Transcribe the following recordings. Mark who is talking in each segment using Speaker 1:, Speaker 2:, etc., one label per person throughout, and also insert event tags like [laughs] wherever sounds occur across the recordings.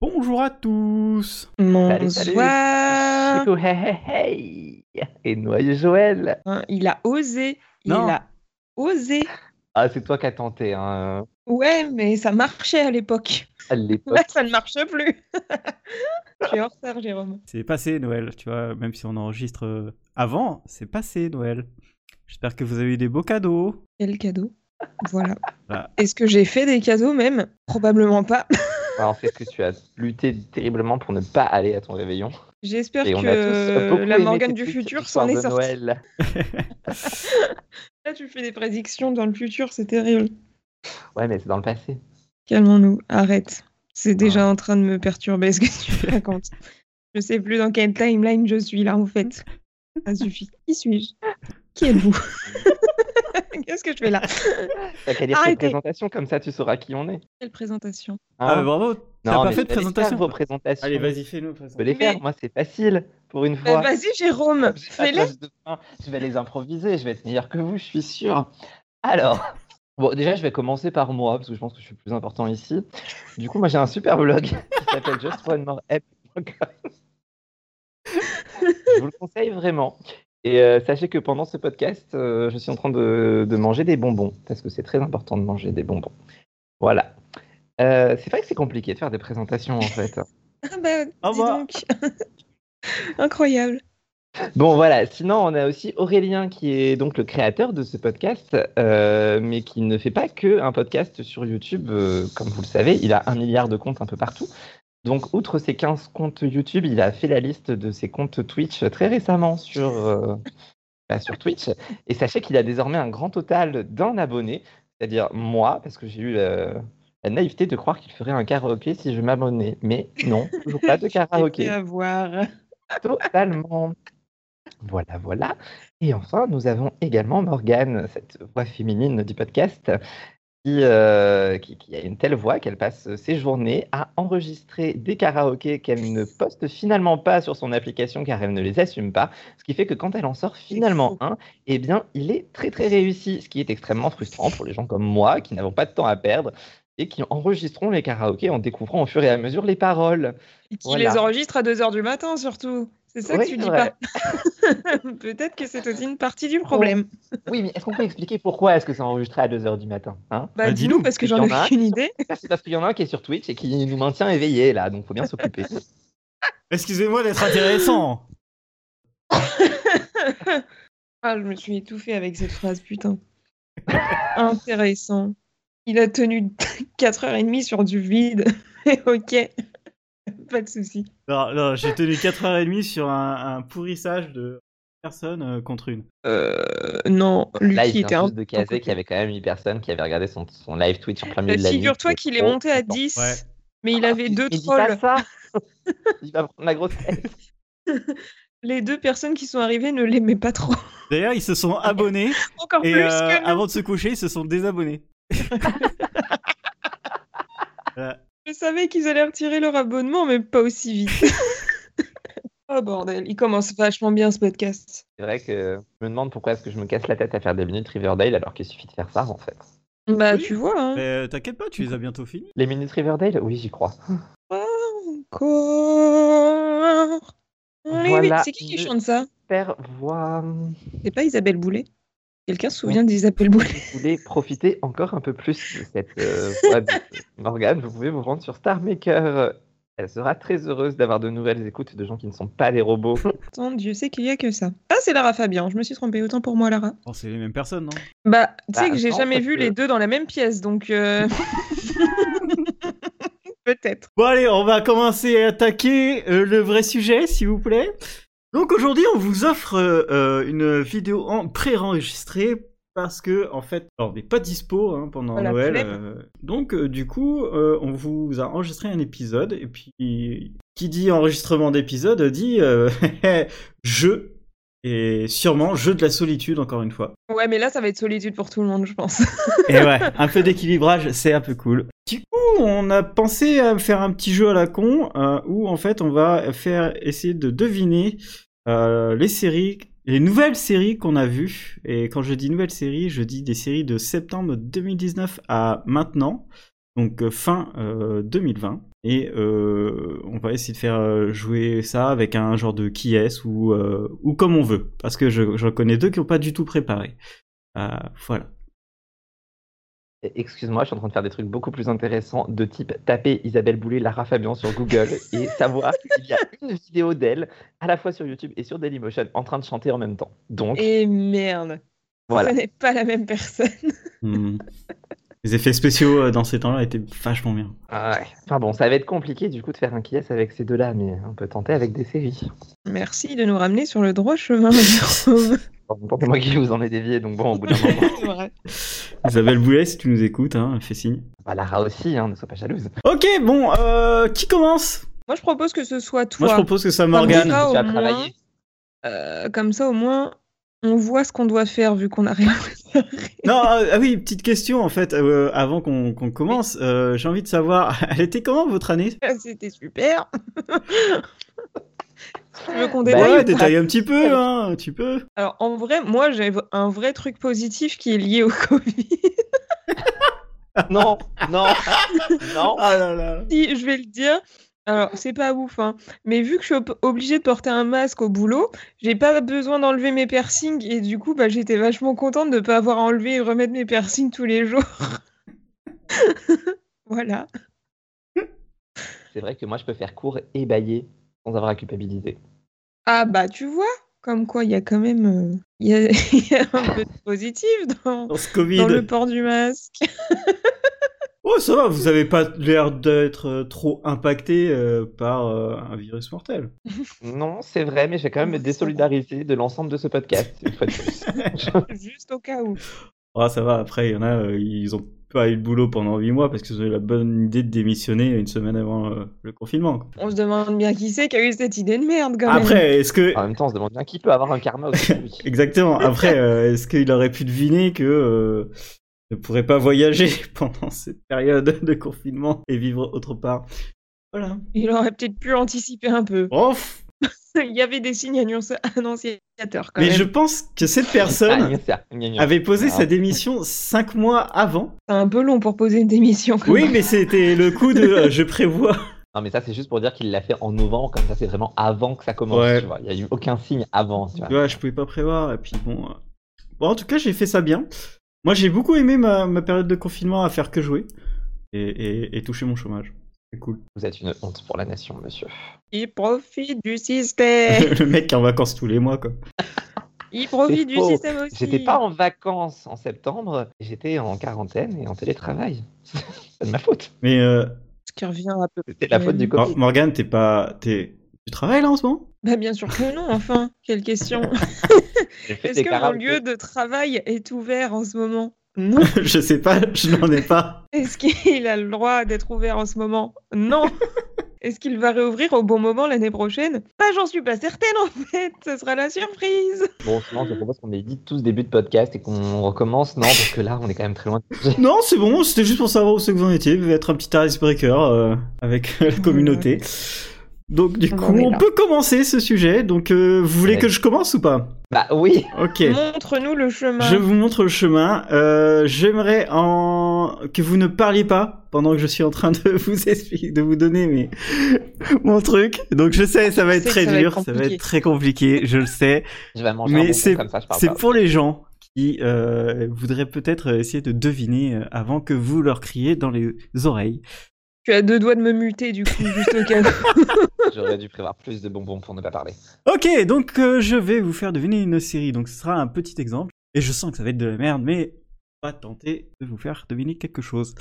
Speaker 1: Bonjour à tous
Speaker 2: Salut,
Speaker 3: Bonsoir.
Speaker 2: salut. Hey, hey, hey. Et noyé Joël.
Speaker 3: Hein, Il a osé. Il
Speaker 1: Non.
Speaker 3: a osé.
Speaker 2: Ah, c'est toi qui as tenté. Hein.
Speaker 3: Ouais, mais ça marchait à l'époque. [laughs]
Speaker 2: À l'époque.
Speaker 3: Là, ça ne marche plus. [laughs] tu es hors retard, Jérôme.
Speaker 1: C'est passé Noël, tu vois, même si on enregistre euh, avant, c'est passé Noël. J'espère que vous avez eu des beaux cadeaux.
Speaker 3: Quel cadeau. Voilà.
Speaker 1: Ah.
Speaker 3: Est-ce que j'ai fait des cadeaux même Probablement pas. [laughs]
Speaker 2: Alors, c'est que tu as lutté terriblement pour ne pas aller à ton réveillon.
Speaker 3: J'espère
Speaker 2: Et on a tous euh, beaucoup
Speaker 3: que la
Speaker 2: aimé
Speaker 3: Morgane
Speaker 2: tes
Speaker 3: du
Speaker 2: petites
Speaker 3: futur
Speaker 2: histoires
Speaker 3: s'en est
Speaker 2: de
Speaker 3: sortie.
Speaker 2: Noël.
Speaker 3: Là, tu fais des prédictions dans le futur, c'est terrible.
Speaker 2: Ouais, mais c'est dans le passé.
Speaker 3: Calmons-nous, arrête. C'est déjà en train de me perturber ce que [laughs] tu racontes. je sais plus dans quelle timeline je suis là en fait. Ça suffit. Qui suis-je Qui [laughs] êtes-vous Qu'est-ce que je fais là
Speaker 2: T'as qu'à lire tes
Speaker 3: Arrêtez.
Speaker 2: présentations, comme ça tu sauras qui on est.
Speaker 3: Quelle présentation
Speaker 2: Hein.
Speaker 1: Ah, bah, bravo T'as
Speaker 2: Non,
Speaker 1: pas fait
Speaker 2: mais
Speaker 1: de
Speaker 2: allez faire
Speaker 1: présentation
Speaker 2: vos présentations.
Speaker 1: Allez, vas-y, fais-nous une
Speaker 2: Je peux
Speaker 1: présentation.
Speaker 2: les faire,
Speaker 3: Mais-
Speaker 2: moi c'est facile pour une
Speaker 3: Bah,
Speaker 2: fois.
Speaker 3: Vas-y Jérôme,
Speaker 2: J'ai pas de
Speaker 3: fais-les.
Speaker 2: classe de fin. Je vais les improviser, je vais être meilleur que vous, je suis sûr. Alors, bon, déjà, je vais commencer par moi, parce que je pense que je suis le plus important ici. Du coup, moi, j'ai un super blog qui s'appelle justonemoreapp.com. Je vous le conseille vraiment. Et euh, sachez que pendant ce podcast, euh, je suis en train de, de manger des bonbons, parce que c'est très important de manger des bonbons. Voilà. Euh, c'est vrai que c'est compliqué de faire des présentations en fait.
Speaker 3: Ah bah,
Speaker 1: Au
Speaker 3: dis
Speaker 1: revoir.
Speaker 3: donc. [laughs] Incroyable.
Speaker 2: Bon voilà, sinon on a aussi Aurélien qui est donc le créateur de ce podcast, euh, mais qui ne fait pas que un podcast sur YouTube, euh, comme vous le savez, il a un milliard de comptes un peu partout. Donc outre ses 15 comptes YouTube, il a fait la liste de ses comptes Twitch très récemment sur, euh, bah, sur Twitch. Et sachez qu'il a désormais un grand total d'un abonné, c'est-à-dire moi, parce que j'ai eu la, la naïveté de croire qu'il ferait un karaoké si je m'abonnais. Mais non, toujours pas de karaoké.
Speaker 3: Et à voir.
Speaker 2: Totalement. Voilà, voilà. Et enfin, nous avons également Morgane, cette voix féminine du podcast, qui, euh, qui, qui a une telle voix qu'elle passe ses journées à enregistrer des karaokés qu'elle ne poste finalement pas sur son application car elle ne les assume pas. Ce qui fait que quand elle en sort finalement
Speaker 3: fou.
Speaker 2: un, eh bien, il est très très réussi, ce qui est extrêmement frustrant pour les gens comme moi qui n'avons pas de temps à perdre et qui enregistrons les karaokés en découvrant au fur et à mesure les paroles.
Speaker 3: Et qui
Speaker 2: Voilà.
Speaker 3: les enregistre à 2h du matin surtout. C'est ça que
Speaker 2: Oui,
Speaker 3: tu
Speaker 2: c'est
Speaker 3: dis
Speaker 2: vrai.
Speaker 3: pas. [laughs] Peut-être que c'est aussi une partie du problème.
Speaker 2: Oui, mais est-ce qu'on peut expliquer pourquoi est-ce que c'est enregistré à 2h du matin
Speaker 3: Bah,
Speaker 2: hein
Speaker 1: Bah, dis-nous,
Speaker 3: dis-nous parce que
Speaker 2: parce
Speaker 3: j'en
Speaker 2: qu'il y en a
Speaker 3: ai aucune idée.
Speaker 2: Ça, C'est parce qu'il y en a un qui est sur Twitch et qui nous maintient éveillés, là, donc faut
Speaker 3: [laughs]
Speaker 2: bien s'occuper.
Speaker 1: Bah, Excusez-moi d'être intéressant
Speaker 3: Ah, je me suis étouffée avec cette phrase, putain. [laughs] Intéressant. Il a tenu [laughs] 4h30 sur du vide. [laughs] ok. Pas de souci.
Speaker 1: Non, non, j'ai tenu 4h30 sur un, un pourrissage de personnes euh, contre une.
Speaker 3: Euh, non, lui
Speaker 2: là,
Speaker 3: qui
Speaker 2: il
Speaker 3: était
Speaker 2: vient
Speaker 3: un
Speaker 2: juste de caser qu'il y avait quand même une personne qui avait regardé son, son live Twitch en plein milieu de la nuit.
Speaker 3: Euh, Figure-toi qu'il est monté à 10,
Speaker 1: Ouais.
Speaker 3: mais il avait deux
Speaker 2: Ah, Il dit pas
Speaker 3: trolls.
Speaker 2: ça [laughs] Il va prendre la grosse tête.
Speaker 3: Les deux personnes qui sont arrivées ne l'aimaient pas trop. [laughs]
Speaker 1: D'ailleurs, ils se sont abonnés
Speaker 3: Encore
Speaker 1: et
Speaker 3: plus
Speaker 1: euh,
Speaker 3: que nous.
Speaker 1: avant de se coucher, ils se sont désabonnés.
Speaker 3: Je savais qu'ils allaient retirer leur abonnement, mais pas aussi
Speaker 2: [laughs]
Speaker 3: vite. oh bordel, il commence vachement bien ce podcast.
Speaker 2: C'est vrai que je me demande pourquoi est-ce que je me casse la tête à faire des minutes Riverdale alors qu'il suffit de faire ça, en fait.
Speaker 3: Bah
Speaker 1: Oui.
Speaker 3: tu vois, hein.
Speaker 1: Mais euh, t'inquiète pas, tu les as bientôt finis.
Speaker 2: Les minutes Riverdale Oui, j'y crois.
Speaker 3: Encore. Oui, oui.
Speaker 2: Voilà
Speaker 3: C'est qui qui
Speaker 2: le-
Speaker 3: chante ça
Speaker 2: Père, voix...
Speaker 3: C'est pas Isabelle Boulet Quelqu'un se souvient d'Isabelle Boulet
Speaker 2: vous voulez profiter encore un peu plus de cette euh, voix de Morgane, vous pouvez vous rendre sur Star Maker. Elle sera très heureuse d'avoir de nouvelles écoutes de gens qui ne sont pas des robots.
Speaker 3: Attends, Dieu sait qu'il y a que ça. Ah, c'est Lara Fabian, je me suis trompée, autant pour moi Lara.
Speaker 1: Bon, Oh, c'est les mêmes personnes, non
Speaker 3: Bah, tu sais
Speaker 2: Bah,
Speaker 3: que j'ai
Speaker 2: non,
Speaker 3: jamais
Speaker 2: parce
Speaker 3: vu
Speaker 2: que-
Speaker 3: les deux dans la même pièce, donc...
Speaker 2: [laughs]
Speaker 3: euh, Peut-être.
Speaker 1: Bon allez, on va commencer à attaquer euh, le vrai sujet, s'il vous plaît. Donc aujourd'hui, on vous offre euh, euh, une vidéo en pré-enregistrée parce que en fait, on n'est pas dispo hein, pendant
Speaker 3: Oh, la
Speaker 1: Noël.
Speaker 3: flemme.
Speaker 1: euh. donc euh, du coup, euh, on vous a enregistré un épisode et puis qui dit enregistrement d'épisode dit euh, [laughs] jeu et sûrement jeu de la solitude encore une fois.
Speaker 3: Ouais, mais là, ça va être solitude pour tout le monde, je
Speaker 2: [laughs]
Speaker 3: pense.
Speaker 1: Et ouais, un peu d'équilibrage, c'est un peu cool. Du coup, on a pensé à faire un petit jeu à la con euh, où en fait on va faire essayer de deviner euh, les séries, les nouvelles séries qu'on a vues. Et quand je dis nouvelles séries, je dis des séries de septembre 2019 à maintenant, donc euh, fin euh, 2020. Et euh, on va essayer de faire euh, jouer ça avec un genre de qui est ou, euh, ou comme on veut. Parce que je, je connais deux qui n'ont pas du tout préparé. Euh, voilà.
Speaker 2: Excuse-moi, je suis en train de faire des trucs beaucoup plus intéressants de type taper Isabelle Boulay, Lara Fabian sur Google et savoir qu'il y a une vidéo d'elle à la fois sur YouTube et sur Dailymotion en train de chanter en même temps. Donc
Speaker 3: Et merde,
Speaker 2: voilà.
Speaker 3: ce n'est pas la même personne.
Speaker 1: Hmm. Les effets spéciaux euh, dans ces temps-là étaient vachement bien.
Speaker 2: Ah ouais. Enfin bon, ça va être compliqué du coup de faire un qui est avec ces deux-là, mais on peut tenter avec des séries.
Speaker 3: Merci de nous ramener sur le droit chemin, ma
Speaker 2: [laughs]
Speaker 3: chère Rome.
Speaker 2: Bon, pourtant, c'est moi qui vous en ai dévié, donc bon, au bout d'un moment.
Speaker 3: [laughs] C'est vrai.
Speaker 1: Isabelle Boulet, si tu nous écoutes, hein, fais signe.
Speaker 2: Bah, Lara aussi, hein, ne sois pas jalouse.
Speaker 1: Ok, bon, euh, qui commence
Speaker 3: Moi, je propose que ce soit toi.
Speaker 1: Moi, je propose que ça
Speaker 3: Comme
Speaker 1: Morgane.
Speaker 3: ça, au
Speaker 2: tu as
Speaker 3: moins,
Speaker 2: travaillé.
Speaker 3: euh, comme ça, au moins, on voit ce qu'on doit faire vu qu'on n'a rien préparé.
Speaker 1: Non, euh, ah oui, petite question en fait, euh, avant qu'on qu'on commence, euh, j'ai envie de savoir, [laughs] elle était comment votre année
Speaker 3: C'était super. tu veux qu'on
Speaker 2: Bah
Speaker 3: détaille
Speaker 1: Ouais,
Speaker 3: ou pas
Speaker 1: détaille un petit peu, hein, tu peux.
Speaker 3: Alors, en vrai, moi, j'ai un vrai truc positif qui est lié au [laughs] Covid.
Speaker 2: [laughs] Non, non, non.
Speaker 1: Ah là là.
Speaker 3: Si, je vais le dire. Alors, c'est pas ouf, hein. Mais vu que je suis ob- obligée de porter un masque au boulot, j'ai pas besoin d'enlever mes piercings. Et du coup, bah, j'étais vachement contente de pas avoir enlevé et remettre mes piercings tous les jours. [laughs] voilà.
Speaker 2: C'est vrai que moi, je peux faire court et bailler sans avoir à culpabiliser.
Speaker 3: Ah, bah, tu vois, comme quoi, il y a quand même. euh, Il y, a- [laughs] il y a un peu de positif dans,
Speaker 1: Dans ce Covid.
Speaker 3: dans le port du masque.
Speaker 1: Oh, ça va, vous avez pas l'air d'être euh, trop impacté euh, par euh, un virus mortel.
Speaker 2: Non, c'est vrai, mais je vais quand même me désolidariser de l'ensemble de ce podcast, une fois de plus.
Speaker 3: Juste au cas où.
Speaker 1: Ah, ça va, après, il y en a, euh, ils ont pas eu de boulot pendant 8 mois parce qu'ils ont eu la bonne idée de démissionner une semaine avant euh, le confinement. quoi.
Speaker 3: On se demande bien qui c'est qui a eu cette idée de merde, quand même.
Speaker 1: Après, est-ce que.
Speaker 2: En même temps, on se demande bien qui peut avoir un karma aujourd'hui.
Speaker 1: Exactement,
Speaker 3: [laughs]
Speaker 1: après, euh, est-ce qu'il aurait pu deviner que. euh, ne pourrait pas voyager [laughs] pendant cette période de confinement et vivre autre part. Voilà.
Speaker 3: Il aurait peut-être pu anticiper un peu. [laughs]
Speaker 1: Ouf.
Speaker 3: Il y avait des signes annonce- annonciateurs quand
Speaker 1: Mais
Speaker 3: même.
Speaker 1: je pense que cette
Speaker 2: Ah,
Speaker 1: personne
Speaker 2: gna, ça, gna, gna.
Speaker 1: avait posé
Speaker 2: Ah.
Speaker 1: sa démission cinq mois avant.
Speaker 3: C'est un peu long pour poser une démission. quand
Speaker 1: Oui,
Speaker 3: même.
Speaker 1: mais c'était le coup de euh, je prévois.
Speaker 2: Non, mais ça, c'est juste pour dire qu'il l'a fait en novembre, comme ça, c'est vraiment avant que ça commence.
Speaker 1: Ouais.
Speaker 2: tu vois. Il n'y a eu aucun signe avant. Tu vois.
Speaker 1: Tu vois, je pouvais pas prévoir. Et puis bon. euh. Bon, en tout cas, j'ai fait ça bien. Moi, j'ai beaucoup aimé ma, ma période de confinement à faire que jouer et, et- et toucher mon chômage. C'est cool.
Speaker 2: Vous êtes une honte pour la nation, monsieur.
Speaker 3: Il profite du système.
Speaker 1: [laughs] le mec qui est en vacances tous les mois, quoi.
Speaker 3: Il
Speaker 2: C'est
Speaker 3: profite du
Speaker 2: faux.
Speaker 3: système aussi.
Speaker 2: J'étais pas en vacances en septembre, j'étais en quarantaine et en télétravail. [laughs] c'est de ma faute.
Speaker 1: Mais euh,
Speaker 3: Ce qui revient à peu
Speaker 2: C'était la faute du
Speaker 1: Mor-
Speaker 2: Covid.
Speaker 1: Morgane, t'es pas. T'es... Tu travailles là en ce moment [laughs]
Speaker 3: Bah, bien sûr que non, enfin. Quelle question.
Speaker 2: J'ai fait
Speaker 3: Est-ce
Speaker 2: des
Speaker 3: que mon
Speaker 2: karaokés.
Speaker 3: lieu de travail est ouvert en ce moment Non.
Speaker 1: Je sais pas, je n'en ai pas.
Speaker 3: Est-ce qu'il a le droit d'être ouvert en ce moment
Speaker 1: [laughs]
Speaker 3: Non. Est-ce qu'il va réouvrir au bon moment l'année prochaine Bah, j'en suis pas certaine en fait. Ce sera la surprise.
Speaker 2: Bon, sinon, je te propose qu'on édite tous début de podcast et qu'on recommence. Non, parce que là, on est quand même très loin. de-
Speaker 1: Non, c'est bon, c'était juste pour savoir où c'est que vous en étiez. Vous être un petit icebreaker euh, avec [laughs] la communauté. Donc, du
Speaker 3: On
Speaker 1: coup,
Speaker 3: en est
Speaker 1: on
Speaker 3: là.
Speaker 1: peut commencer ce sujet. Donc, euh, vous voulez
Speaker 2: Ouais.
Speaker 1: que je commence ou pas
Speaker 2: bah oui,
Speaker 1: Ok.
Speaker 3: Montre-nous le chemin.
Speaker 1: Je vous montre le chemin. Euh, J'aimerais en... que vous ne parliez pas pendant que je suis en train de [laughs] vous expliquer, de vous donner mes... [laughs] mon truc. Donc je sais, ça va
Speaker 3: Je
Speaker 1: être très
Speaker 3: sais que ça va être
Speaker 1: dur, ça va
Speaker 3: compliqué.
Speaker 1: être très compliqué, je le sais.
Speaker 2: je vais manger
Speaker 1: Mais
Speaker 2: un
Speaker 1: c'est-
Speaker 2: bonbon comme ça, je parle
Speaker 1: C'est
Speaker 2: pas.
Speaker 1: pour les gens qui euh, voudraient peut-être essayer de deviner euh, avant que vous leur criez dans les oreilles.
Speaker 3: Tu as deux doigts de me muter du coup, juste au cas où.
Speaker 2: J'aurais dû prévoir plus de bonbons pour ne pas parler.
Speaker 1: Ok, donc euh, je vais vous faire deviner une série. Donc ce sera un petit exemple. Et je sens que ça va être de la merde, mais on va tenter de vous faire deviner quelque chose.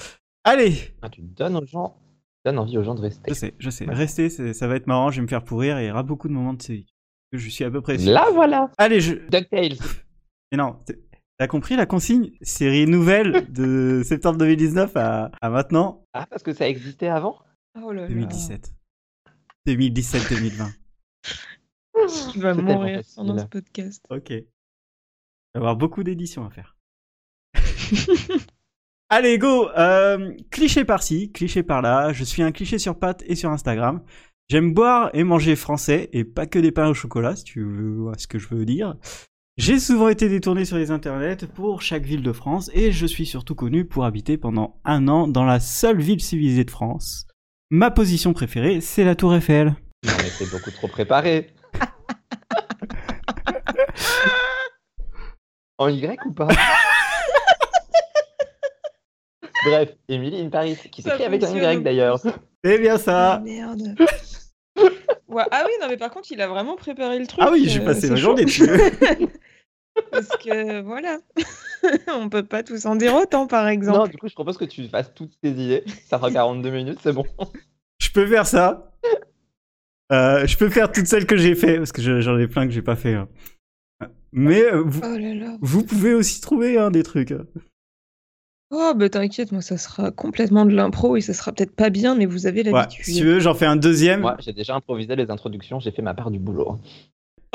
Speaker 1: Allez,
Speaker 2: Ah, tu donnes aux gens, tu donnes envie aux gens de rester.
Speaker 1: Je sais, je sais. Restez, c'est- ça va être marrant, je vais me faire pourrir et il y aura beaucoup de moments de série. Je suis à peu près sûr.
Speaker 2: Là, voilà.
Speaker 1: Allez, je.
Speaker 2: DuckTales.
Speaker 1: Mais non, t'es- t'as compris la consigne Série nouvelle de septembre 2019 à, à maintenant,
Speaker 2: Ah, parce que ça existait avant.
Speaker 3: Oh là là.
Speaker 1: 2017. 2017-2020.
Speaker 3: Il va
Speaker 2: C'est
Speaker 3: mourir
Speaker 2: tellement
Speaker 3: pendant ce
Speaker 2: facile.
Speaker 3: podcast.
Speaker 1: Ok. Il va y avoir beaucoup d'éditions à [laughs] faire. Allez, go Euh, Cliché par-ci, cliché par-là. Je suis un cliché sur pattes et sur Instagram. J'aime boire et manger français et pas que des pains au chocolat, si tu veux vois ce que je veux dire. J'ai souvent été détourné sur les internets pour chaque ville de France et je suis surtout connu pour habiter pendant un an dans la seule ville civilisée de France, Ma position préférée, c'est la tour Eiffel.
Speaker 2: Non, mais c'est beaucoup
Speaker 1: [laughs]
Speaker 2: trop préparé. en Y ou pas Bref, Emily in Paris, qui
Speaker 3: Ça
Speaker 2: s'écrit avec un
Speaker 3: fonctionne.
Speaker 2: Y d'ailleurs.
Speaker 1: C'est bien ça.
Speaker 3: Ah, merde. [laughs] Ouais, ah oui, non, mais par contre, il a vraiment préparé le truc.
Speaker 1: Ah oui, j'ai
Speaker 3: euh,
Speaker 1: passé
Speaker 3: c'est
Speaker 1: ma
Speaker 3: chaud,
Speaker 1: journée dessus.
Speaker 3: Parce que voilà, [laughs] on peut pas tous en dire autant, par exemple.
Speaker 2: Non, du coup, je propose que tu fasses toutes tes idées. Ça fera 42 minutes,
Speaker 1: [laughs]
Speaker 2: c'est bon.
Speaker 1: Je peux faire ça. Euh, je peux faire toutes celles que j'ai fait, parce que je- j'en ai plein que j'ai pas fait. hein. Mais euh, vous,
Speaker 3: Oh là là.
Speaker 1: vous pouvez aussi trouver hein, des trucs. hein.
Speaker 3: Oh, bah t'inquiète, moi, ça sera complètement de l'impro et ça sera peut-être pas bien, mais vous avez
Speaker 1: Ouais,
Speaker 3: l'habitude.
Speaker 1: si tu veux, j'en fais un deuxième.
Speaker 2: Moi, j'ai déjà improvisé les introductions, j'ai fait ma part du boulot.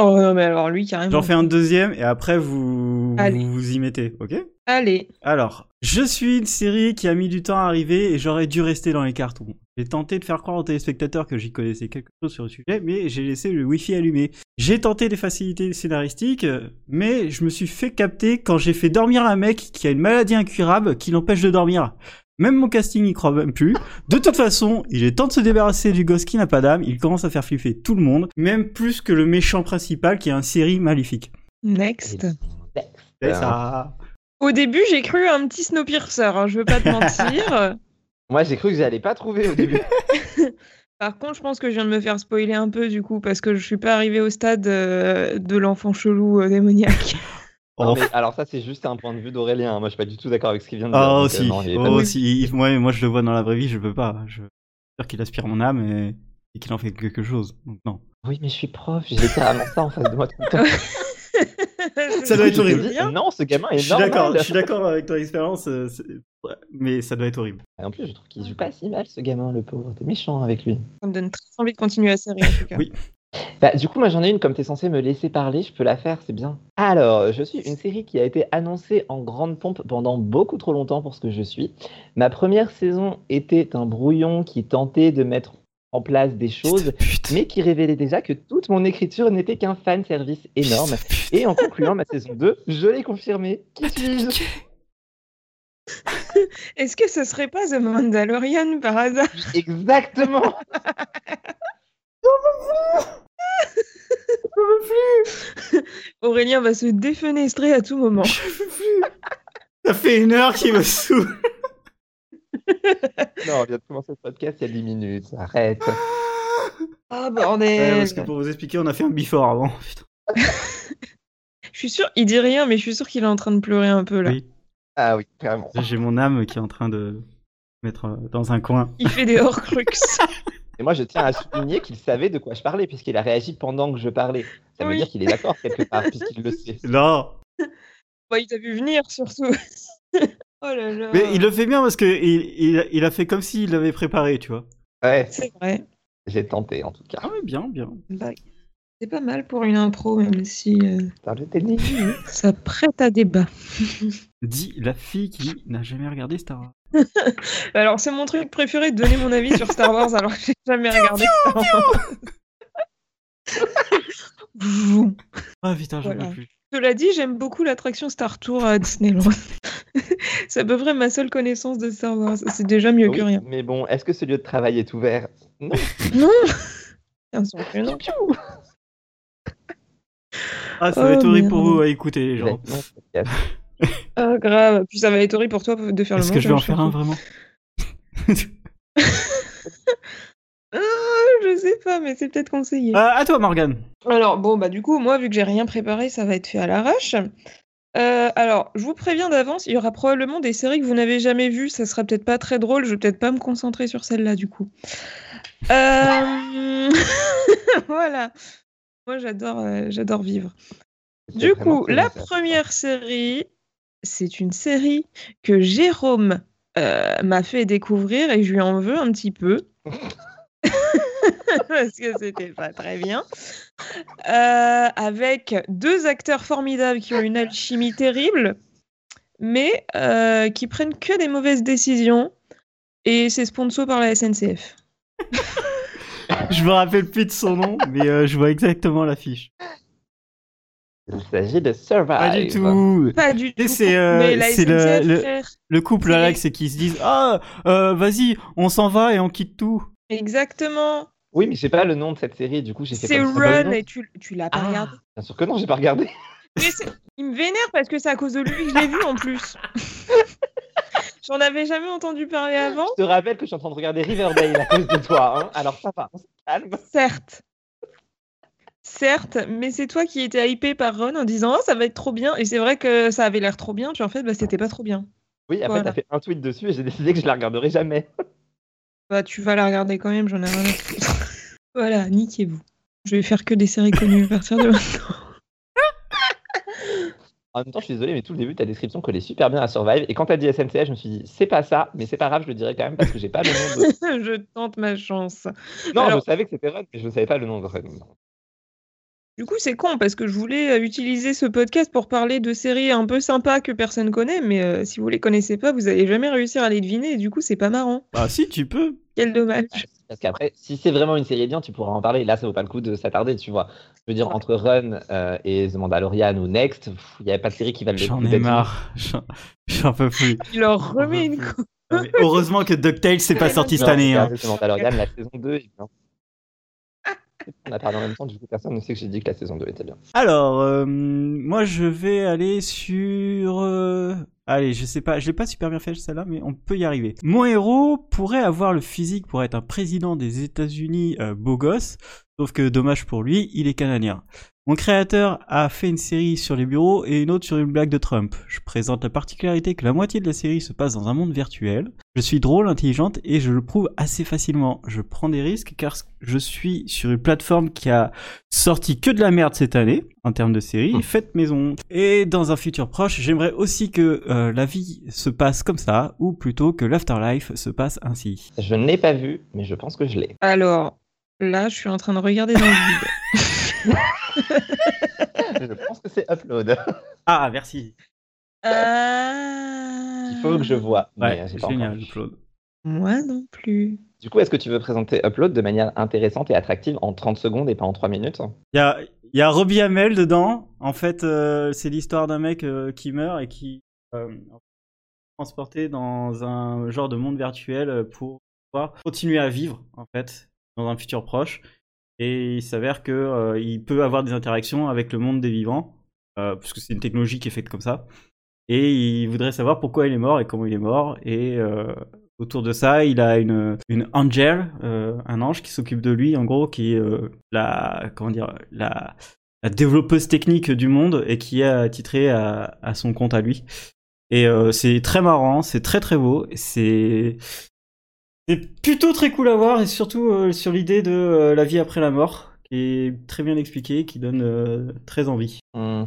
Speaker 3: Oh non, mais alors lui, carrément.
Speaker 1: J'en fais un deuxième et après vous
Speaker 3: Allez.
Speaker 1: vous, vous y mettez, ok
Speaker 3: Allez,
Speaker 1: Alors, je suis une série qui a mis du temps à arriver et j'aurais dû rester dans les cartons. J'ai tenté de faire croire aux téléspectateurs que j'y connaissais quelque chose sur le sujet, mais j'ai laissé le wifi allumé. J'ai tenté des facilités scénaristiques, euh, mais je me suis fait capter quand j'ai fait dormir un mec qui a une maladie incurable qui l'empêche de dormir. Même mon casting n'y croit même plus. De toute façon, il est temps de se débarrasser du gosse qui n'a pas d'âme, il commence à faire flipper tout le monde, même plus que le méchant principal qui est un série maléfique.
Speaker 3: next.
Speaker 2: Ben,
Speaker 1: C'est
Speaker 2: Euh,
Speaker 1: ça.
Speaker 3: Au début, j'ai cru à un petit Snowpiercer, hein, je veux pas
Speaker 1: [laughs]
Speaker 3: te mentir.
Speaker 2: Moi, j'ai cru que j'allais pas trouver au début.
Speaker 3: Par contre, je pense que je viens de me faire spoiler un peu du coup, parce que je suis pas arrivée au stade euh, de l'enfant chelou euh, démoniaque. [laughs]
Speaker 2: Non,
Speaker 1: Oh,
Speaker 2: mais alors ça, c'est juste un point de vue d'Aurélien. hein. Moi, je suis pas du tout d'accord avec ce qu'il vient de dire.
Speaker 1: Ah
Speaker 2: donc, euh,
Speaker 1: aussi,
Speaker 2: non, il est pas-
Speaker 1: oh,
Speaker 3: de-
Speaker 1: si. Il- moi, moi je le vois dans la vraie vie, je peux pas. Je suis sûr qu'il aspire mon âme et, et qu'il en fait quelque chose. Donc non.
Speaker 2: Oui, mais je suis prof, j'ai littéralement ça en face de moi tout le temps.
Speaker 1: [laughs] Ça doit être
Speaker 2: Je me
Speaker 1: horrible.
Speaker 2: dis,
Speaker 3: Bien.
Speaker 2: Non, ce gamin est
Speaker 1: Je suis d'accord,
Speaker 2: normal.
Speaker 1: je suis d'accord avec ton expérience, euh, c'est- ouais, mais ça doit être horrible.
Speaker 2: Et En plus, je trouve qu'il joue pas si mal, ce gamin, le pauvre. T'es méchant avec lui.
Speaker 3: Ça me donne très envie de continuer la série en tout cas.
Speaker 1: Oui.
Speaker 2: Bah, du coup, moi j'en ai une, comme t'es censé me laisser parler, je peux la faire, c'est bien. Alors, je suis une série qui a été annoncée en grande pompe pendant beaucoup trop longtemps pour ce que je suis. Ma première saison était un brouillon qui tentait de mettre en place des choses,
Speaker 1: [laughs] Putain,
Speaker 2: mais qui révélait déjà que toute mon écriture n'était qu'un fan service énorme. Et en concluant ma saison 2, je l'ai confirmé. Qui suis-je
Speaker 3: Est-ce que ce serait pas The Mandalorian par hasard
Speaker 2: Exactement
Speaker 3: Aurélien va se défenestrer à tout moment.
Speaker 1: ça fait une heure qu'il me [laughs] saoule.
Speaker 2: Non, on vient de commencer le podcast il y a 10 minutes, arrête.
Speaker 3: Ah
Speaker 1: Ouais,
Speaker 3: bordel
Speaker 1: parce que pour vous expliquer, on a fait un before avant. [laughs] Putain.
Speaker 3: Je suis sûre, il dit rien, mais je suis sûre qu'il est en train de pleurer un peu là.
Speaker 1: Oui.
Speaker 2: Ah oui, clairement.
Speaker 1: J'ai mon âme qui est en train de mettre euh, dans un coin.
Speaker 3: Il fait
Speaker 1: [laughs]
Speaker 3: des hors-crux.
Speaker 2: Et moi, je tiens à souligner qu'il savait de quoi je parlais, puisqu'il a réagi pendant que je parlais. Ça veut
Speaker 3: Oui.
Speaker 2: dire qu'il est d'accord quelque
Speaker 3: [laughs]
Speaker 2: part, puisqu'il le sait.
Speaker 1: Non,
Speaker 3: Bah, il t'a vu venir surtout. [laughs] oh là là.
Speaker 1: mais il le fait bien parce que il, il- il a fait comme s'il l'avait préparé, tu vois.
Speaker 2: Ouais,
Speaker 3: C'est vrai.
Speaker 2: j'ai tenté en tout cas.
Speaker 1: Ah ouais, bien, bien.
Speaker 3: Bah, c'est pas mal pour une impro, même si euh,
Speaker 2: Putain,
Speaker 3: [laughs]
Speaker 2: j'étais nul.
Speaker 3: ça prête à débat.
Speaker 1: Dit la fille qui n'a jamais regardé Star Wars.
Speaker 3: Bah Alors, c'est mon truc préféré de donner mon avis sur Star Wars alors que j'ai jamais regardé Star Wars. Vroom.
Speaker 1: Ah putain, j'en
Speaker 3: Voilà.
Speaker 1: peux plus.
Speaker 3: Cela dit, j'aime beaucoup l'attraction Star Tour à Disneyland. [laughs] c'est à peu près ma seule connaissance de Star Wars. C'est déjà
Speaker 1: Ah
Speaker 3: mieux que
Speaker 2: Oui,
Speaker 3: rien.
Speaker 2: Mais bon, est-ce que ce lieu de travail est ouvert
Speaker 3: Non Bien sûr que non.
Speaker 2: Piou
Speaker 1: Ah, ça va
Speaker 3: Oh,
Speaker 1: être horrible
Speaker 3: merde. Eh ben,
Speaker 1: pour vous à écouter, les gens.
Speaker 2: Non, ce podcast.
Speaker 3: Ah, grave. Puis ça va être horrible pour toi de faire le
Speaker 1: Est-ce que je vais en
Speaker 3: montage,
Speaker 1: faire
Speaker 3: [laughs]
Speaker 1: un
Speaker 3: surtout.
Speaker 1: vraiment [laughs]
Speaker 3: Ah, Je sais pas, mais c'est peut-être conseillé.
Speaker 1: Euh, À toi, Morgane.
Speaker 3: Alors, bon, bah, du coup, moi, vu que j'ai rien préparé, ça va être fait à l'arrache. Euh, alors, je vous préviens d'avance, il y aura probablement des séries que vous n'avez jamais vues. Ça sera peut-être pas très drôle. Je vais peut-être pas me concentrer sur celle-là, du coup. Euh, [laughs] voilà. Moi, j'adore, euh, j'adore vivre.
Speaker 2: C'était
Speaker 3: Du
Speaker 2: vraiment
Speaker 3: coup,
Speaker 2: cool,
Speaker 3: la
Speaker 2: ça.
Speaker 3: première série, c'est une série que Jérôme euh, m'a fait découvrir et je lui en veux un petit
Speaker 2: [laughs]
Speaker 3: peu. Parce que c'était pas très bien. Euh, avec deux acteurs formidables qui ont une alchimie terrible, mais euh, qui prennent que des mauvaises décisions. Et c'est sponsor par la SNCF.
Speaker 1: Je me rappelle plus de son nom, mais euh, je vois exactement l'affiche.
Speaker 2: Il s'agit de Survive.
Speaker 1: Pas du tout.
Speaker 3: Pas du
Speaker 1: Et
Speaker 3: tout.
Speaker 1: c'est, euh,
Speaker 3: mais la
Speaker 1: c'est le-
Speaker 3: SNCF,
Speaker 1: le-
Speaker 3: frère.
Speaker 1: Le couple
Speaker 3: C'est-
Speaker 1: Alex et qui se disent Ah, euh, vas-y, on s'en va et on quitte tout.
Speaker 3: Exactement.
Speaker 2: Oui, mais j'ai pas le nom de cette série, du coup j'ai fait
Speaker 3: C'est
Speaker 2: comme ça, bah,
Speaker 3: Run
Speaker 2: non.
Speaker 3: et tu, tu l'as pas
Speaker 2: Ah,
Speaker 3: regardé.
Speaker 2: Bien sûr que non, j'ai pas regardé. [laughs]
Speaker 3: Mais c'est- il me vénère parce que c'est à cause de lui que je l'ai vu en plus. J'en avais jamais entendu parler avant.
Speaker 2: Je te rappelle que je suis en train de regarder Riverdale à cause de toi. hein. Alors ça va, on se calme.
Speaker 3: Certes. Certes, mais c'est toi qui étais hypé par Ron en disant oh, ça va être trop bien. Et c'est vrai que ça avait l'air trop bien. Tu vois, en fait, bah, c'était pas trop bien.
Speaker 2: Oui, après
Speaker 3: Voilà.
Speaker 2: t'as fait un tweet dessus et j'ai décidé que je la regarderai jamais.
Speaker 3: Bah, tu vas la regarder quand même, j'en ai rien à foutre. [laughs] voilà, niquez-vous. Je vais faire que des séries connues à partir de maintenant. [laughs]
Speaker 2: En même temps, Ah, je suis désolé, mais tout le début de ta description collait super bien à Survive. Et quand t'as dit SNCF, je me suis dit, c'est pas ça, mais c'est pas grave, je le dirai quand même parce que j'ai pas le nom de.
Speaker 3: je tente ma chance.
Speaker 2: [laughs] Non,
Speaker 3: Alors-
Speaker 2: je savais que c'était Run, mais je savais pas le nom de Run.
Speaker 3: Du coup, c'est con parce que je voulais euh, utiliser ce podcast pour parler de séries un peu sympas que personne connaît, mais euh, si vous les connaissez pas, vous allez jamais réussir à les deviner et du coup, c'est pas marrant.
Speaker 1: Bah si, tu peux.
Speaker 3: Quel
Speaker 2: [laughs]
Speaker 3: dommage.
Speaker 2: Parce qu'après, si c'est vraiment une série bien, tu pourras en parler. Là, ça vaut pas le coup de s'attarder, tu vois. Je veux dire, entre Run euh, et The Mandalorian ou Next, il n'y avait pas de série qui valait le
Speaker 1: J'en
Speaker 2: coup.
Speaker 1: ai
Speaker 2: d'être-
Speaker 1: marre. J'en- J'en peux [laughs] plus.
Speaker 3: Il leur remet une
Speaker 1: J'en
Speaker 3: coupe.
Speaker 1: Non, mais heureusement que DuckTales c'est pas sorti
Speaker 2: Non,
Speaker 1: cette année. hein.
Speaker 2: regardez The Mandalorian, la saison 2 est bien. On a parlé en même temps, du coup, personne ne sait que j'ai dit que la saison 2 était bien.
Speaker 1: Alors, euh, moi je vais aller sur. euh, Allez, je sais pas, je l'ai pas super bien fait celle-là, mais on peut y arriver. Mon héros pourrait avoir le physique pour être un président des États-Unis euh, beau gosse, sauf que dommage pour lui, il est canadien. Mon créateur a fait une série sur les bureaux et une autre sur une blague de Trump. Je présente la particularité que la moitié de la série se passe dans un monde virtuel. Je suis drôle, intelligente et je le prouve assez facilement. Je prends des risques car je suis sur une plateforme qui a sorti que de la merde cette année en termes de série,
Speaker 2: Hmm.
Speaker 1: faites maison. Et dans un futur proche, j'aimerais aussi que euh, la vie se passe comme ça, ou plutôt que l'afterlife se passe ainsi.
Speaker 2: Je ne l'ai pas vu, mais je pense que je l'ai.
Speaker 3: Alors, là, je suis en train de regarder dans le vide.
Speaker 2: [laughs] je pense que c'est Upload
Speaker 1: Ah, merci.
Speaker 3: Ah.
Speaker 2: Il faut que je vois. mais,
Speaker 1: Ouais,
Speaker 2: euh, j'ai pas encore
Speaker 1: génial,
Speaker 2: vu.
Speaker 1: Claude.
Speaker 3: Moi non plus.
Speaker 2: Du coup, est-ce que tu veux présenter Upload de manière intéressante et attractive en 30 secondes et pas en 3 minutes
Speaker 1: Il y a, il y a Robbie Hamel dedans. En fait, euh, c'est l'histoire d'un mec euh, qui meurt et qui euh, est transporté dans un genre de monde virtuel euh, pour pouvoir continuer à vivre, en fait, dans un futur proche. Et il s'avère que euh, il peut avoir des interactions avec le monde des vivants, euh, parce que c'est une technologie qui est faite comme ça. Et il voudrait savoir pourquoi il est mort et comment il est mort. Et euh, autour de ça, il a une, une angel, euh, un ange qui s'occupe de lui, en gros, qui est euh, la, comment dire, la, la développeuse technique du monde et qui est attitrée à, à son compte à lui. Et euh, c'est très marrant, c'est très très beau, et c'est c'est plutôt très cool à voir et surtout euh, sur l'idée de euh, la vie après la mort qui est très bien expliquée, qui donne euh, très envie.
Speaker 2: Hmm.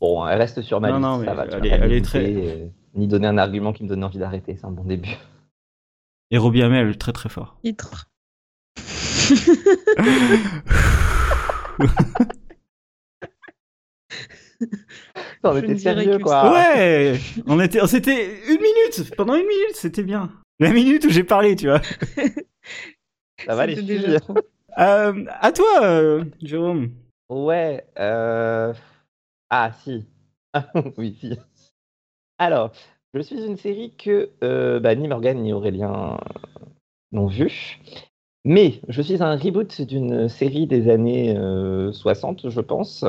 Speaker 2: Bon, elle reste sur ma
Speaker 1: Non,
Speaker 2: liste,
Speaker 1: non,
Speaker 2: ça
Speaker 1: mais
Speaker 2: va. tu vas
Speaker 1: elle est-
Speaker 2: pas me
Speaker 1: elle est
Speaker 2: goûter,
Speaker 1: très-
Speaker 2: euh, Ni donner un argument qui me donne envie d'arrêter, c'est un bon [laughs] début.
Speaker 1: Et Robbie Hamel très très fort.
Speaker 3: Titre.
Speaker 2: On
Speaker 3: Je
Speaker 2: était
Speaker 3: ne dirais
Speaker 2: sérieux,
Speaker 3: que
Speaker 2: quoi.
Speaker 1: Ouais, on était, on s'était une minute pendant une minute, c'était bien. La minute où j'ai parlé, tu vois.
Speaker 2: [laughs] ça va les
Speaker 3: C'était
Speaker 2: filles.
Speaker 3: déjà trop.
Speaker 1: Euh, à toi, euh, Jérôme.
Speaker 2: Ouais. euh, Ah, si. [laughs] oui, si. Alors, je suis une série que euh, bah, ni Morgan ni Aurélien n'ont vue. Mais je suis un reboot d'une série des années euh, 60, je pense,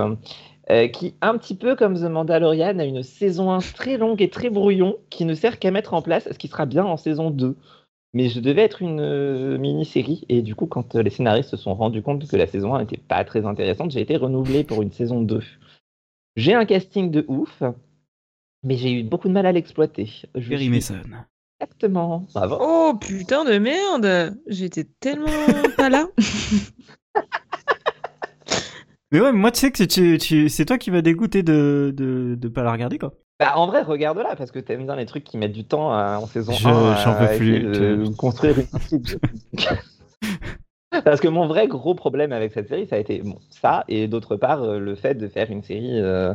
Speaker 2: euh, qui, un petit peu comme The Mandalorian, a une saison 1 très longue et très brouillon, qui ne sert qu'à mettre en place ce qui sera bien en saison 2. Mais je devais être une euh, mini-série, et du coup, quand euh, les scénaristes se sont rendus compte que la saison 1 n'était pas très intéressante, j'ai été renouvelé pour une saison 2. J'ai un casting de ouf, mais j'ai eu beaucoup de mal à l'exploiter. Je
Speaker 1: Perry
Speaker 2: suis-
Speaker 1: Mason.
Speaker 2: Exactement. Bravo.
Speaker 3: Oh putain de merde J'étais
Speaker 2: [laughs]
Speaker 3: tellement pas là.
Speaker 1: Mais ouais, moi, tu sais que tu, tu, c'est toi qui m'as dégoûté de, de, de pas la regarder, quoi.
Speaker 2: Bah, en vrai, regarde-la, parce que t'aimes bien les trucs qui mettent du temps euh, en saison
Speaker 1: Je-
Speaker 2: 1
Speaker 1: j'en peux
Speaker 2: à essayer
Speaker 1: plus,
Speaker 2: de
Speaker 1: je-
Speaker 2: construire une équipe. Parce que mon vrai gros problème avec cette série, ça a été bon, ça, et d'autre part, euh, le fait de faire une série euh,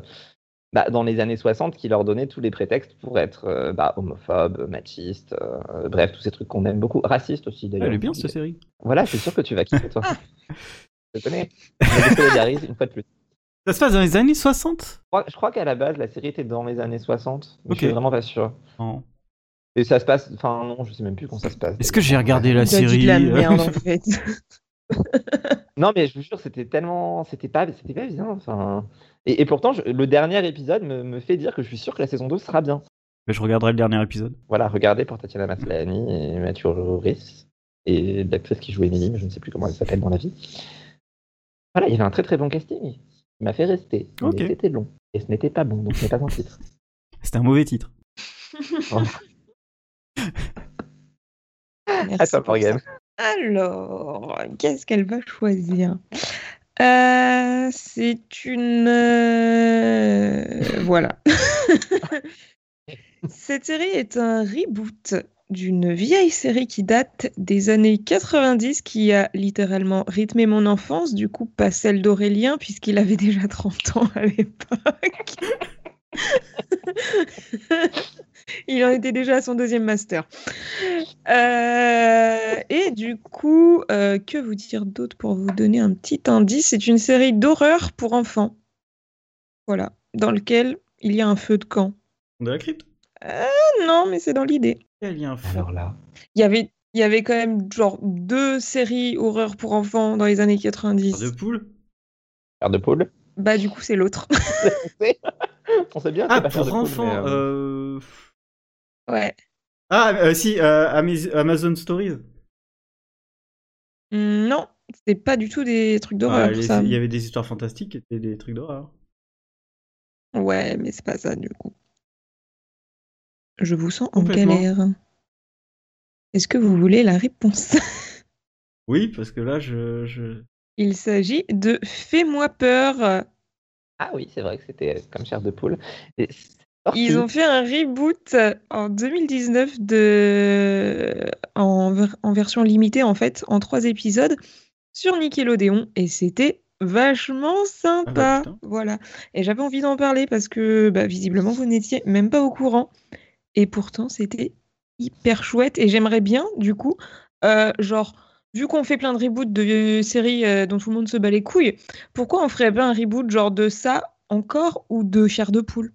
Speaker 2: bah, dans les années 60 qui leur donnait tous les prétextes pour être euh, bah, homophobe, machiste, euh, bref, tous ces trucs qu'on aime beaucoup, raciste aussi d'ailleurs.
Speaker 1: Elle est bien, cette série.
Speaker 2: Voilà, je suis sûr que tu vas kiffer, toi. je te connais. Je te solidarise une fois de plus.
Speaker 1: Ça se passe dans les années 60
Speaker 2: Je crois- Je crois qu'à la base, la série était dans les années 60, mais
Speaker 1: Ok.
Speaker 2: je suis vraiment pas sûr.
Speaker 1: Non.
Speaker 2: Et ça se passe. Enfin, non, je sais même plus quand ça se passe.
Speaker 1: Est-ce que j'ai regardé la
Speaker 3: T'as dit
Speaker 1: série euh,
Speaker 3: de la merde, en fait.
Speaker 2: Non, mais je vous jure, c'était tellement. C'était pas, c'était pas bien. Enfin... Et, et pourtant, je- le dernier épisode me, me fait dire que je suis sûr que la saison 2 sera bien.
Speaker 1: Mais Je regarderai le dernier épisode.
Speaker 2: Voilà, regardez pour Tatiana Maslany et Mathieu Rhys et l'actrice qui joue Emily, mais je ne sais plus comment elle s'appelle dans la vie. Voilà, il y avait un très très bon casting. Il m'a fait rester. Mais
Speaker 1: Ok.
Speaker 2: c'était long. Et ce n'était pas bon, donc ce n'est pas un
Speaker 1: [laughs]
Speaker 2: titre.
Speaker 1: C'était un mauvais titre.
Speaker 3: Merci
Speaker 2: À toi,
Speaker 3: pour
Speaker 2: Morgane.
Speaker 3: ça. Alors, qu'est-ce qu'elle va choisir Euh, C'est une... euh, Voilà. [laughs] Cette série est un reboot d'une vieille série qui date des années 90, qui a littéralement rythmé mon enfance, du coup pas celle d'Aurélien, puisqu'il avait déjà 30 ans à l'époque. [laughs] Il en était déjà à son deuxième master. Euh, et du coup, euh, que vous dire d'autre pour vous donner un petit indice C'est une série d'horreur pour enfants. Voilà, dans lequel il y a un feu de camp.
Speaker 1: De la crypte
Speaker 3: Ah non, mais c'est dans l'idée.
Speaker 1: Quel lien fort.
Speaker 2: Alors là.
Speaker 3: Il y avait, il y avait quand même genre deux séries horreur pour enfants dans les années 90.
Speaker 1: Ah, De poule
Speaker 2: Faire de poule.
Speaker 3: Bah du coup, c'est l'autre. [laughs]
Speaker 2: On sait bien que
Speaker 1: Ah,
Speaker 2: c'est pas faire de
Speaker 1: pour
Speaker 2: poule,
Speaker 1: enfants.
Speaker 2: mais, euh,
Speaker 1: euh,
Speaker 3: ouais.
Speaker 1: Ah, euh, si, euh, Amaz- Amazon Stories.
Speaker 3: Mm, Non, c'est pas du tout des trucs d'horreur.
Speaker 1: Ah, les-
Speaker 3: ça.
Speaker 1: Il y avait des histoires fantastiques qui étaient des trucs d'horreur.
Speaker 3: Ouais, mais c'est pas ça du coup. Je vous sens en
Speaker 1: Complètement.
Speaker 3: galère. Est-ce que vous voulez la réponse
Speaker 1: Oui, parce que là, je. je-
Speaker 3: Il s'agit de Fais-moi peur.
Speaker 2: Ah oui, c'est vrai que c'était comme chair de poule. Et c'est sorti.
Speaker 3: Ils ont fait un reboot en 2019 de... en, ver- en version limitée en fait, en trois épisodes sur Nickelodeon et c'était vachement
Speaker 1: Ah bah
Speaker 3: sympa.
Speaker 1: putain.
Speaker 3: voilà. Et j'avais envie d'en parler parce que bah, visiblement vous n'étiez même pas au courant et pourtant c'était hyper chouette et j'aimerais bien du coup euh, genre vu qu'on fait plein de reboots de séries euh, dont tout le monde se bat les couilles, pourquoi on ferait pas un reboot genre de ça encore ou de chair de poule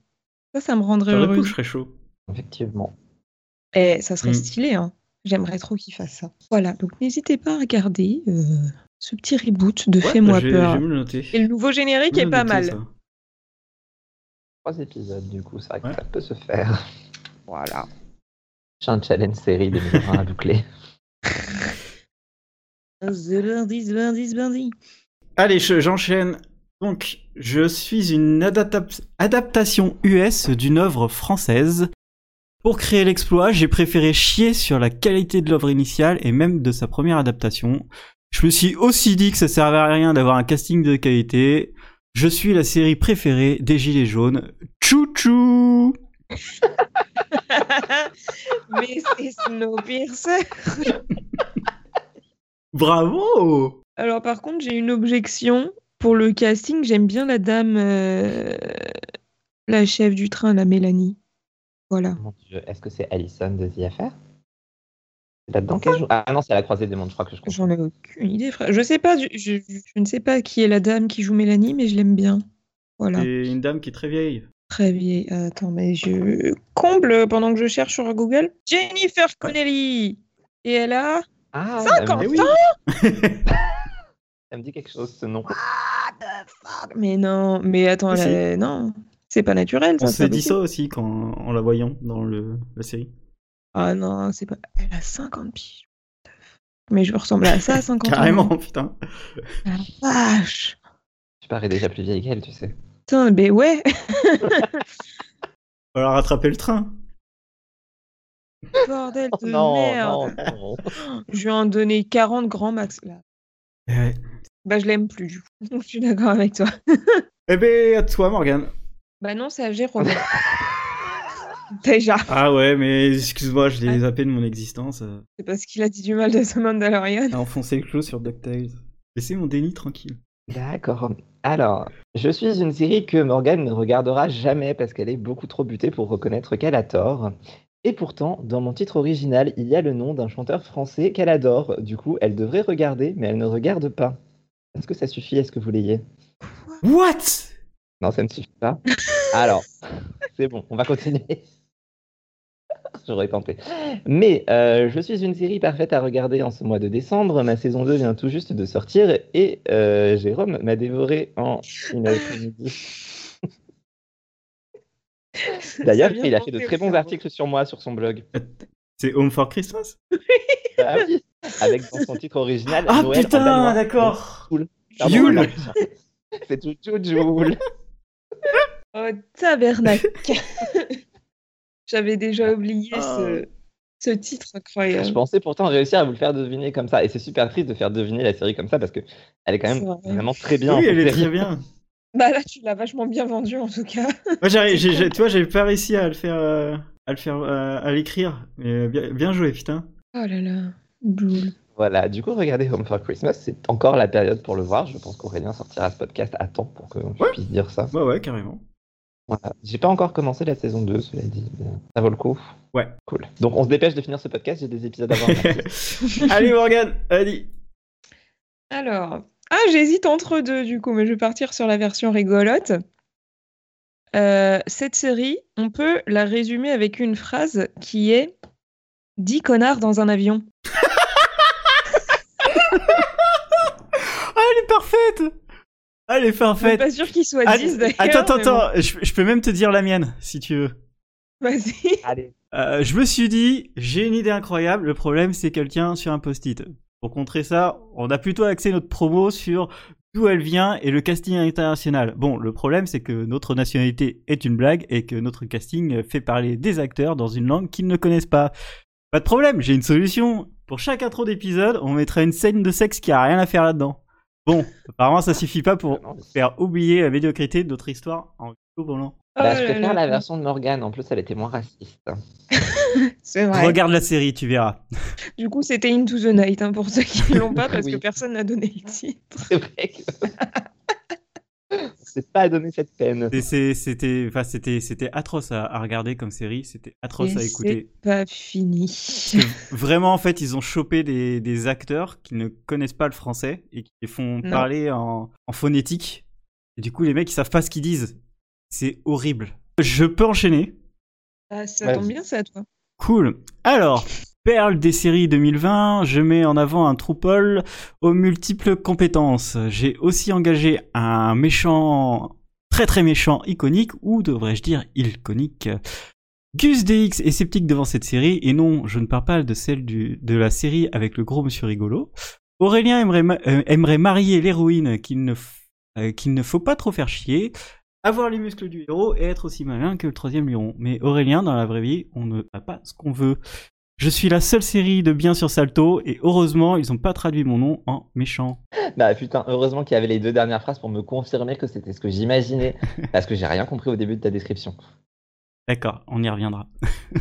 Speaker 3: Ça, ça me rendrait
Speaker 1: Sur la poule,
Speaker 3: heureuse.
Speaker 1: je serais chaud.
Speaker 2: Effectivement.
Speaker 3: Et ça serait
Speaker 1: Mm.
Speaker 3: stylé, hein. J'aimerais trop qu'ils fassent ça. Voilà, donc n'hésitez pas à regarder euh, ce petit reboot de
Speaker 1: Ouais,
Speaker 3: Fais-moi
Speaker 1: j'ai-
Speaker 3: peur.
Speaker 1: J'ai me le noter.
Speaker 3: Et le nouveau générique
Speaker 1: Je
Speaker 3: est
Speaker 1: me
Speaker 3: pas
Speaker 1: noter
Speaker 3: mal.
Speaker 1: ça.
Speaker 2: Trois épisodes, du coup, c'est vrai que
Speaker 1: Ouais.
Speaker 2: ça peut se faire.
Speaker 3: Voilà.
Speaker 2: J'ai un challenge série 2020 à boucler.
Speaker 3: The lundi, the lundi, the lundi.
Speaker 1: Allez, je- j'enchaîne. Donc, je suis une adapta- adaptation US d'une œuvre française. Pour créer l'exploit, j'ai préféré chier sur la qualité de l'œuvre initiale et même de sa première adaptation. Je me suis aussi dit que ça servait à rien d'avoir un casting de qualité. Je suis la série préférée des Gilets jaunes. Chouchou
Speaker 3: [laughs] Mais c'est [laughs] Snowpiercer.
Speaker 1: Bravo
Speaker 3: Alors par contre, j'ai une objection pour le casting. J'aime bien la dame, euh, la chef du train, la Mélanie. Voilà.
Speaker 2: Mon Dieu, est-ce que c'est Allison de The Affair C'est là-dedans qu'elle joue Ah non, c'est à la croisée des mondes, je crois que je comprends.
Speaker 3: J'en ai aucune idée, frère. Je sais pas, du- je, je ne sais pas qui est la dame qui joue Mélanie, mais je l'aime bien. Voilà.
Speaker 1: C'est une dame qui est très vieille.
Speaker 3: Très bien. Attends, mais je comble pendant que je cherche sur Google. Jennifer Connelly. Et elle a.
Speaker 2: Ah, ça me,
Speaker 3: Cinquante
Speaker 2: dit,
Speaker 1: oui.
Speaker 2: ça me dit quelque chose ce nom.
Speaker 3: Mais non, mais attends,
Speaker 1: Si, si.
Speaker 3: elle a- non, c'est pas naturel.
Speaker 1: On
Speaker 3: ça, c'est
Speaker 1: s'est
Speaker 3: pas
Speaker 1: dit
Speaker 3: possible.
Speaker 1: ça aussi quand, en la voyant dans le, la série.
Speaker 3: Ah non, c'est pas. Elle a 50 piges. Mais je ressemble à ça à 50 ans.
Speaker 1: Carrément, putain.
Speaker 3: Vache.
Speaker 2: Tu parais déjà plus vieille qu'elle, tu sais.
Speaker 3: Putain, mais
Speaker 2: [laughs]
Speaker 3: ouais. [laughs]
Speaker 1: Falloir rattraper le train.
Speaker 3: Bordel de Oh
Speaker 2: non,
Speaker 3: merde.
Speaker 2: non, non.
Speaker 3: Je lui ai en donné 40 grands max. Là.
Speaker 1: Eh ouais.
Speaker 3: Bah, je l'aime plus, du coup. [laughs] Je suis d'accord avec toi.
Speaker 1: Eh ben, à toi, Morgane.
Speaker 3: Bah, non, c'est à Jérôme. [laughs] Déjà.
Speaker 1: Ah ouais, mais excuse-moi, je l'ai zappé de mon existence. euh.
Speaker 3: C'est parce qu'il a dit du mal de ce Mandalorian.
Speaker 1: T'as enfoncé le clou sur DuckTales. Laissez mon déni tranquille.
Speaker 2: D'accord. Alors, je suis une série que Morgane ne regardera jamais parce qu'elle est beaucoup trop butée pour reconnaître qu'elle a tort. Et pourtant, dans mon titre original, il y a le nom d'un chanteur français qu'elle adore. Du coup, elle devrait regarder, mais elle ne regarde pas. Est-ce que ça suffit Est-ce que vous l'ayez
Speaker 1: What
Speaker 3: [laughs]
Speaker 2: Non, ça ne suffit pas. Alors, c'est bon, on va continuer. J'aurais tenté. Mais euh, je suis une série parfaite à regarder en ce mois de décembre. Ma saison 2 vient tout juste de sortir et euh, Jérôme m'a dévoré en une après-midi. [laughs]
Speaker 3: [laughs]
Speaker 2: D'ailleurs,
Speaker 3: Ça vient
Speaker 2: il a fait de
Speaker 3: porter
Speaker 2: très
Speaker 3: au
Speaker 2: bons
Speaker 3: cerveau.
Speaker 2: articles sur moi sur son blog.
Speaker 1: C'est Home for Christmas
Speaker 2: Ah oui, avec dans son titre original.
Speaker 1: Ah
Speaker 2: Noël en
Speaker 1: putain,
Speaker 2: danois.
Speaker 1: d'accord
Speaker 2: Pardon,
Speaker 1: Yule.
Speaker 2: voilà. [laughs] C'est tout Joule.
Speaker 3: Oh,
Speaker 2: [laughs]
Speaker 3: tabernacle [laughs] J'avais déjà oublié
Speaker 1: Ah.
Speaker 3: ce, ce titre
Speaker 2: Je
Speaker 3: incroyable.
Speaker 2: pensais pourtant réussir à vous le faire deviner comme ça. Et c'est super triste de faire deviner la série comme ça parce que elle est quand même
Speaker 3: C'est vrai.
Speaker 2: vraiment très bien.
Speaker 1: Oui, elle est très bien.
Speaker 3: Bah là, tu l'as vachement bien vendu en tout cas.
Speaker 1: Moi, j'arrive, j'ai- j'ai- tu vois, j'ai pas réussi à le faire, euh, à le faire, euh, à l'écrire. Mais euh, bien, bien joué, putain.
Speaker 3: Oh là là, boule.
Speaker 2: [laughs] Voilà, du coup, regardez Home for Christmas, c'est encore la période pour le voir. Je pense qu'Aurélien sortira ce podcast à temps pour que je puisse dire ça.
Speaker 1: Ouais, Bah ouais, carrément.
Speaker 2: Voilà. J'ai pas encore commencé la saison 2, cela dit. mais Ça vaut le coup.
Speaker 1: Ouais.
Speaker 2: Cool. Donc, on se dépêche de finir ce podcast, j'ai des épisodes
Speaker 1: [laughs]
Speaker 2: à voir.
Speaker 1: Allez, Morgane, allez.
Speaker 3: Alors, ah, j'hésite entre deux du coup, mais je vais partir sur la version rigolote. Euh, cette série, on peut la résumer avec une phrase qui est 10 connards dans un avion.
Speaker 1: Ah, elle est parfaite Ah, Elle est
Speaker 3: Je suis
Speaker 1: parfaite
Speaker 3: pas sûr qu'ils soient
Speaker 1: Ah,
Speaker 3: 10 d'ailleurs.
Speaker 1: Attends, attends,
Speaker 3: bah, mais bon.
Speaker 1: attends, je, je peux même te dire la mienne, si tu veux.
Speaker 3: Vas-y.
Speaker 2: Allez.
Speaker 1: Euh, je me suis dit, j'ai une idée incroyable, le problème c'est quelqu'un sur un post-it. Pour contrer ça, on a plutôt axé notre promo sur d'où elle vient et le casting international. Bon, le problème c'est que notre nationalité est une blague et que notre casting fait parler des acteurs dans une langue qu'ils ne connaissent pas. Pas de problème, j'ai une solution. Pour chaque intro d'épisode, on mettra une scène de sexe qui a rien à faire là-dedans. Bon, apparemment ça suffit pas pour
Speaker 2: Vraiment, je-
Speaker 1: faire oublier la médiocrité de notre histoire en volant.
Speaker 2: Bah,
Speaker 3: Oh
Speaker 2: je
Speaker 3: là
Speaker 2: préfère
Speaker 3: là.
Speaker 2: la version de Morgane, en plus, elle était moins raciste. hein.
Speaker 3: C'est vrai.
Speaker 1: Regarde la série, tu verras.
Speaker 3: Du coup, c'était Into the Night hein, pour ceux qui l'ont
Speaker 2: [laughs]
Speaker 3: pas parce
Speaker 2: Oui.
Speaker 3: que personne n'a donné le titre.
Speaker 2: [laughs] C'est vrai que. [laughs] C'est pas à donner cette peine.
Speaker 1: C'est- c'est- C'était, enfin, c'était, c'était atroce à, à regarder comme série, c'était atroce
Speaker 3: Et
Speaker 1: à écouter.
Speaker 3: Pas fini.
Speaker 1: Vraiment, en fait, ils ont chopé des, des acteurs qui ne connaissent pas le français et qui les font
Speaker 3: Non.
Speaker 1: parler en, en phonétique. Et du coup, les mecs, ils savent pas ce qu'ils disent. C'est horrible. Je peux enchaîner.
Speaker 3: Ah, ça
Speaker 2: Vas-y.
Speaker 3: tombe bien ça, toi.
Speaker 1: Cool. Alors, perle des séries 2020, je mets en avant un troupeau aux multiples compétences. J'ai aussi engagé un méchant, très très méchant, iconique, ou devrais-je dire iconique. Gus DX est sceptique devant cette série, et non, je ne parle pas de celle du, de la série avec le gros monsieur rigolo. Aurélien aimerait, ma- euh, aimerait marier l'héroïne qu'il ne, f- euh, qu'il ne faut pas trop faire chier avoir les muscles du héros et être aussi malin que le troisième lion. Mais Aurélien, dans la vraie vie, on ne a pas ce qu'on veut. Je suis la seule série de bien sur Salto et heureusement, ils n'ont pas traduit mon nom en méchant.
Speaker 2: Bah putain, heureusement qu'il y avait les deux dernières phrases pour me confirmer que c'était ce que j'imaginais, parce que j'ai rien compris au début de ta description.
Speaker 1: D'accord, on y reviendra.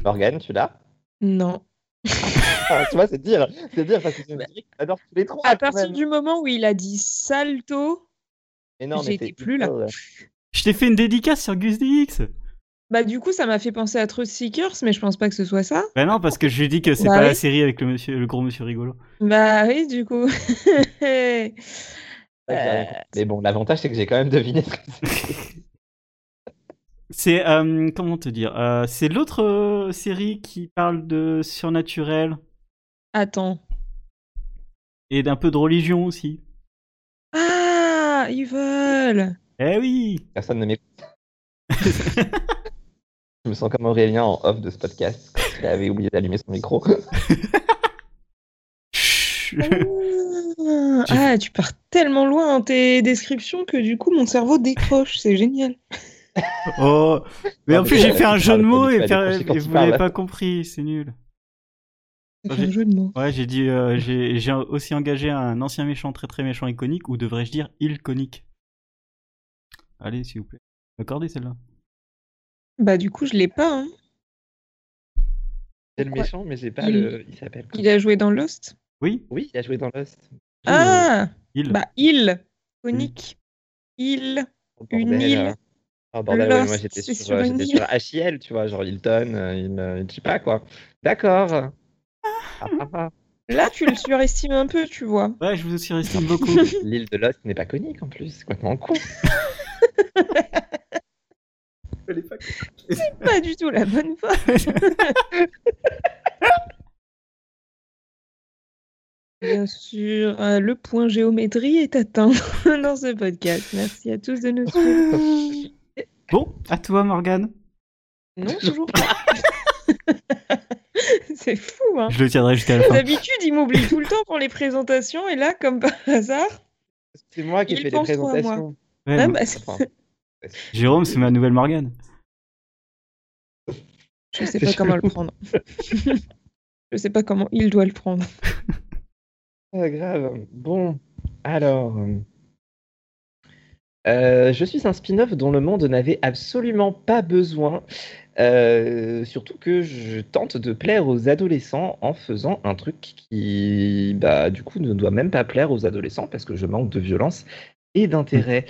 Speaker 2: Morgane, tu l'as
Speaker 3: Non.
Speaker 2: Ah, Tu vois, c'est dire, c'est dire, parce que c'est une série que j'adore tous les trois.
Speaker 3: À
Speaker 2: quand
Speaker 3: partir
Speaker 2: même.
Speaker 3: du moment où il a dit salto,
Speaker 2: Mais non, mais
Speaker 3: j'ai
Speaker 2: c'est
Speaker 3: été plus là.
Speaker 2: Evil.
Speaker 1: Je t'ai fait une dédicace sur Gus DX
Speaker 3: bah du coup, ça m'a fait penser à Truth Seekers, mais je pense pas que ce soit ça.
Speaker 1: Bah non, parce que j'ai dit que c'est
Speaker 3: Bah
Speaker 1: pas
Speaker 3: oui.
Speaker 1: la série avec le, monsieur, le gros monsieur rigolo.
Speaker 3: Bah oui, du coup. Euh,
Speaker 2: Ouais, j'ai rien compris. Mais bon, l'avantage, c'est que j'ai quand même deviné ce que c'était.
Speaker 1: C'est, euh, comment te dire, euh, c'est l'autre euh, série qui parle de surnaturel
Speaker 3: Attends.
Speaker 1: et d'un peu de religion aussi.
Speaker 3: Ah, ils veulent.
Speaker 1: Eh oui
Speaker 2: Personne ne m'écoute. Je me sens comme Aurélien en off de ce podcast, quand il avait oublié d'allumer son micro.
Speaker 1: Chut.
Speaker 3: Ah,
Speaker 1: J'ai-
Speaker 3: Ah, tu pars tellement loin dans tes descriptions que du coup, mon cerveau décroche. C'est génial.
Speaker 1: Oh, mais
Speaker 2: Non,
Speaker 1: en
Speaker 2: Ah, mais
Speaker 1: plus
Speaker 2: c'est
Speaker 1: j'ai
Speaker 2: vrai,
Speaker 1: fait un
Speaker 2: tu
Speaker 1: jeu de
Speaker 2: parles,
Speaker 1: mots
Speaker 2: t'as dit
Speaker 1: et, per- et
Speaker 2: que tu allais penser quand tu
Speaker 1: vous l'avez
Speaker 2: parles.
Speaker 1: pas compris, c'est nul.
Speaker 3: C'est
Speaker 1: J'ai-
Speaker 3: un jeu de mots.
Speaker 1: Ouais, j'ai dit, euh, j'ai j'ai aussi engagé un ancien méchant très très méchant iconique, ou devrais-je dire iconique. Allez, s'il vous plaît, accordez celle-là.
Speaker 3: Bah du coup, je l'ai pas. hein.
Speaker 2: C'est le
Speaker 3: Pourquoi
Speaker 2: méchant, mais j'ai pas
Speaker 3: Il-
Speaker 2: le. Il s'appelle.
Speaker 3: Il a joué dans Lost.
Speaker 1: Oui,
Speaker 2: Oui, il a joué dans Lost.
Speaker 3: Ah,
Speaker 1: il.
Speaker 3: bah il. Conique. Il.
Speaker 2: Oh,
Speaker 3: Une
Speaker 2: bordel,
Speaker 3: île.
Speaker 2: euh. Oh, bordel, ouais,
Speaker 3: Lost,
Speaker 2: moi j'étais
Speaker 3: c'est
Speaker 2: sur,
Speaker 3: sur
Speaker 2: euh,
Speaker 3: une
Speaker 2: j'étais
Speaker 3: île.
Speaker 2: sur HIL, tu vois, genre Hilton, euh, il ne dit pas quoi. D'accord. Ah, ah, ah.
Speaker 3: [laughs] Là, tu le surestimes un peu, tu vois.
Speaker 1: Ouais, je vous surestime
Speaker 2: [laughs]
Speaker 1: beaucoup.
Speaker 2: L'île de Lost n'est
Speaker 3: [laughs]
Speaker 2: pas conique en plus, c'est complètement con.
Speaker 3: C'est pas du tout la bonne fois. [laughs] Bien sûr, euh, le point géométrie est atteint [laughs] dans ce podcast. Merci à tous de nous suivre.
Speaker 1: Bon, à toi, Morgane.
Speaker 3: [laughs] Non, toujours pas. [laughs] C'est fou, hein.
Speaker 1: Je le tiendrai jusqu'à
Speaker 3: [laughs]
Speaker 1: la fin.
Speaker 3: D'habitude, il m'oublie tout le temps pour les présentations, et là, comme par hasard,
Speaker 2: C'est moi qui
Speaker 3: Il
Speaker 2: fais les
Speaker 3: pense quoi, moi
Speaker 2: présentations.
Speaker 1: Ouais,
Speaker 3: ah
Speaker 1: mais-
Speaker 3: bah, c'est-
Speaker 2: Enfin,
Speaker 1: Jérôme, c'est ma nouvelle Morgane.
Speaker 3: [laughs] je sais
Speaker 2: c'est
Speaker 3: pas comment le
Speaker 2: chelou.
Speaker 3: prendre. je sais pas comment il doit le prendre.
Speaker 2: Pas Ah, grave. Bon, alors. euh, je suis un spin-off dont le monde n'avait absolument pas besoin. euh, surtout que je tente de plaire aux adolescents en faisant un truc qui, bah, du coup, ne doit même pas plaire aux adolescents parce que je manque de violence et d'intérêt.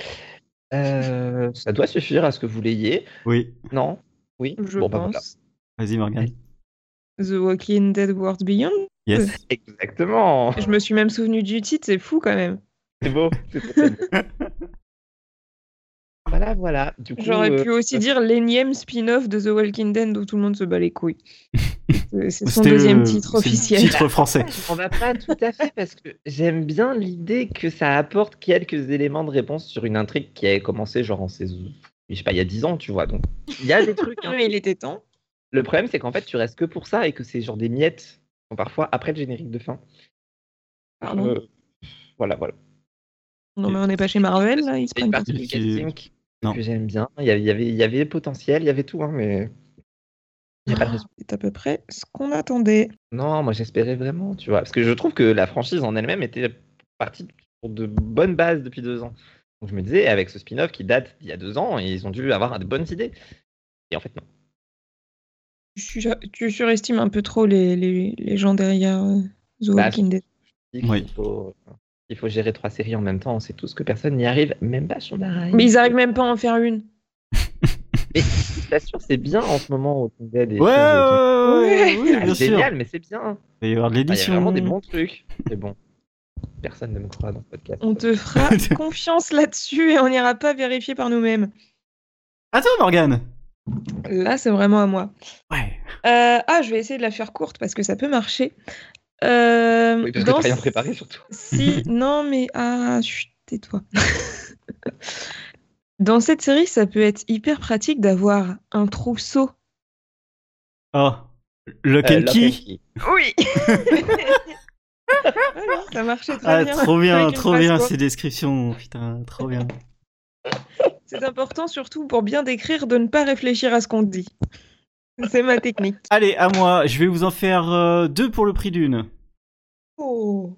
Speaker 2: Euh, ça doit suffire à ce que vous l'ayez.
Speaker 1: Oui,
Speaker 2: Non Oui
Speaker 3: Je
Speaker 2: Bon, bah,
Speaker 3: pense.
Speaker 2: voilà.
Speaker 1: vas-y, Morgane.
Speaker 3: The Walking Dead World Beyond.
Speaker 1: Yes.
Speaker 2: Exactement.
Speaker 3: Je me suis même souvenu du titre, c'est fou quand même.
Speaker 2: C'est beau. c'est très, très
Speaker 3: [laughs]
Speaker 2: beau. voilà, voilà. Du coup,
Speaker 3: J'aurais
Speaker 2: euh,
Speaker 3: pu aussi dire l'énième spin-off de The Walking Dead où tout le monde se bat
Speaker 1: [laughs]
Speaker 3: les couilles. C'est- C'est son
Speaker 1: C'était le-
Speaker 3: deuxième titre
Speaker 1: c'est le
Speaker 3: officiel.
Speaker 1: Titre
Speaker 3: [laughs]
Speaker 1: français.
Speaker 2: On va pas tout à fait parce que j'aime bien l'idée que ça apporte quelques éléments de réponse sur une intrigue qui a commencé genre en saison, je sais pas, il y a 10 ans, tu vois. Donc il y a des trucs. hein.
Speaker 3: Oui, il était temps.
Speaker 2: Le problème c'est qu'en fait tu restes que pour ça et que c'est genre des miettes qui sont parfois après le générique de fin.
Speaker 3: Pardon.
Speaker 2: Euh, voilà, voilà.
Speaker 3: non, mais on n'est pas chez Marvel, là. Ils se
Speaker 2: C'est une
Speaker 3: prennent pas.
Speaker 2: partie du
Speaker 1: Qui-
Speaker 2: casting que-
Speaker 1: Non.
Speaker 2: que j'aime bien. Il y avait, il y avait, il y avait potentiel, il y avait tout, hein, mais il y a pas de raison.
Speaker 3: C'est à peu près ce qu'on attendait.
Speaker 2: Non, moi j'espérais vraiment, tu vois, parce que je trouve que la franchise en elle-même était partie pour de bonnes bases depuis deux ans. Donc je me disais, avec ce spin-off qui date d'il y a deux ans, ils ont dû avoir des bonnes idées. Et en fait, non.
Speaker 3: Tu, sur- tu surestimes un peu trop les, les, les gens derrière euh, The
Speaker 2: Bah,
Speaker 3: Walking Dead.
Speaker 1: Oui.
Speaker 2: Il faut, il faut gérer trois séries en même temps, on sait tous que personne n'y arrive, même pas Shondarai.
Speaker 3: Mais ils arrivent même pas à en faire une.
Speaker 2: Je t'assure, c'est bien en ce moment. Walking Dead et
Speaker 1: Ouais, ouais,
Speaker 2: Shondarai.
Speaker 1: ouais, ouais, oui,
Speaker 2: Ah,
Speaker 1: bien
Speaker 2: c'est
Speaker 1: sûr.
Speaker 2: génial, mais c'est bien.
Speaker 1: Il va y avoir de
Speaker 2: Ah, Il y a
Speaker 1: l'édition.
Speaker 2: vraiment des bons trucs. Mais bon, personne ne me croit dans ce podcast.
Speaker 3: On te fera
Speaker 1: [laughs]
Speaker 3: confiance là-dessus et on n'ira pas vérifier par nous-mêmes.
Speaker 1: Attends, Ah, Morgane.
Speaker 3: Là, c'est vraiment à moi.
Speaker 1: Ouais.
Speaker 3: Euh, ah, je vais essayer de la faire courte parce que ça peut marcher. Euh,
Speaker 2: Oui, parce que
Speaker 3: dans
Speaker 2: t'as rien préparé surtout.
Speaker 1: [laughs]
Speaker 3: Si, non, mais ah, chut, tais-toi. [laughs] Dans cette série, ça peut être hyper pratique d'avoir un trousseau.
Speaker 1: Oh. Le
Speaker 2: Euh, Lock and
Speaker 1: Kenki.
Speaker 2: Key.
Speaker 3: [laughs] Oui. ça marchait très
Speaker 1: Ah,
Speaker 3: bien.
Speaker 1: trop bien,
Speaker 3: Avec une
Speaker 1: trop
Speaker 3: phrase
Speaker 1: bien
Speaker 3: courte.
Speaker 1: ces descriptions. Putain, trop bien.
Speaker 3: C'est important surtout pour bien décrire de ne pas réfléchir à ce qu'on dit. C'est ma technique.
Speaker 1: Allez, à moi. Je vais vous en faire euh, deux pour le prix d'une.
Speaker 2: Oh.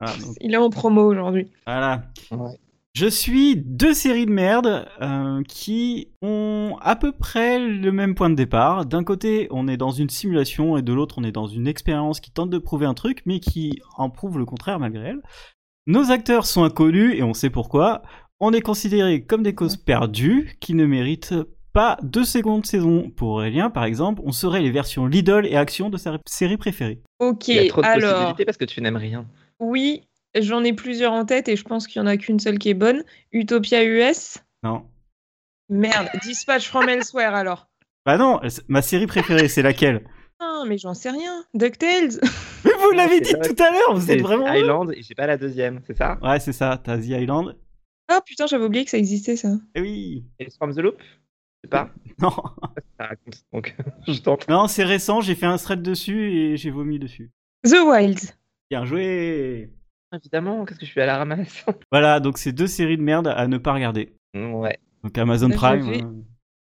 Speaker 1: Ah, donc,
Speaker 3: Il est en promo aujourd'hui.
Speaker 1: voilà.
Speaker 2: Ouais.
Speaker 1: Je suis deux séries de merde euh, qui ont à peu près le même point de départ. D'un côté, on est dans une simulation et de l'autre, on est dans une expérience qui tente de prouver un truc mais qui en prouve le contraire malgré elle. Nos acteurs sont inconnus et on sait pourquoi. On est considérés comme des causes perdues qui ne méritent pas deux secondes saison. Pour Aurélien, par exemple, on serait les versions Lidl et Action de sa série préférée.
Speaker 3: Ok,
Speaker 2: Il y a trop de
Speaker 3: alors,
Speaker 2: possibilités parce que tu n'aimes rien.
Speaker 3: oui, j'en ai plusieurs en tête et je pense qu'il n'y en a qu'une seule qui est bonne. Utopia US.
Speaker 1: Non.
Speaker 3: Merde, Dispatch from Elsewhere alors.
Speaker 1: Bah non, c'est- ma série préférée, c'est
Speaker 2: [laughs]
Speaker 1: laquelle
Speaker 3: Ah, mais j'en sais rien. DuckTales [laughs]
Speaker 1: Mais vous
Speaker 2: Non,
Speaker 1: l'avez dit
Speaker 2: c'est
Speaker 1: tout à l'heure, vous
Speaker 2: C'est
Speaker 1: êtes vraiment...
Speaker 2: Island et j'ai pas la deuxième, c'est ça
Speaker 1: Ouais, c'est ça, t'as The Island.
Speaker 3: Ah putain, j'avais oublié que ça existait ça.
Speaker 1: Eh oui
Speaker 2: Et From the Loop Je sais pas,
Speaker 1: Non,
Speaker 2: ça raconte. Donc [laughs] je tente.
Speaker 1: non c'est récent, j'ai fait un thread dessus et j'ai vomi dessus.
Speaker 3: The Wilds.
Speaker 1: Bien joué
Speaker 2: Évidemment, qu'est-ce que je suis à la ramasse
Speaker 1: Voilà, donc c'est deux séries de merde à ne pas regarder.
Speaker 2: Ouais.
Speaker 1: Donc Amazon
Speaker 3: Bah,
Speaker 1: Prime.
Speaker 3: j'ai vu.
Speaker 1: hein.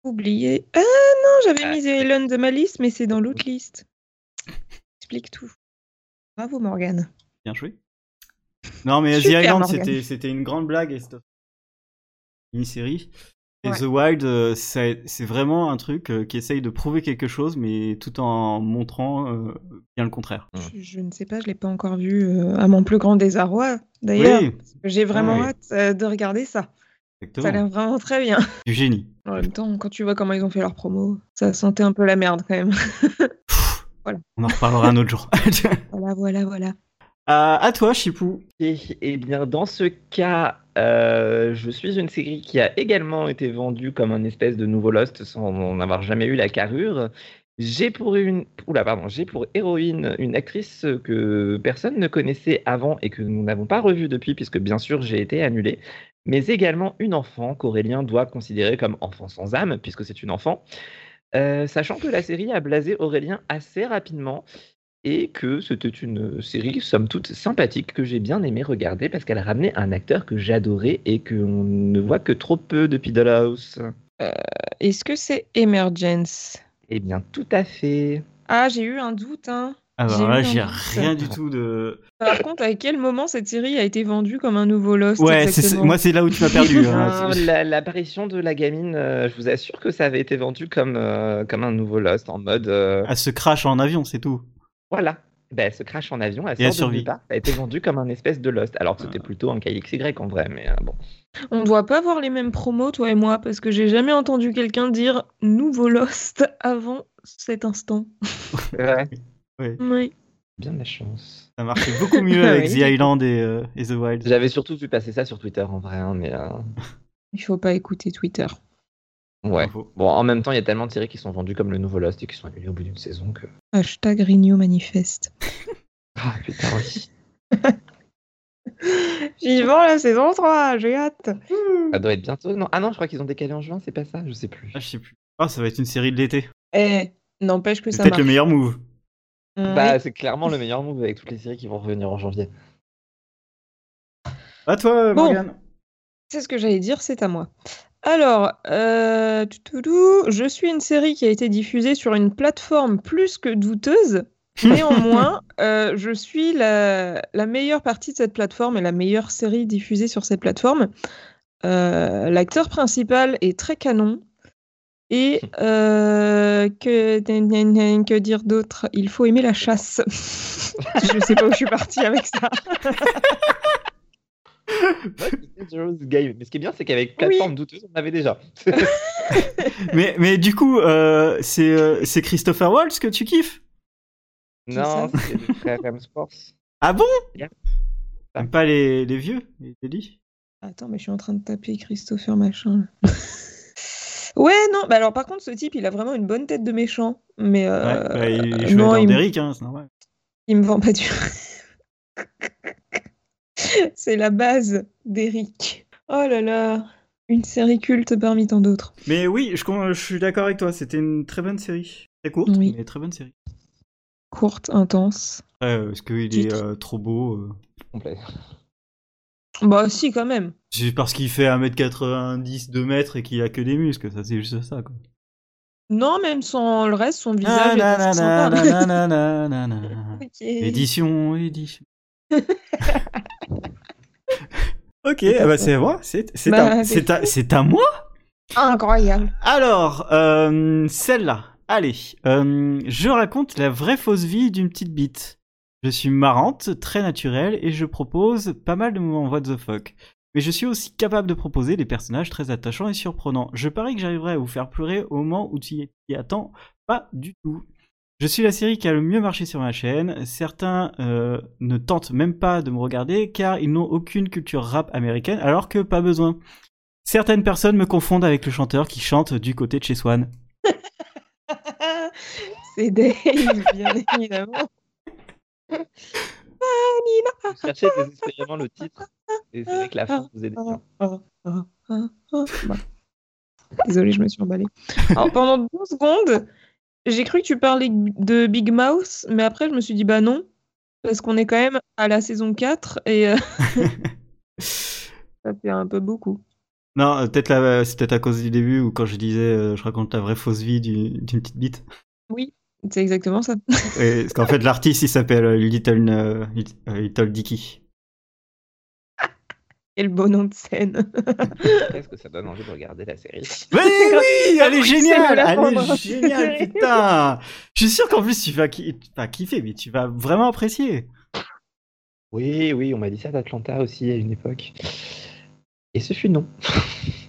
Speaker 3: Oublié. Ah non, j'avais
Speaker 2: Ah,
Speaker 3: mis The
Speaker 2: c'est-
Speaker 3: Island de ma liste, mais c'est dans l'autre liste. Explique tout. Bravo Morgane.
Speaker 1: Bien joué. Non, mais
Speaker 3: Super,
Speaker 1: The Island,
Speaker 3: Morgane.
Speaker 1: c'était, c'était une grande blague et c'était une série. Et
Speaker 3: Ouais.
Speaker 1: The Wild, euh, c'est, c'est vraiment un truc euh, qui essaye de prouver quelque chose, mais tout en montrant euh, bien le contraire.
Speaker 2: Ouais.
Speaker 3: Je, je ne sais pas, je l'ai pas encore vu euh, à mon plus grand désarroi. D'ailleurs,
Speaker 1: oui,
Speaker 3: j'ai vraiment
Speaker 1: oui.
Speaker 3: hâte euh, de regarder ça. Ça a
Speaker 1: exactement.
Speaker 3: l'air vraiment très bien.
Speaker 1: Du génie.
Speaker 3: En même temps, quand tu vois comment ils ont fait leur promo, ça sentait un peu la merde quand même. [laughs]
Speaker 1: On en reparlera un autre jour. [laughs]
Speaker 3: voilà, voilà, voilà.
Speaker 1: Euh, à toi, Chipou.
Speaker 2: Et, eh bien, dans ce cas, euh, je suis une série qui a également été vendue comme un espèce de nouveau Lost sans en avoir jamais eu la carrure. J'ai pour une, oula, pardon, j'ai pour héroïne une actrice que personne ne connaissait avant et que nous n'avons pas revue depuis, puisque bien sûr j'ai été annulée, mais également une enfant qu'Aurélien doit considérer comme enfant sans âme, puisque c'est une enfant. Euh, sachant que la série a blasé Aurélien assez rapidement et que c'était une série, somme toute, sympathique que j'ai bien aimé regarder parce qu'elle ramenait un acteur que j'adorais et qu'on ne voit que trop peu depuis Dollhouse.
Speaker 3: Est-ce que c'est Emergence
Speaker 2: Eh bien, tout à fait.
Speaker 3: Ah, j'ai eu un doute, hein.
Speaker 1: Alors
Speaker 3: J'ai
Speaker 1: là, Ah
Speaker 3: eu
Speaker 1: bah, j'ai
Speaker 3: un doute.
Speaker 1: rien du tout de.
Speaker 3: Par contre, à quel moment cette série a été vendue comme un nouveau Lost
Speaker 1: Ouais, c'est- c'est-
Speaker 3: exactement
Speaker 1: moi, c'est là où tu m'as perdu.
Speaker 3: [laughs]
Speaker 1: hein.
Speaker 2: Ah, la- L'apparition de la gamine, euh, je vous assure que ça avait été vendu comme, euh, comme un nouveau Lost, en mode euh,
Speaker 1: Elle se crash en avion, c'est tout.
Speaker 2: voilà. Ben, elle se crash en avion, elle
Speaker 1: Et elle
Speaker 2: sort de
Speaker 1: survit.
Speaker 2: nulle part. Ça a Ah. été vendu comme un espèce de Lost. Alors que c'était plutôt un KXY en vrai, mais euh, bon.
Speaker 3: On doit pas voir les mêmes promos, toi et moi, parce que j'ai jamais entendu quelqu'un dire nouveau Lost avant cet instant.
Speaker 2: Ouais.
Speaker 3: Oui.
Speaker 2: Bien de la chance.
Speaker 1: Ça marchait beaucoup
Speaker 3: [laughs]
Speaker 1: mieux avec
Speaker 3: Ah Oui.
Speaker 1: The Island et, euh, et The Wild.
Speaker 2: J'avais surtout vu passer ça sur Twitter en vrai, hein, mais euh,
Speaker 3: Il faut pas écouter Twitter.
Speaker 2: ouais.
Speaker 1: Bravo.
Speaker 2: Bon, en même temps, il y a tellement de séries qui sont vendues comme le nouveau Lost et qui sont annulées au bout d'une saison que.
Speaker 3: Hashtag Renew Manifeste.
Speaker 2: Ah [laughs] putain, oui.
Speaker 3: Vivant la saison 3, j'ai hâte.
Speaker 2: ça doit être bientôt. Non, ah non, je crois qu'ils ont décalé en juin, c'est pas ça, je sais plus.
Speaker 1: Ah, je sais plus. Ah, ça va être une série de l'été.
Speaker 3: Eh, n'empêche que
Speaker 1: C'est
Speaker 3: ça
Speaker 1: peut-être
Speaker 3: marche.
Speaker 1: le meilleur move.
Speaker 3: Mm,
Speaker 2: Bah,
Speaker 3: oui.
Speaker 2: c'est clairement le meilleur move avec toutes les séries qui vont revenir en janvier.
Speaker 1: À toi,
Speaker 3: Bon.
Speaker 1: Morgane.
Speaker 3: C'est ce que j'allais dire, c'est à moi. Alors, euh, toutoudou, je suis une série qui a été diffusée sur une plateforme plus que douteuse. Néanmoins, euh, je suis la, la meilleure partie de cette plateforme et la meilleure série diffusée sur cette plateforme. Euh, L'acteur principal est très canon. Et euh, que, que dire d'autre Il faut aimer la chasse. [laughs] je sais pas où je suis partie avec ça.
Speaker 2: Ouais, c'était Zero's Game. Mais ce qui est bien, c'est qu'avec
Speaker 3: Oui.
Speaker 2: plateforme douteuse, on avait déjà.
Speaker 1: mais, mais du coup, euh, c'est euh, c'est Christopher Waltz que tu kiffes
Speaker 2: non,
Speaker 3: ça
Speaker 2: c'est le frère M Sports.
Speaker 1: Ah bon
Speaker 2: Bien.
Speaker 1: T'aimes pas les, les vieux, les délits
Speaker 3: Attends, mais je suis en train de taper Christopher machin. là. [laughs] ouais, non, bah alors par contre, ce type, il a vraiment une bonne tête de méchant, mais
Speaker 1: Ouais,
Speaker 3: euh,
Speaker 1: bah, il il est
Speaker 3: euh,
Speaker 1: chouette
Speaker 3: non,
Speaker 1: en
Speaker 3: il me-
Speaker 1: Derrick, hein, c'est normal.
Speaker 3: il me vend pas du rêve. [laughs] C'est la base d'Eric. Oh là là, une série culte parmi tant d'autres.
Speaker 1: Mais oui, je, con- je suis d'accord avec toi, c'était une très bonne série. Très courte,
Speaker 3: Oui.
Speaker 1: mais très bonne série.
Speaker 3: Courte, intense.
Speaker 1: Après, euh, Est-ce qu'il est
Speaker 3: Titre.
Speaker 1: euh, trop beau euh,
Speaker 2: Complet.
Speaker 3: Bah si, quand même.
Speaker 1: C'est parce qu'il fait 1m90, 2m et qu'il a que des muscles, ça c'est juste ça. Quoi.
Speaker 3: Non, même sans le reste, son
Speaker 1: Ah, na,
Speaker 3: visage est
Speaker 1: na,
Speaker 3: assez
Speaker 1: na,
Speaker 3: sympa.
Speaker 1: na, na, na, na, na.
Speaker 3: [laughs]
Speaker 1: [laughs]
Speaker 3: Ok.
Speaker 1: Édition, édition. ok, ah bah c'est à moi, c'est c'est
Speaker 3: Bah,
Speaker 1: à- c'est à- c'est à moi.
Speaker 3: Incroyable. [laughs]
Speaker 1: Alors, euh, celle-là. Allez, euh, je raconte la vraie fausse vie d'une petite bite. Je suis marrante, très naturelle et je propose pas mal de moments what the fuck. Mais je suis aussi capable de proposer des personnages très attachants et surprenants. Je parie que j'arriverai à vous faire pleurer au moment où tu y- y attends pas du tout. Je suis la série qui a le mieux marché sur ma chaîne. Certains euh, ne tentent même pas de me regarder car ils n'ont aucune culture rap américaine alors que pas besoin. Certaines personnes me confondent avec le chanteur qui chante du côté de chez Swan.
Speaker 3: C'est Dave, bien [laughs]
Speaker 1: [laughs]
Speaker 3: évidemment.
Speaker 2: Je cherchais désespérément le titre. Et c'est vrai que la fin vous aide bien.
Speaker 3: Oh, bah. Désolée, je me suis emballée. Alors, pendant deux secondes, j'ai cru que tu parlais de Big Mouth, mais après, je me suis dit, bah non, parce qu'on est quand même à la saison 4 et euh, [laughs] ça fait un peu beaucoup.
Speaker 1: Non, euh, peut-être là, c'est peut-être à cause du début où quand je disais euh, je raconte la vraie fausse vie du- d'une petite bite.
Speaker 3: C'est exactement ça.
Speaker 1: Et, parce qu'en fait, l'artiste il s'appelle euh, Little, euh, Lit- euh, Little Dicky.
Speaker 3: Quel beau nom de scène.
Speaker 2: Qu'est-ce que ça donne envie de regarder la série
Speaker 1: Mais oui, elle est
Speaker 3: c'est
Speaker 1: géniale,
Speaker 3: de la
Speaker 1: elle est
Speaker 3: vendre.
Speaker 1: géniale, putain. Je suis sûr qu'en plus tu vas ki- pas kiffer, mais tu vas vraiment apprécier.
Speaker 2: Oui, oui, on m'a dit ça d'Atlanta aussi à une époque. Et ce fut non.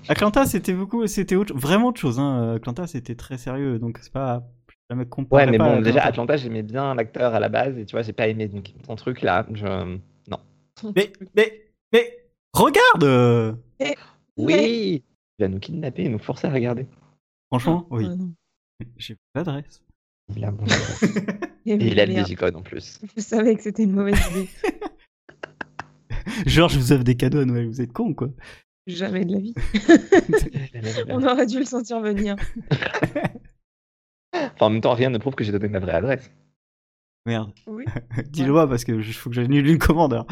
Speaker 1: Atlanta, c'était beaucoup, c'était autre- vraiment autre chose. Hein. Atlanta, c'était très sérieux, donc c'est pas Je me comprenais
Speaker 2: Ouais, mais
Speaker 1: pas
Speaker 2: bon,
Speaker 1: Atlanta.
Speaker 2: déjà, Atlanta, j'aimais bien l'acteur à la base, et tu vois, j'ai pas aimé donc, ton truc là. Je...
Speaker 1: Mais, mais, mais, regarde euh,
Speaker 2: Oui Il va nous kidnapper et nous forcer à regarder.
Speaker 1: Franchement, oui.
Speaker 3: Ah, non.
Speaker 1: J'ai pas d'adresse.
Speaker 2: Il a,
Speaker 3: Eh
Speaker 2: et
Speaker 3: oui,
Speaker 2: il [laughs] a le
Speaker 3: merde.
Speaker 2: digicode en plus.
Speaker 3: Vous savez que c'était une mauvaise idée.
Speaker 1: Genre, je vous offre des cadeaux à Noël, vous êtes con quoi.
Speaker 3: Jamais de la vie. On
Speaker 2: enfin,
Speaker 3: aurait dû le sentir venir.
Speaker 2: en même temps, rien ne prouve que j'ai donné ma vraie adresse.
Speaker 1: Merde.
Speaker 3: Oui.
Speaker 1: [laughs] Dis-le moi parce que je faut que j'annule une commande.
Speaker 3: [laughs]
Speaker 1: alors.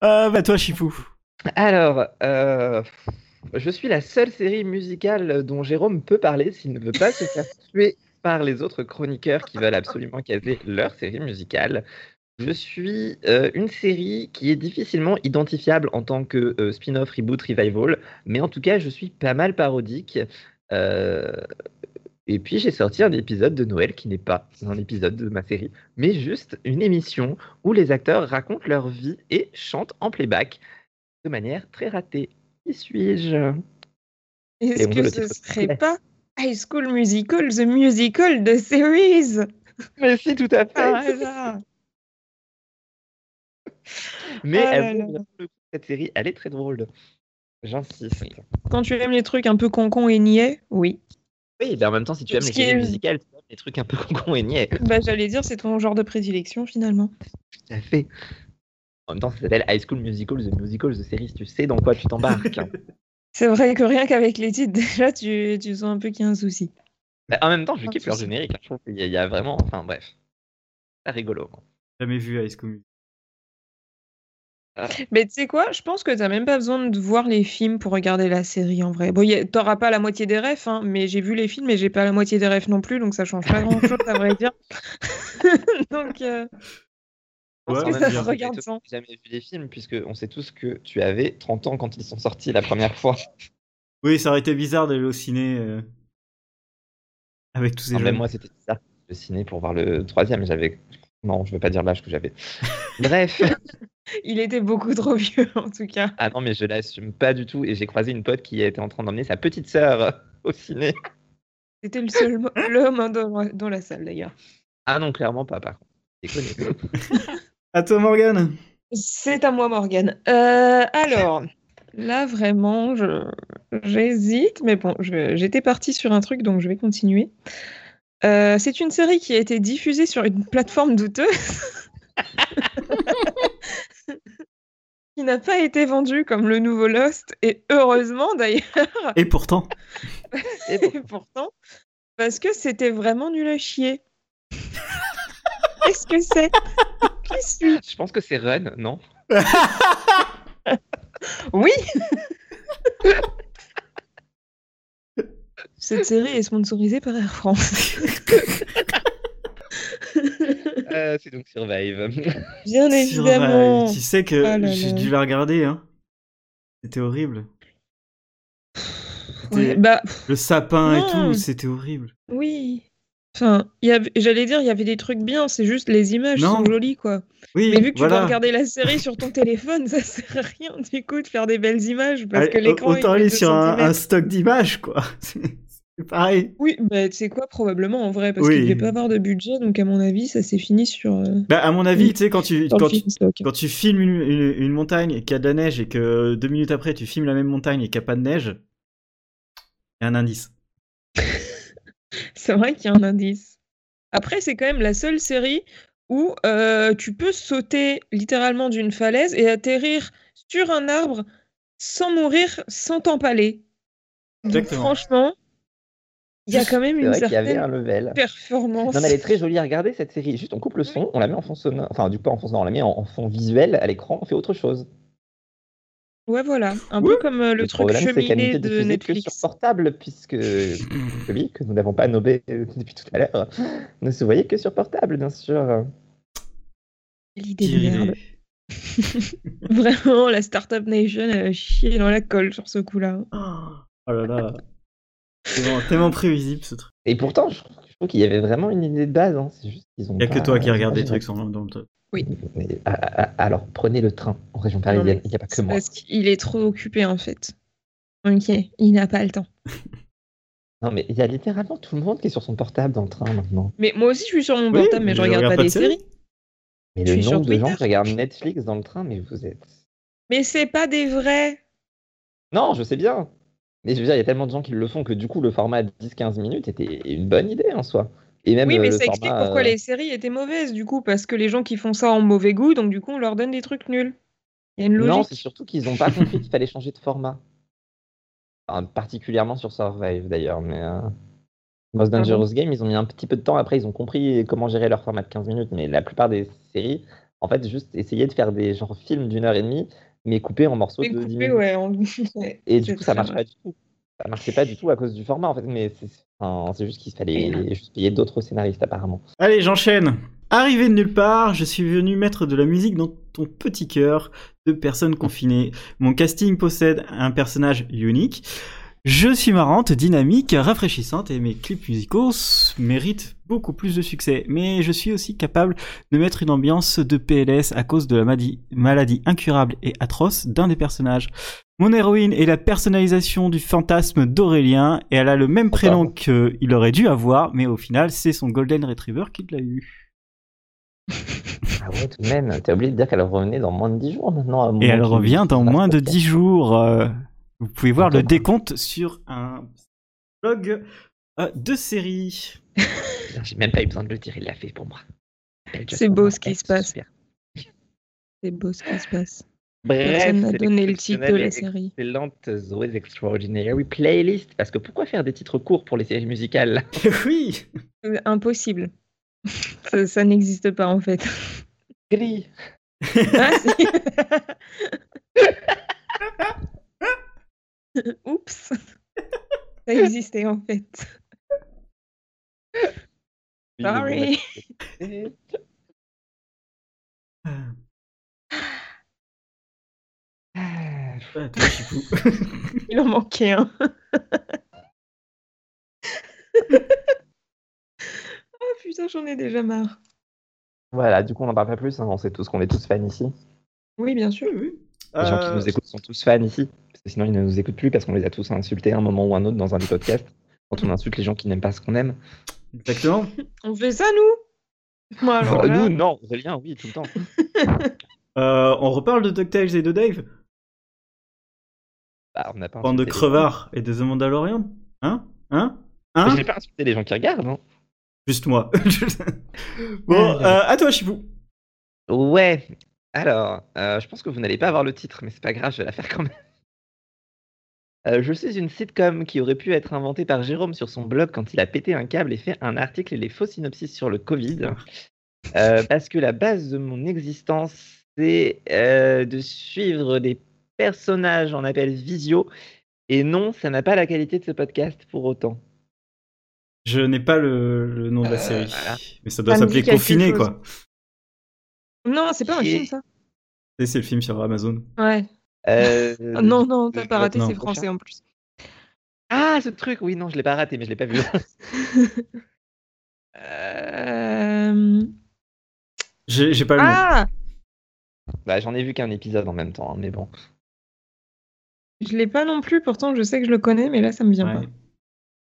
Speaker 1: Ah bah toi, Chifou.
Speaker 2: Alors, euh, je suis la seule série musicale dont Jérôme peut parler s'il ne veut pas se faire tuer par les autres chroniqueurs qui veulent absolument caser leur série musicale. Je suis euh, une série qui est difficilement identifiable en tant que euh, spin-off, reboot, revival, mais en tout cas, je suis pas mal parodique. Euh, et puis, j'ai sorti un épisode de Noël qui n'est pas un épisode de ma série, mais juste une émission où les acteurs racontent leur vie et chantent en playback de manière très ratée. Qui suis-je
Speaker 3: Est-ce
Speaker 2: on veut
Speaker 3: que
Speaker 2: le
Speaker 3: ce
Speaker 2: titre
Speaker 3: serait
Speaker 2: complet.
Speaker 3: pas High School Musical, The Musical, The Series Ah
Speaker 2: Mais si, tout à fait.
Speaker 3: Par hasard.
Speaker 2: Mais
Speaker 3: Ah là
Speaker 2: elle vaut
Speaker 3: là.
Speaker 2: vraiment le coup, cette série, elle est très drôle. J'insiste.
Speaker 3: Quand tu aimes les trucs un peu concon et niais, oui.
Speaker 2: Oui, mais en même temps, si tu aimes
Speaker 3: Ce
Speaker 2: les
Speaker 3: qui
Speaker 2: séries
Speaker 3: est-
Speaker 2: musicales, tu aimes les trucs un peu [laughs] con et niais.
Speaker 3: Bah, j'allais dire, c'est ton genre de prédilection finalement.
Speaker 2: Tout à fait. En même temps, ça s'appelle High School Musical, The Musical, The Series. Tu sais dans quoi tu t'embarques. [laughs] hein.
Speaker 3: C'est vrai que rien qu'avec les titres, [laughs] déjà, tu, tu sens un peu qu'il y a un souci.
Speaker 2: Mais Bah, en même temps, je
Speaker 3: Pas de
Speaker 2: kiffe leur
Speaker 3: souci.
Speaker 2: générique. hein. Je trouve qu'il y, a- il y a vraiment. Enfin, bref. C'est rigolo. hein.
Speaker 1: Jamais vu Ice Community.
Speaker 3: Mais tu sais quoi, je pense que t'as même pas besoin de voir les films pour regarder la série en vrai. Bon, y a- t'auras pas la moitié des refs, hein, mais j'ai vu les films et j'ai pas la moitié des refs non plus, donc ça change pas grand chose à vrai dire. [laughs] donc, euh,
Speaker 2: Je pense
Speaker 1: Ouais,
Speaker 2: qu'en
Speaker 1: ça
Speaker 2: même temps,
Speaker 1: se
Speaker 3: regarde
Speaker 2: j'ai
Speaker 3: sans.
Speaker 2: jamais vu les films, puisqu'on sait tous que tu avais 30 ans quand ils sont sortis la première fois.
Speaker 1: Oui, ça aurait été bizarre d'aller au ciné euh, avec tous ces
Speaker 2: Ah,
Speaker 1: jeunes.
Speaker 2: même moi, c'était ça, le ciné pour voir le troisième. J'avais. Non, je veux pas dire l'âge que j'avais. Bref.
Speaker 3: il était beaucoup trop [laughs] vieux en tout cas.
Speaker 2: Ah non, mais je l'assume pas du tout. Et j'ai croisé une pote qui était en train d'emmener sa petite sœur au ciné.
Speaker 3: C'était le seul mo- l'homme hein, dans, dans la salle d'ailleurs.
Speaker 2: Ah non, clairement pas, par contre. Déconne.
Speaker 1: À toi, Morgane.
Speaker 3: C'est à moi, Morgane. Euh, alors, là vraiment, je- j'hésite, mais bon, je- j'étais partie sur un truc, donc je vais continuer. Euh, c'est une série qui a été diffusée sur une plateforme douteuse. [laughs] qui n'a pas été vendue comme le nouveau Lost, et heureusement d'ailleurs,
Speaker 1: Et pourtant,
Speaker 2: Et
Speaker 3: et pourtant, parce que c'était vraiment nul à chier. Qu'est-ce que c'est Qui suis
Speaker 2: je pense que c'est Run, non
Speaker 3: Oui Cette série est sponsorisée par Air France.
Speaker 2: Euh, C'est donc Survive.
Speaker 3: Bien
Speaker 1: Survive.
Speaker 3: évidemment.
Speaker 1: euh, tu sais que
Speaker 3: Ah là
Speaker 1: j'ai
Speaker 3: là.
Speaker 1: dû la regarder. Hein. C'était horrible. C'était
Speaker 3: Ouais, bah pff,
Speaker 1: Le sapin
Speaker 3: Non.
Speaker 1: et tout, c'était horrible.
Speaker 3: oui. Enfin, il y avait- j'allais dire, il y avait des trucs bien, c'est juste les images
Speaker 1: Non.
Speaker 3: sont jolies quoi.
Speaker 1: Oui,
Speaker 3: Mais vu que tu
Speaker 1: voilà.
Speaker 3: dois regarder la série sur ton téléphone, ça sert à rien du coup de faire des belles images parce
Speaker 1: Allez,
Speaker 3: que l'écran
Speaker 1: autant
Speaker 3: il fait
Speaker 1: aller
Speaker 3: deux
Speaker 1: sur un, un
Speaker 3: centimètres.
Speaker 1: stock d'images, quoi. [laughs] C'est c'est pareil.
Speaker 3: Oui, bah tu sais quoi, probablement en vrai, parce
Speaker 1: Oui.
Speaker 3: qu'il devait pas avoir de budget, donc à mon avis, ça s'est fini sur, euh,
Speaker 1: Bah, à mon avis,
Speaker 3: Oui.
Speaker 1: tu sais, quand tu,
Speaker 3: sur
Speaker 1: quand,
Speaker 3: le
Speaker 1: tu,
Speaker 3: film stock.
Speaker 1: quand tu filmes une, une- une montagne et qu'il y a de la neige et que deux minutes après tu filmes la même montagne et qu'il n'y a pas de neige, il y a un
Speaker 3: [laughs]
Speaker 1: indice.
Speaker 3: C'est vrai qu'il y a un indice. Après, c'est quand même la seule série où euh, tu peux sauter littéralement d'une falaise et atterrir sur un arbre sans mourir, sans t'empaler. Donc,
Speaker 1: Exactement.
Speaker 3: Franchement, il y a quand même
Speaker 2: C'est
Speaker 3: une
Speaker 2: vrai qu'il y avait
Speaker 3: certaine
Speaker 2: un level.
Speaker 3: performance.
Speaker 2: Non, mais elle est très jolie à regarder cette série. Juste, on coupe le son, on la met en fond sonore. Enfin, du coup, pas en fond sonore, on la met en, en fond visuel à l'écran, on fait autre chose.
Speaker 3: Ouais, voilà. Un
Speaker 1: Oui.
Speaker 3: peu comme euh, le, truc
Speaker 2: problème, c'est qu'elle
Speaker 3: cheminée
Speaker 2: n'était
Speaker 3: de
Speaker 2: diffusée que sur
Speaker 3: Netflix.
Speaker 2: portable, puisque celui que nous n'avons pas nommé euh, depuis tout à l'heure ne se voyait que sur portable, bien sûr.
Speaker 3: L'idée de
Speaker 1: Thierry
Speaker 3: merde.
Speaker 1: Lé.
Speaker 3: [laughs] Vraiment, la Startup Nation elle a chié dans la colle sur ce coup-là.
Speaker 1: Oh là là. C'est vraiment tellement prévisible ce truc.
Speaker 2: Et pourtant, je trouve, je trouve qu'il y avait vraiment une idée de base. hein. C'est juste qu'ils ont.
Speaker 1: Il y a que
Speaker 3: Ah.
Speaker 2: pas-
Speaker 1: toi qui
Speaker 2: euh,
Speaker 1: regardes des
Speaker 2: pas
Speaker 1: trucs sans dans le top.
Speaker 2: généré. Mais, ah, ah, ah, alors, prenez le train en région parisienne. Il n'y a pas que
Speaker 3: C'est
Speaker 2: moi.
Speaker 3: Parce qu'il est trop occupé en fait. Ok, il n'a pas le temps.
Speaker 2: Non, mais il y a littéralement tout le monde qui est sur son portable dans le train maintenant.
Speaker 3: Mais moi aussi, je suis sur mon
Speaker 1: Oui,
Speaker 3: portable, mais je regarde pas, des séries. Je
Speaker 2: Mais le
Speaker 3: suis sur
Speaker 2: nombre de gens
Speaker 3: Twitter.
Speaker 2: qui regardent Netflix dans le train, mais vous êtes.
Speaker 3: Mais c'est pas des vrais.
Speaker 2: Non, je sais bien. Mais je veux dire, il y a tellement de gens qui le font que du coup, le format 10-15 minutes était une bonne idée en soi. Et même
Speaker 3: Oui,
Speaker 2: euh,
Speaker 3: mais
Speaker 2: le
Speaker 3: ça explique
Speaker 2: format,
Speaker 3: pourquoi
Speaker 2: euh,
Speaker 3: les séries étaient mauvaises, du coup, parce que les gens qui font ça ont mauvais goût, donc du coup, on leur donne des trucs nuls. Il y a une
Speaker 2: Non, c'est
Speaker 3: logique.
Speaker 2: surtout qu'ils n'ont pas compris qu'il fallait changer de format. Enfin, particulièrement sur Survive d'ailleurs, mais euh, Most
Speaker 3: Pardon
Speaker 2: Dangerous Game, ils ont mis un petit peu de temps. Après, ils ont compris comment gérer leur format de 15 minutes, mais la plupart des séries, en fait, juste essayer de faire des genre films d'une heure et demie, mais coupés en morceaux de
Speaker 3: Mais
Speaker 2: 10
Speaker 3: coupé,
Speaker 2: minutes.
Speaker 3: ouais, on- ouais,
Speaker 2: Et
Speaker 3: c'est
Speaker 2: du coup, ça
Speaker 3: très
Speaker 2: marche
Speaker 3: vrai.
Speaker 2: pas du tout. Ça marchait pas du tout à cause du format en fait, mais c'est enfin, c'est juste qu'il fallait juste payer d'autres scénaristes apparemment.
Speaker 1: Allez, j'enchaîne. Arrivé de nulle part, je suis venu mettre de la musique dans ton petit cœur de personnes confinées. Mon casting possède un personnage unique. Je suis marrante, dynamique, rafraîchissante et mes clips musicaux s- méritent beaucoup plus de succès. Mais je suis aussi capable de mettre une ambiance de PLS à cause de la madi- maladie incurable et atroce d'un des personnages. Mon héroïne est la personnalisation du fantasme d'Aurélien et elle a le même prénom qu'il aurait dû avoir, mais au final, c'est son Golden Retriever qui l'a eu.
Speaker 2: Ah ouais, tout de même, t'as oublié de dire qu'elle revenait dans moins de 10 jours maintenant. à mon
Speaker 1: Et elle
Speaker 2: avis.
Speaker 1: revient dans
Speaker 2: Ça,
Speaker 1: moins
Speaker 2: c'est
Speaker 1: de
Speaker 2: pas
Speaker 1: 10 jours. euh, Vous pouvez voir le
Speaker 2: Attends.
Speaker 1: décompte sur un blog euh, de série.
Speaker 2: Putain, J'ai même pas eu besoin de le dire, il l'a fait pour moi. Belle
Speaker 3: C'est
Speaker 2: Justin
Speaker 3: beau ce qui
Speaker 2: Timberlake,
Speaker 3: se passe.
Speaker 2: super.
Speaker 3: C'est beau ce qui se passe.
Speaker 2: Bref,
Speaker 3: Personne n'a
Speaker 2: c'est
Speaker 3: donné le titre de la
Speaker 2: l'exceptionnelle et
Speaker 3: série.
Speaker 2: Excellente Zoé's Extraordinary Playlist. Parce que pourquoi faire des titres courts pour les séries musicales là
Speaker 1: [laughs] oui
Speaker 3: Euh, Impossible. [laughs] ça ça n'existe pas, en [laughs] fait.
Speaker 2: Gris.
Speaker 3: Ah, si. Oups. Ça existait en fait. Sorry.
Speaker 2: Ah,
Speaker 1: Ah, toi, Chipou. [laughs]
Speaker 3: Il en manquait [laughs] un. Ah Ah, putain, j'en ai déjà marre.
Speaker 2: Voilà, du coup, on n'en parle pas plus. hein, On sait tous qu'on est tous fans ici.
Speaker 3: Oui, bien sûr.
Speaker 2: Les gens qui
Speaker 1: Euh,
Speaker 2: nous écoutent sont tous fans ici. Parce que sinon, ils ne nous écoutent plus parce qu'on les a tous insultés à un moment ou un autre dans un des podcasts. Quand on insulte les gens qui n'aiment pas ce qu'on aime.
Speaker 1: Exactement.
Speaker 3: On fait ça nous Moi alors
Speaker 2: Euh,
Speaker 3: là,
Speaker 2: Nous, non, Aurélien, oui, tout le temps.
Speaker 1: Euh, on reparle de DuckTales et de Dave.
Speaker 2: Bah, on n'a pas
Speaker 1: Bande de
Speaker 2: insulté les-
Speaker 1: crevards et de The Mandalorian. Hein Hein Hein
Speaker 2: J'ai pas insulté les gens qui regardent. hein.
Speaker 1: Juste
Speaker 2: [laughs]
Speaker 1: moi. bon, euh, à toi, Chipou.
Speaker 2: Ouais. Alors, euh, je pense que vous n'allez pas avoir le titre, mais c'est pas grave, je vais la faire quand même. [laughs] Euh, je suis une sitcom qui aurait pu être inventée par Jérôme sur son blog quand il a pété un câble et fait un article et les faux synopsis sur le Covid. Euh, parce que la base de mon existence, c'est euh, de suivre des personnages en appel visio. Et non, ça n'a pas la qualité de ce podcast pour autant.
Speaker 1: Je n'ai pas le, le nom de la
Speaker 2: Euh,
Speaker 1: série.
Speaker 2: voilà.
Speaker 1: Mais ça doit
Speaker 3: Ça me dit
Speaker 1: s'appeler
Speaker 3: quelque
Speaker 1: Confiné,
Speaker 3: chose.
Speaker 1: quoi.
Speaker 3: Non, c'est pas un
Speaker 2: Et-
Speaker 3: film ça.
Speaker 1: Et C'est le film sur Amazon.
Speaker 3: Ouais.
Speaker 2: Euh,
Speaker 3: Ah, non, non, t'as
Speaker 2: je-
Speaker 3: pas raté,
Speaker 1: non.
Speaker 3: c'est français en plus.
Speaker 2: Ah, ce truc, oui, non, je l'ai pas raté, mais je l'ai pas vu. [laughs]
Speaker 3: Euh,
Speaker 1: J'ai j'ai pas le nom.
Speaker 3: Ah
Speaker 2: Bah, j'en ai vu qu'un épisode en même temps, hein, mais bon.
Speaker 3: Je l'ai pas non plus, pourtant je sais que je le connais, mais là ça me vient
Speaker 1: Ouais.
Speaker 3: pas.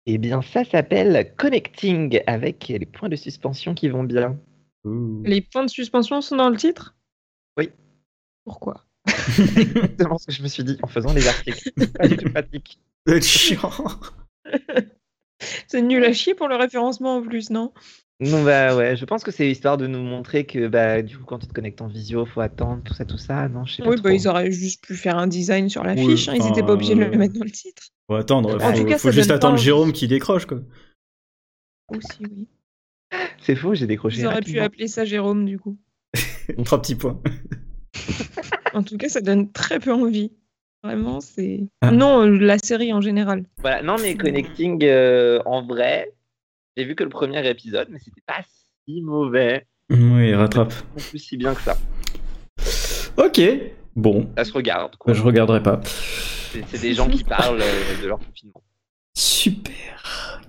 Speaker 2: Eh bien, ça s'appelle Connecting, avec les points de suspension qui vont bien.
Speaker 1: Ouh.
Speaker 3: Les points de suspension sont dans le titre
Speaker 2: Oui.
Speaker 3: Pourquoi
Speaker 1: [laughs]
Speaker 2: C'est Exactement ce que je me suis dit en faisant les [laughs] articles. pas du tout pratique.
Speaker 1: [laughs] Ça va être chiant.
Speaker 3: C'est nul à chier pour le référencement en plus, non
Speaker 2: Non, bah ouais, je pense que c'est histoire de nous montrer que, bah, du coup, quand tu te connectes en visio, faut attendre, tout ça, tout ça. Non, je sais pas.
Speaker 3: Oui,
Speaker 2: trop.
Speaker 3: bah, ils auraient juste pu faire un design sur
Speaker 1: Oui,
Speaker 3: l'affiche, hein, ils
Speaker 1: enfin,
Speaker 3: n'étaient pas obligés de
Speaker 1: euh,
Speaker 3: le mettre dans le titre.
Speaker 1: Faut attendre.
Speaker 2: En
Speaker 1: faut,
Speaker 3: tout cas,
Speaker 1: faut
Speaker 3: ça
Speaker 1: juste
Speaker 3: donne
Speaker 1: attendre
Speaker 3: pas
Speaker 1: Jérôme
Speaker 3: envie.
Speaker 1: qui décroche, quoi.
Speaker 3: Aussi, oui.
Speaker 2: C'est faux, j'ai décroché.
Speaker 3: Ils auraient pu
Speaker 2: rapidement.
Speaker 3: appeler ça Jérôme, du coup.
Speaker 1: [laughs] Trois petits points.
Speaker 3: En tout cas, ça donne très peu envie. Vraiment, c'est.
Speaker 1: Ah.
Speaker 3: Non, euh, la série en général.
Speaker 2: Voilà, non, mais Connecting, euh, en vrai, j'ai vu que le premier épisode, mais c'était pas si mauvais,
Speaker 1: Oui, rattrape.
Speaker 2: non plus si bien que ça.
Speaker 1: Ok. Bon,
Speaker 2: Ça se regarde, quoi.
Speaker 1: Bah, je regarderai pas.
Speaker 2: C'est c'est des gens qui parlent euh, de leur confinement.
Speaker 1: Super.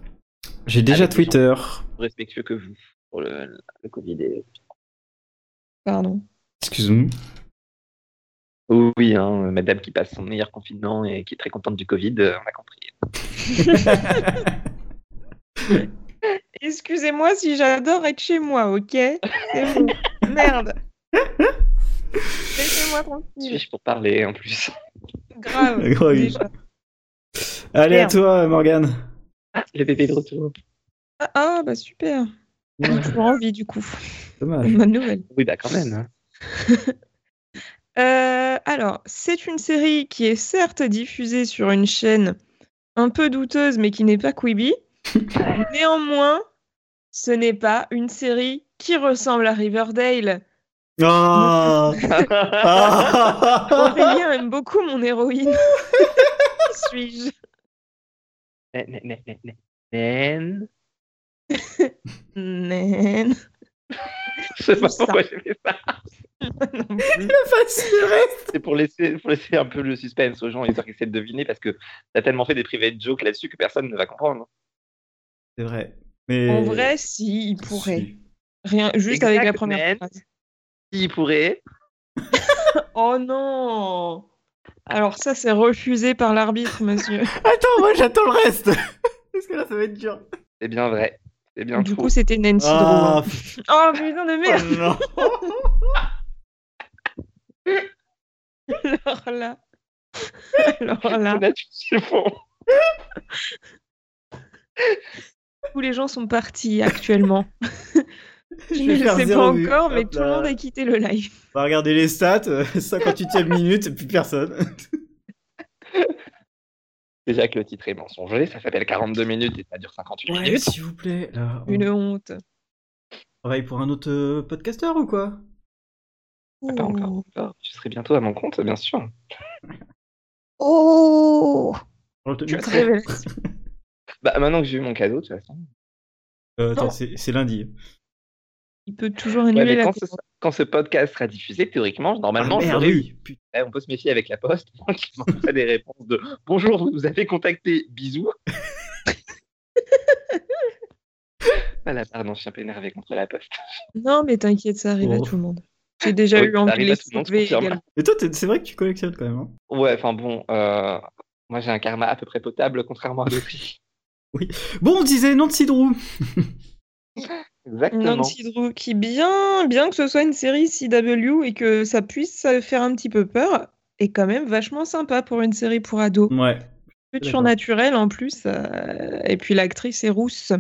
Speaker 1: J'ai déjà
Speaker 2: Avec les
Speaker 1: Twitter.
Speaker 2: respectueux que vous pour le, le Covid. et-
Speaker 1: [laughs]
Speaker 3: Pardon.
Speaker 1: Excuse-nous.
Speaker 2: Oui, hein, euh, madame qui passe son meilleur confinement et qui est très contente du Covid, euh, on a compris.
Speaker 3: Excusez-moi si j'adore être chez moi, ok C'est bon. Merde. Laissez-moi tranquille.
Speaker 2: Suis-je pour parler en plus [laughs]
Speaker 3: Grave.
Speaker 1: Grave.
Speaker 3: déjà.
Speaker 1: Allez, à
Speaker 3: Merde.
Speaker 1: toi, Morgane.
Speaker 2: Ah, le bébé de retour.
Speaker 3: Ah, ah, bah super. J'ai toujours envie du coup.
Speaker 1: Dommage.
Speaker 3: Bonne nouvelle.
Speaker 2: Oui, bah quand même. hein.
Speaker 3: Euh, alors, c'est une série qui est certes diffusée sur une chaîne un peu douteuse, mais qui n'est pas
Speaker 1: [laughs]
Speaker 3: Quibi. Néanmoins, ce n'est pas une série qui ressemble à Riverdale. [laughs]
Speaker 1: Ah
Speaker 2: hein. [laughs]
Speaker 1: Ah
Speaker 3: Aurélien aime beaucoup
Speaker 1: [laughs]
Speaker 3: mon héroïne. Qui Suis-je
Speaker 2: Nen, nen, nen, nen, nen, nen.
Speaker 3: Naine.
Speaker 2: Je sais pas
Speaker 3: Ça.
Speaker 2: pourquoi j'ai fait ça.
Speaker 3: Non.
Speaker 2: C'est pour laisser, pour laisser un peu le suspense aux gens, histoire qu'ils essaient de deviner, parce que t'as tellement fait des privés de jokes là-dessus que personne ne va comprendre. hein.
Speaker 1: C'est vrai. Mais...
Speaker 3: En vrai, si, il pourrait.
Speaker 1: Si.
Speaker 3: Rien, juste avec la première
Speaker 2: Exactement.
Speaker 3: phrase.
Speaker 2: S'ils pourraient.
Speaker 3: Oh non Alors ça, c'est refusé par l'arbitre, monsieur.
Speaker 1: Attends, moi j'attends le reste. [laughs] Parce que là, ça va être dur.
Speaker 2: C'est bien vrai. C'est bien
Speaker 3: du
Speaker 2: faux.
Speaker 3: coup, c'était Nancy Drew.
Speaker 1: Ah,
Speaker 3: hein. Oh putain de merde
Speaker 1: putain,
Speaker 3: [laughs]
Speaker 1: non.
Speaker 3: Alors là... Alors là,
Speaker 2: Là, tu- c'est faux.
Speaker 3: tous les gens sont partis actuellement. Je
Speaker 1: vais
Speaker 3: ne
Speaker 1: faire
Speaker 3: sais pas
Speaker 1: zéro vue.
Speaker 3: encore, mais
Speaker 1: Hop
Speaker 3: tout le
Speaker 1: là.
Speaker 3: monde a quitté le live.
Speaker 1: On va regarder les stats. euh, [laughs]
Speaker 2: [laughs]
Speaker 1: 58ème minute, plus personne.
Speaker 2: Déjà que le titre est mensonger, ça s'appelle 42 minutes et ça dure 58
Speaker 1: Ouais,
Speaker 2: minutes.
Speaker 1: s'il vous plaît. Là, on
Speaker 3: Une honte.
Speaker 1: travaille pour un autre euh, podcasteur ou quoi
Speaker 3: Ah,
Speaker 2: Pas encore. encore. Je serai bientôt à mon compte, bien sûr.
Speaker 3: Oh
Speaker 1: Pour le tenu-
Speaker 2: Tu-
Speaker 3: Révélation.
Speaker 2: Bah, maintenant que j'ai eu mon cadeau, de toute façon.
Speaker 1: Euh, Attends, c'est c'est lundi.
Speaker 3: Il peut toujours
Speaker 2: Ouais,
Speaker 3: annuler
Speaker 2: mais
Speaker 3: la
Speaker 2: quand, ce,
Speaker 3: commande.
Speaker 2: quand ce podcast sera diffusé, théoriquement, normalement,
Speaker 1: Ah,
Speaker 2: je
Speaker 1: merde,
Speaker 2: l'aurai eu.
Speaker 1: oui. Putain.
Speaker 2: Ouais, on peut se méfier avec la poste. [laughs] Donc, ils m'envoient des réponses de Bonjour, vous nous avez contacté, bisous. voilà, pardon, je suis un peu énervé contre la poste.
Speaker 3: Non, mais t'inquiète, ça arrive à
Speaker 1: Oh.
Speaker 3: tout le monde. J'ai déjà
Speaker 2: Oui,
Speaker 3: eu
Speaker 2: ça
Speaker 3: envie de
Speaker 2: arrive
Speaker 3: les
Speaker 2: à tout le monde, je
Speaker 3: sauver
Speaker 2: confirme.
Speaker 3: également.
Speaker 1: Mais toi, t'es- c'est vrai que tu collectionnes quand même. hein.
Speaker 2: Ouais, enfin bon, euh, moi j'ai un karma à peu près potable, contrairement à d'autres.
Speaker 1: Bon, on disait non de Sidrou.
Speaker 2: Exactement.
Speaker 3: Nancy Drew, qui bien, bien que ce soit une série CW et que ça puisse ça faire un petit peu peur, est quand même vachement sympa pour une série pour ados.
Speaker 1: Ouais.
Speaker 3: Un peu de
Speaker 1: D'accord.
Speaker 3: surnaturel en plus. euh, et puis l'actrice est rousse.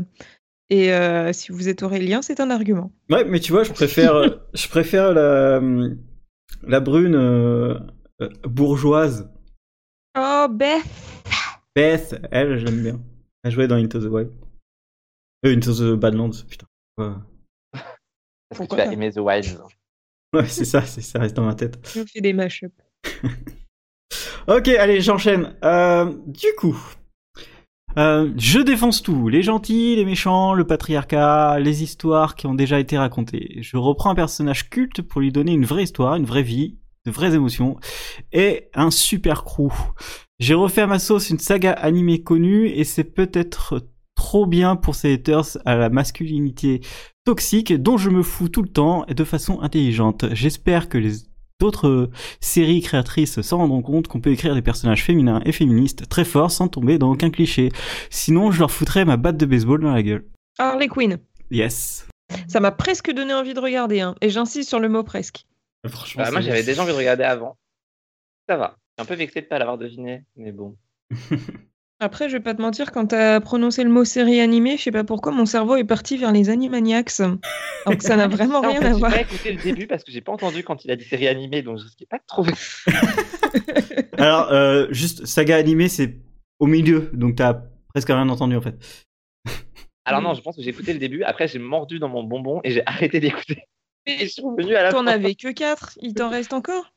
Speaker 3: Et euh, si vous êtes Aurélien, c'est un argument.
Speaker 1: Ouais, mais tu vois, je [laughs] préfère, euh, je préfère la, euh, la brune euh, euh, bourgeoise.
Speaker 3: Oh,
Speaker 2: ben.
Speaker 3: Beth
Speaker 1: Beth, elle, je l'aime bien. Elle jouait dans Into the Wild. Euh, Into the Badlands, putain. Ouais,
Speaker 2: Parce que
Speaker 3: Pourquoi
Speaker 2: tu as
Speaker 3: pas
Speaker 2: aimé The Bah, Wild.
Speaker 1: Ouais, c'est ça, c'est ça reste dans ma tête.
Speaker 3: Je fais des mashups.
Speaker 1: Ok, allez, j'enchaîne. Euh, du coup, euh, je défonce tout. Les gentils, les méchants, le patriarcat, les histoires qui ont déjà été racontées. Je reprends un personnage culte pour lui donner une vraie histoire, une vraie vie, de vraies émotions et un super crew. J'ai refait à ma sauce une saga animée connue et c'est peut-être trop bien pour ces haters à la masculinité toxique dont je me fous tout le temps et de façon intelligente. J'espère que les d'autres séries créatrices s'en rendront compte qu'on peut écrire des personnages féminins et féministes très forts sans tomber dans aucun cliché. Sinon, je leur foutrais ma batte de baseball dans la gueule.
Speaker 3: Harley Quinn.
Speaker 1: Yes.
Speaker 3: Ça m'a presque donné envie de regarder. hein, et j'insiste sur le mot presque.
Speaker 1: Ah, Franchement,
Speaker 2: Bah, moi j'avais déjà envie de regarder avant. Ça va. Je suis un peu vexé de pas l'avoir deviné, mais bon.
Speaker 3: Après, je vais pas te mentir, quand t'as prononcé le mot série animée, je sais pas pourquoi, mon cerveau est parti vers les Animaniacs. Alors que ça n'a vraiment
Speaker 2: Ça, [laughs] en
Speaker 3: rien
Speaker 2: fait,
Speaker 3: à
Speaker 2: j'ai
Speaker 3: voir.
Speaker 2: pas écouté le début parce que j'ai pas entendu quand il a dit série animée, donc je risquais pas de trouver.
Speaker 1: Alors, euh, juste saga animée, c'est au milieu, donc t'as presque rien entendu en fait.
Speaker 2: Alors non, je pense que j'ai écouté le début, après j'ai mordu dans mon bonbon et j'ai [laughs] arrêté d'écouter. Et je suis revenu à la
Speaker 3: T'en
Speaker 2: fin.
Speaker 3: avais que 4, il t'en reste encore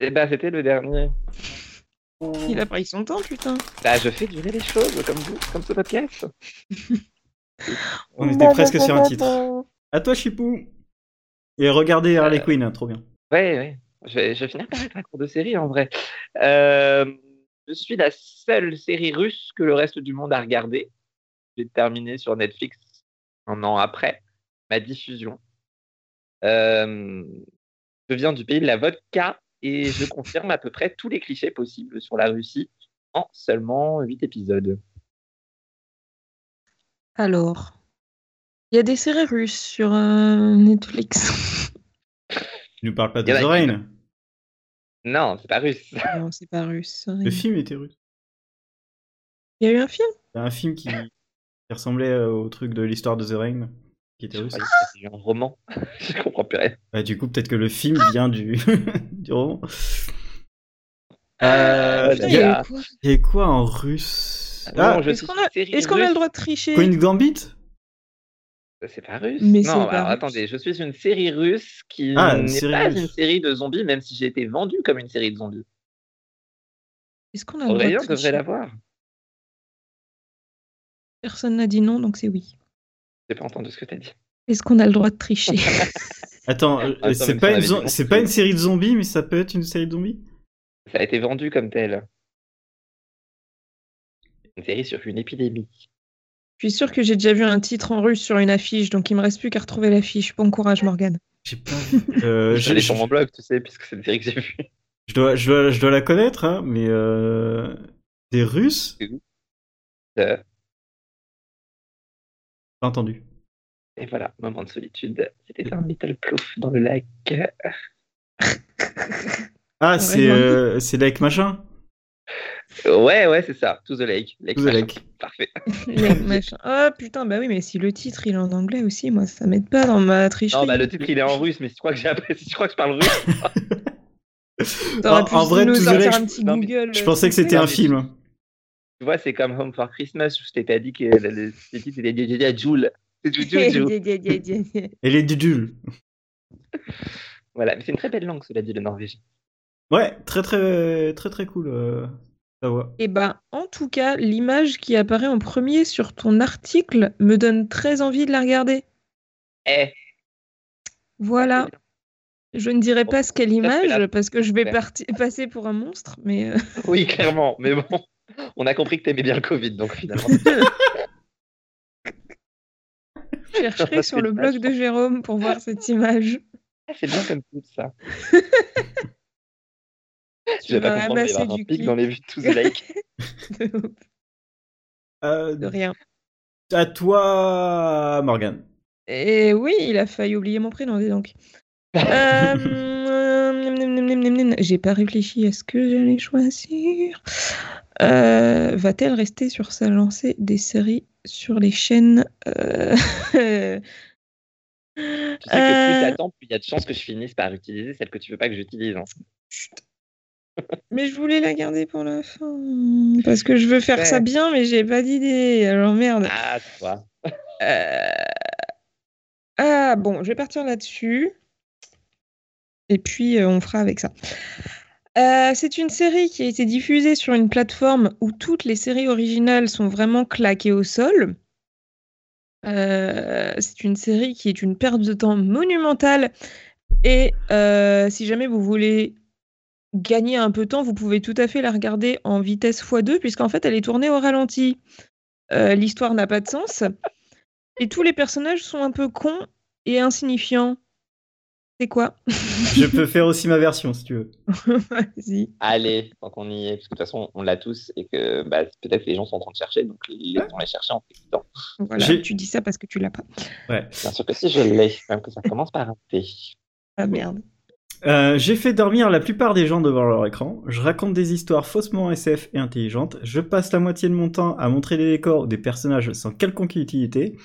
Speaker 2: Eh ben, c'était le dernier.
Speaker 3: Il a pris son temps, putain.
Speaker 2: Bah, je fais durer les choses comme vous, comme ce podcast.
Speaker 1: On
Speaker 3: Bah,
Speaker 2: bah,
Speaker 1: était presque sur un titre. À toi, Chipou. Et regardez
Speaker 2: Euh,
Speaker 1: Harley Quinn, hein, trop bien.
Speaker 2: Ouais, ouais. Je vais, je vais finir par être un cours de série en vrai. Euh, je suis la seule série russe que le reste du monde a regardée. J'ai terminé sur Netflix un an après ma diffusion. Euh, je viens du pays de la vodka et je confirme à peu près tous les clichés possibles sur la Russie en seulement 8 épisodes.
Speaker 3: Alors, il y a des séries russes sur
Speaker 1: [laughs]
Speaker 3: euh, Netflix.
Speaker 1: Tu nous parles pas de
Speaker 2: Y en a qui-
Speaker 1: Zoraine
Speaker 2: Non, c'est pas russe.
Speaker 3: non, c'est pas russe.
Speaker 1: Le film était russe.
Speaker 3: Il y a eu un film
Speaker 1: Il y a un film qui, qui ressemblait euh, au truc de l'histoire de Zoraine qui était
Speaker 2: Je
Speaker 1: russe.
Speaker 2: croyais que c'était un roman. [laughs] Je comprends plus rien.
Speaker 1: Bah, du coup, peut-être que le film vient du, [laughs] du roman.
Speaker 2: Euh,
Speaker 3: Putain,
Speaker 1: il
Speaker 3: il y a eu
Speaker 2: là.
Speaker 3: quoi
Speaker 1: Et quoi en russe Ah,
Speaker 2: Non, je
Speaker 3: Est-ce
Speaker 2: suis
Speaker 3: qu'on a-
Speaker 2: série
Speaker 3: Est-ce qu'on a
Speaker 2: russe.
Speaker 3: le droit de tricher
Speaker 1: Queen Gambit
Speaker 2: Ça, Euh, C'est pas russe.
Speaker 3: Mais c'est
Speaker 2: non,
Speaker 3: pas
Speaker 2: alors
Speaker 3: russe.
Speaker 2: attendez, je suis une série russe qui
Speaker 1: Ah, une
Speaker 2: n'est
Speaker 1: série
Speaker 2: pas
Speaker 1: russe.
Speaker 2: une série de zombies, même si j'ai été vendue comme une série de zombies.
Speaker 3: Est-ce qu'on a le droit Ah, de
Speaker 2: Aurélien
Speaker 3: tricher
Speaker 2: devrait l'avoir.
Speaker 3: Personne n'a dit non, donc c'est oui.
Speaker 2: J'ai pas entendu ce que t'as dit.
Speaker 3: Est-ce qu'on a le droit de
Speaker 2: [laughs]
Speaker 3: tricher
Speaker 1: Attends, euh,
Speaker 2: Ah, Attends,
Speaker 1: c'est
Speaker 2: même
Speaker 1: pas,
Speaker 2: si on
Speaker 1: une
Speaker 2: avait
Speaker 1: zo-
Speaker 2: dit non
Speaker 1: c'est
Speaker 2: plus.
Speaker 1: pas une série de zombies, mais ça peut être une série de zombies
Speaker 2: Ça a été vendu comme tel. Une série sur une épidémie.
Speaker 3: Je suis sûre que j'ai déjà vu un titre en russe sur une affiche, donc il me reste plus qu'à retrouver l'affiche. Bon courage,
Speaker 2: [laughs]
Speaker 3: Morgane.
Speaker 1: J'ai pas vu. Euh,
Speaker 2: je
Speaker 1: je,
Speaker 2: l'ai
Speaker 1: je-
Speaker 2: sur mon blog, tu sais, puisque c'est une série que j'ai vue.
Speaker 1: je dois, je, dois, je dois la connaître, hein, mais euh, des Russes
Speaker 2: Euh,
Speaker 1: Pas entendu.
Speaker 2: Et voilà, moment de solitude. C'était un little plouf dans le lac.
Speaker 1: Ah, c'est
Speaker 3: Vraiment.
Speaker 1: euh, c'est Lake Machin
Speaker 2: Ouais, ouais, c'est ça. To the lake. Lake
Speaker 1: To the
Speaker 2: machin.
Speaker 1: lake.
Speaker 2: Parfait.
Speaker 3: Like, machin. Ah putain, bah oui, mais si le titre il est en anglais aussi, moi ça m'aide pas dans ma tricherie.
Speaker 2: Non, bah le titre il est en russe, mais si tu crois que j'ai appris, si tu crois que je parle russe,
Speaker 3: T'aurais
Speaker 1: En-
Speaker 3: pu
Speaker 1: en vrai,
Speaker 3: nous
Speaker 1: tout
Speaker 3: sortir
Speaker 1: direct,
Speaker 3: un
Speaker 1: je-
Speaker 3: petit
Speaker 2: non, mais
Speaker 3: Google.
Speaker 1: Je pensais que c'était un film.
Speaker 2: tu vois, c'est comme Home for Christmas où je t'ai pas dit que le, le- le titre était Jojo Joule. C'est Jojo
Speaker 3: [laughs]
Speaker 2: Joule.
Speaker 3: film.
Speaker 1: Et les Dudules.
Speaker 2: Voilà, mais c'est une très belle langue, cela dit, le norvégien.
Speaker 1: Ouais, très très très très cool. Euh, ta voix.
Speaker 3: Eh ben, en tout cas, l'image qui apparaît en premier sur ton article me donne très envie de la regarder.
Speaker 2: Eh,
Speaker 3: Voilà. Je ne dirai pas ce qu'est l'image
Speaker 2: la-
Speaker 3: parce que je vais
Speaker 2: Ouais.
Speaker 3: parti- passer pour un monstre, mais
Speaker 2: [laughs]
Speaker 3: euh, [laughs]
Speaker 2: oui, clairement, mais bon, on a compris que t'aimais bien le Covid, donc finalement.
Speaker 3: je chercherai sur le blog de Jérôme pour voir cette image.
Speaker 2: Ah, C'est bien comme tout ça.
Speaker 3: Tu
Speaker 2: Je vais pas
Speaker 3: vas
Speaker 2: comprendre, mais il va y
Speaker 3: ramasser
Speaker 2: avoir
Speaker 3: du
Speaker 2: un pic dans les vues de To
Speaker 3: [laughs]
Speaker 2: the lake.
Speaker 3: de,
Speaker 1: Euh,
Speaker 3: [laughs] de rien.
Speaker 1: à toi, Morgan.
Speaker 3: Et oui, il a failli oublier mon prénom, dis donc. Euh, hum, hum, hum, hum, hum, hum. J'ai pas réfléchi à ce que j'allais choisir. Euh, Va-t-elle rester sur sa lancée des séries sur les chaînes euh, [laughs]
Speaker 2: Tu sais que
Speaker 3: Euh.
Speaker 2: plus t'attends, plus il y a de chances que je finisse par utiliser celle que tu veux pas que j'utilise. hein.
Speaker 3: Chut. Mais je voulais la garder pour la fin. Parce que je veux faire
Speaker 2: Ouais.
Speaker 3: ça bien, mais j'ai pas d'idée. Alors merde.
Speaker 2: Ah, tu vois.
Speaker 3: Euh, Ah bon, je vais partir là-dessus. Et puis euh, on fera avec ça. Euh, c'est une série qui a été diffusée sur une plateforme où toutes les séries originales sont vraiment claquées au sol. Euh, c'est une série qui est une perte de temps monumentale. Et euh, si jamais vous voulez gagner un peu de temps, vous pouvez tout à fait la regarder en vitesse x2, puisqu'en fait elle est tournée au ralenti. Euh, L'histoire n'a pas de sens. Et tous les personnages sont un peu cons et insignifiants. C'est quoi [laughs]
Speaker 1: Je peux faire aussi ma version si tu veux.
Speaker 3: Vas-y.
Speaker 2: Allez, tant qu'on y est, parce que de toute façon, on l'a tous et que bah, peut-être les gens sont en train de chercher, donc les gens les chercher en temps.
Speaker 3: Voilà,
Speaker 1: J'ai-
Speaker 3: tu dis ça parce que tu l'as pas.
Speaker 1: Ouais.
Speaker 2: Bien sûr que si je l'ai, même que ça commence par un P.
Speaker 3: Ah merde.
Speaker 1: Euh, j'ai fait dormir la plupart des gens devant leur écran. Je raconte des histoires faussement SF et intelligentes. Je passe la moitié de mon temps à montrer des décors ou des personnages sans quelconque utilité.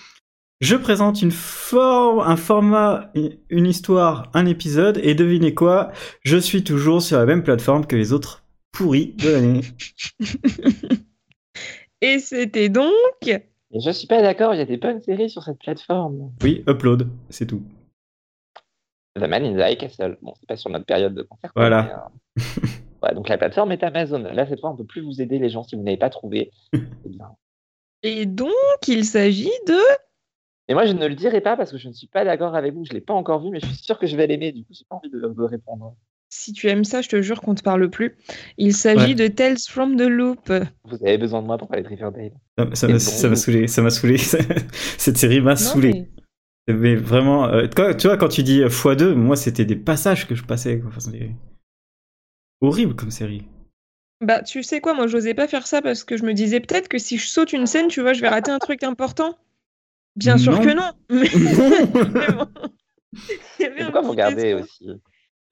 Speaker 1: Je présente une forme, un format, une histoire, un épisode, et devinez quoi Je suis toujours sur la même plateforme que les autres pourris de l'année.
Speaker 3: Et c'était donc.
Speaker 2: Et je suis pas d'accord, il y a des bonnes séries sur cette plateforme.
Speaker 1: Oui, upload, c'est tout.
Speaker 2: The Man in the High Castle. Bon, c'est pas sur notre période de concert.
Speaker 1: Voilà.
Speaker 2: mais, euh, ouais, donc la plateforme est Amazon. Là, cette fois, on peut plus vous aider, les gens, si vous n'avez
Speaker 1: [laughs]
Speaker 2: pas trouvé. Eh bien,
Speaker 3: Et donc, il s'agit de.
Speaker 2: Et moi, je ne le dirai pas parce que je ne suis pas d'accord avec vous. Je l'ai pas encore vu, mais je suis sûr que je vais l'aimer. Du coup, j'ai pas envie de, de répondre.
Speaker 3: Si tu aimes ça, je te jure qu'on te parle plus. Il
Speaker 1: Ouais.
Speaker 3: s'agit de Tales from the Loop.
Speaker 2: Vous avez besoin de moi pour parler de Riverdale.
Speaker 1: Ça- Ça
Speaker 2: Et
Speaker 1: m'a
Speaker 2: bon.
Speaker 1: ça m'a saoulé, ça m'a saoulé. [laughs] Cette série m'a
Speaker 3: Non,
Speaker 1: saoulé.
Speaker 3: mais-
Speaker 1: Mais vraiment, euh, quand- tu vois, quand tu dis euh, x2, moi c'était des passages que je passais. quoi. Enfin, c'est horrible comme série.
Speaker 3: Bah, tu sais quoi, moi, j'osais pas faire ça parce que je me disais peut-être que si je saute une scène, tu vois, je vais rater un truc important. Bien sûr
Speaker 1: Non.
Speaker 3: que non. [laughs] Mais
Speaker 1: non, [laughs]
Speaker 3: vraiment. Il y avait
Speaker 2: Et
Speaker 3: un
Speaker 2: pourquoi
Speaker 3: petit
Speaker 2: vous regardez
Speaker 3: espoir.
Speaker 2: aussi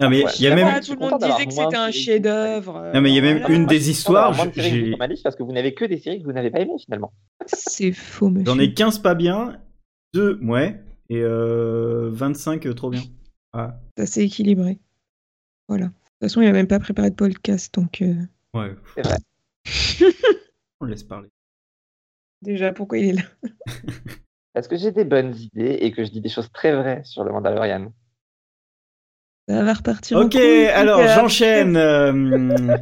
Speaker 1: mais
Speaker 2: Ouais.
Speaker 1: il y a
Speaker 2: Ah,
Speaker 1: même.
Speaker 3: Ah, tout le monde
Speaker 2: Content d'avoir
Speaker 3: disait que
Speaker 2: moins
Speaker 3: c'était un
Speaker 2: fait-
Speaker 3: chef-d'œuvre. euh,
Speaker 1: Non, mais il y a même
Speaker 3: voilà.
Speaker 1: une des histoires.
Speaker 2: Moi,
Speaker 1: j'ai- j'ai-
Speaker 2: parce que vous n'avez que des séries que vous n'avez pas aimées finalement.
Speaker 3: C'est faux, monsieur.
Speaker 1: J'en ai 15 pas bien, 2 ouais, et euh, 25 euh, trop bien. Ah,
Speaker 3: C'est assez équilibré. Voilà. De toute façon, il a même pas préparé de podcast, donc. euh,
Speaker 1: ouais.
Speaker 2: C'est vrai.
Speaker 1: On le laisse parler.
Speaker 3: Déjà, pourquoi il est là
Speaker 2: Parce que j'ai des bonnes idées et que je dis des choses très vraies sur le Mandalorian.
Speaker 3: Ça va repartir. en
Speaker 1: Ok,
Speaker 3: couille,
Speaker 1: alors
Speaker 3: Lucas. [laughs]
Speaker 1: j'enchaîne. euh,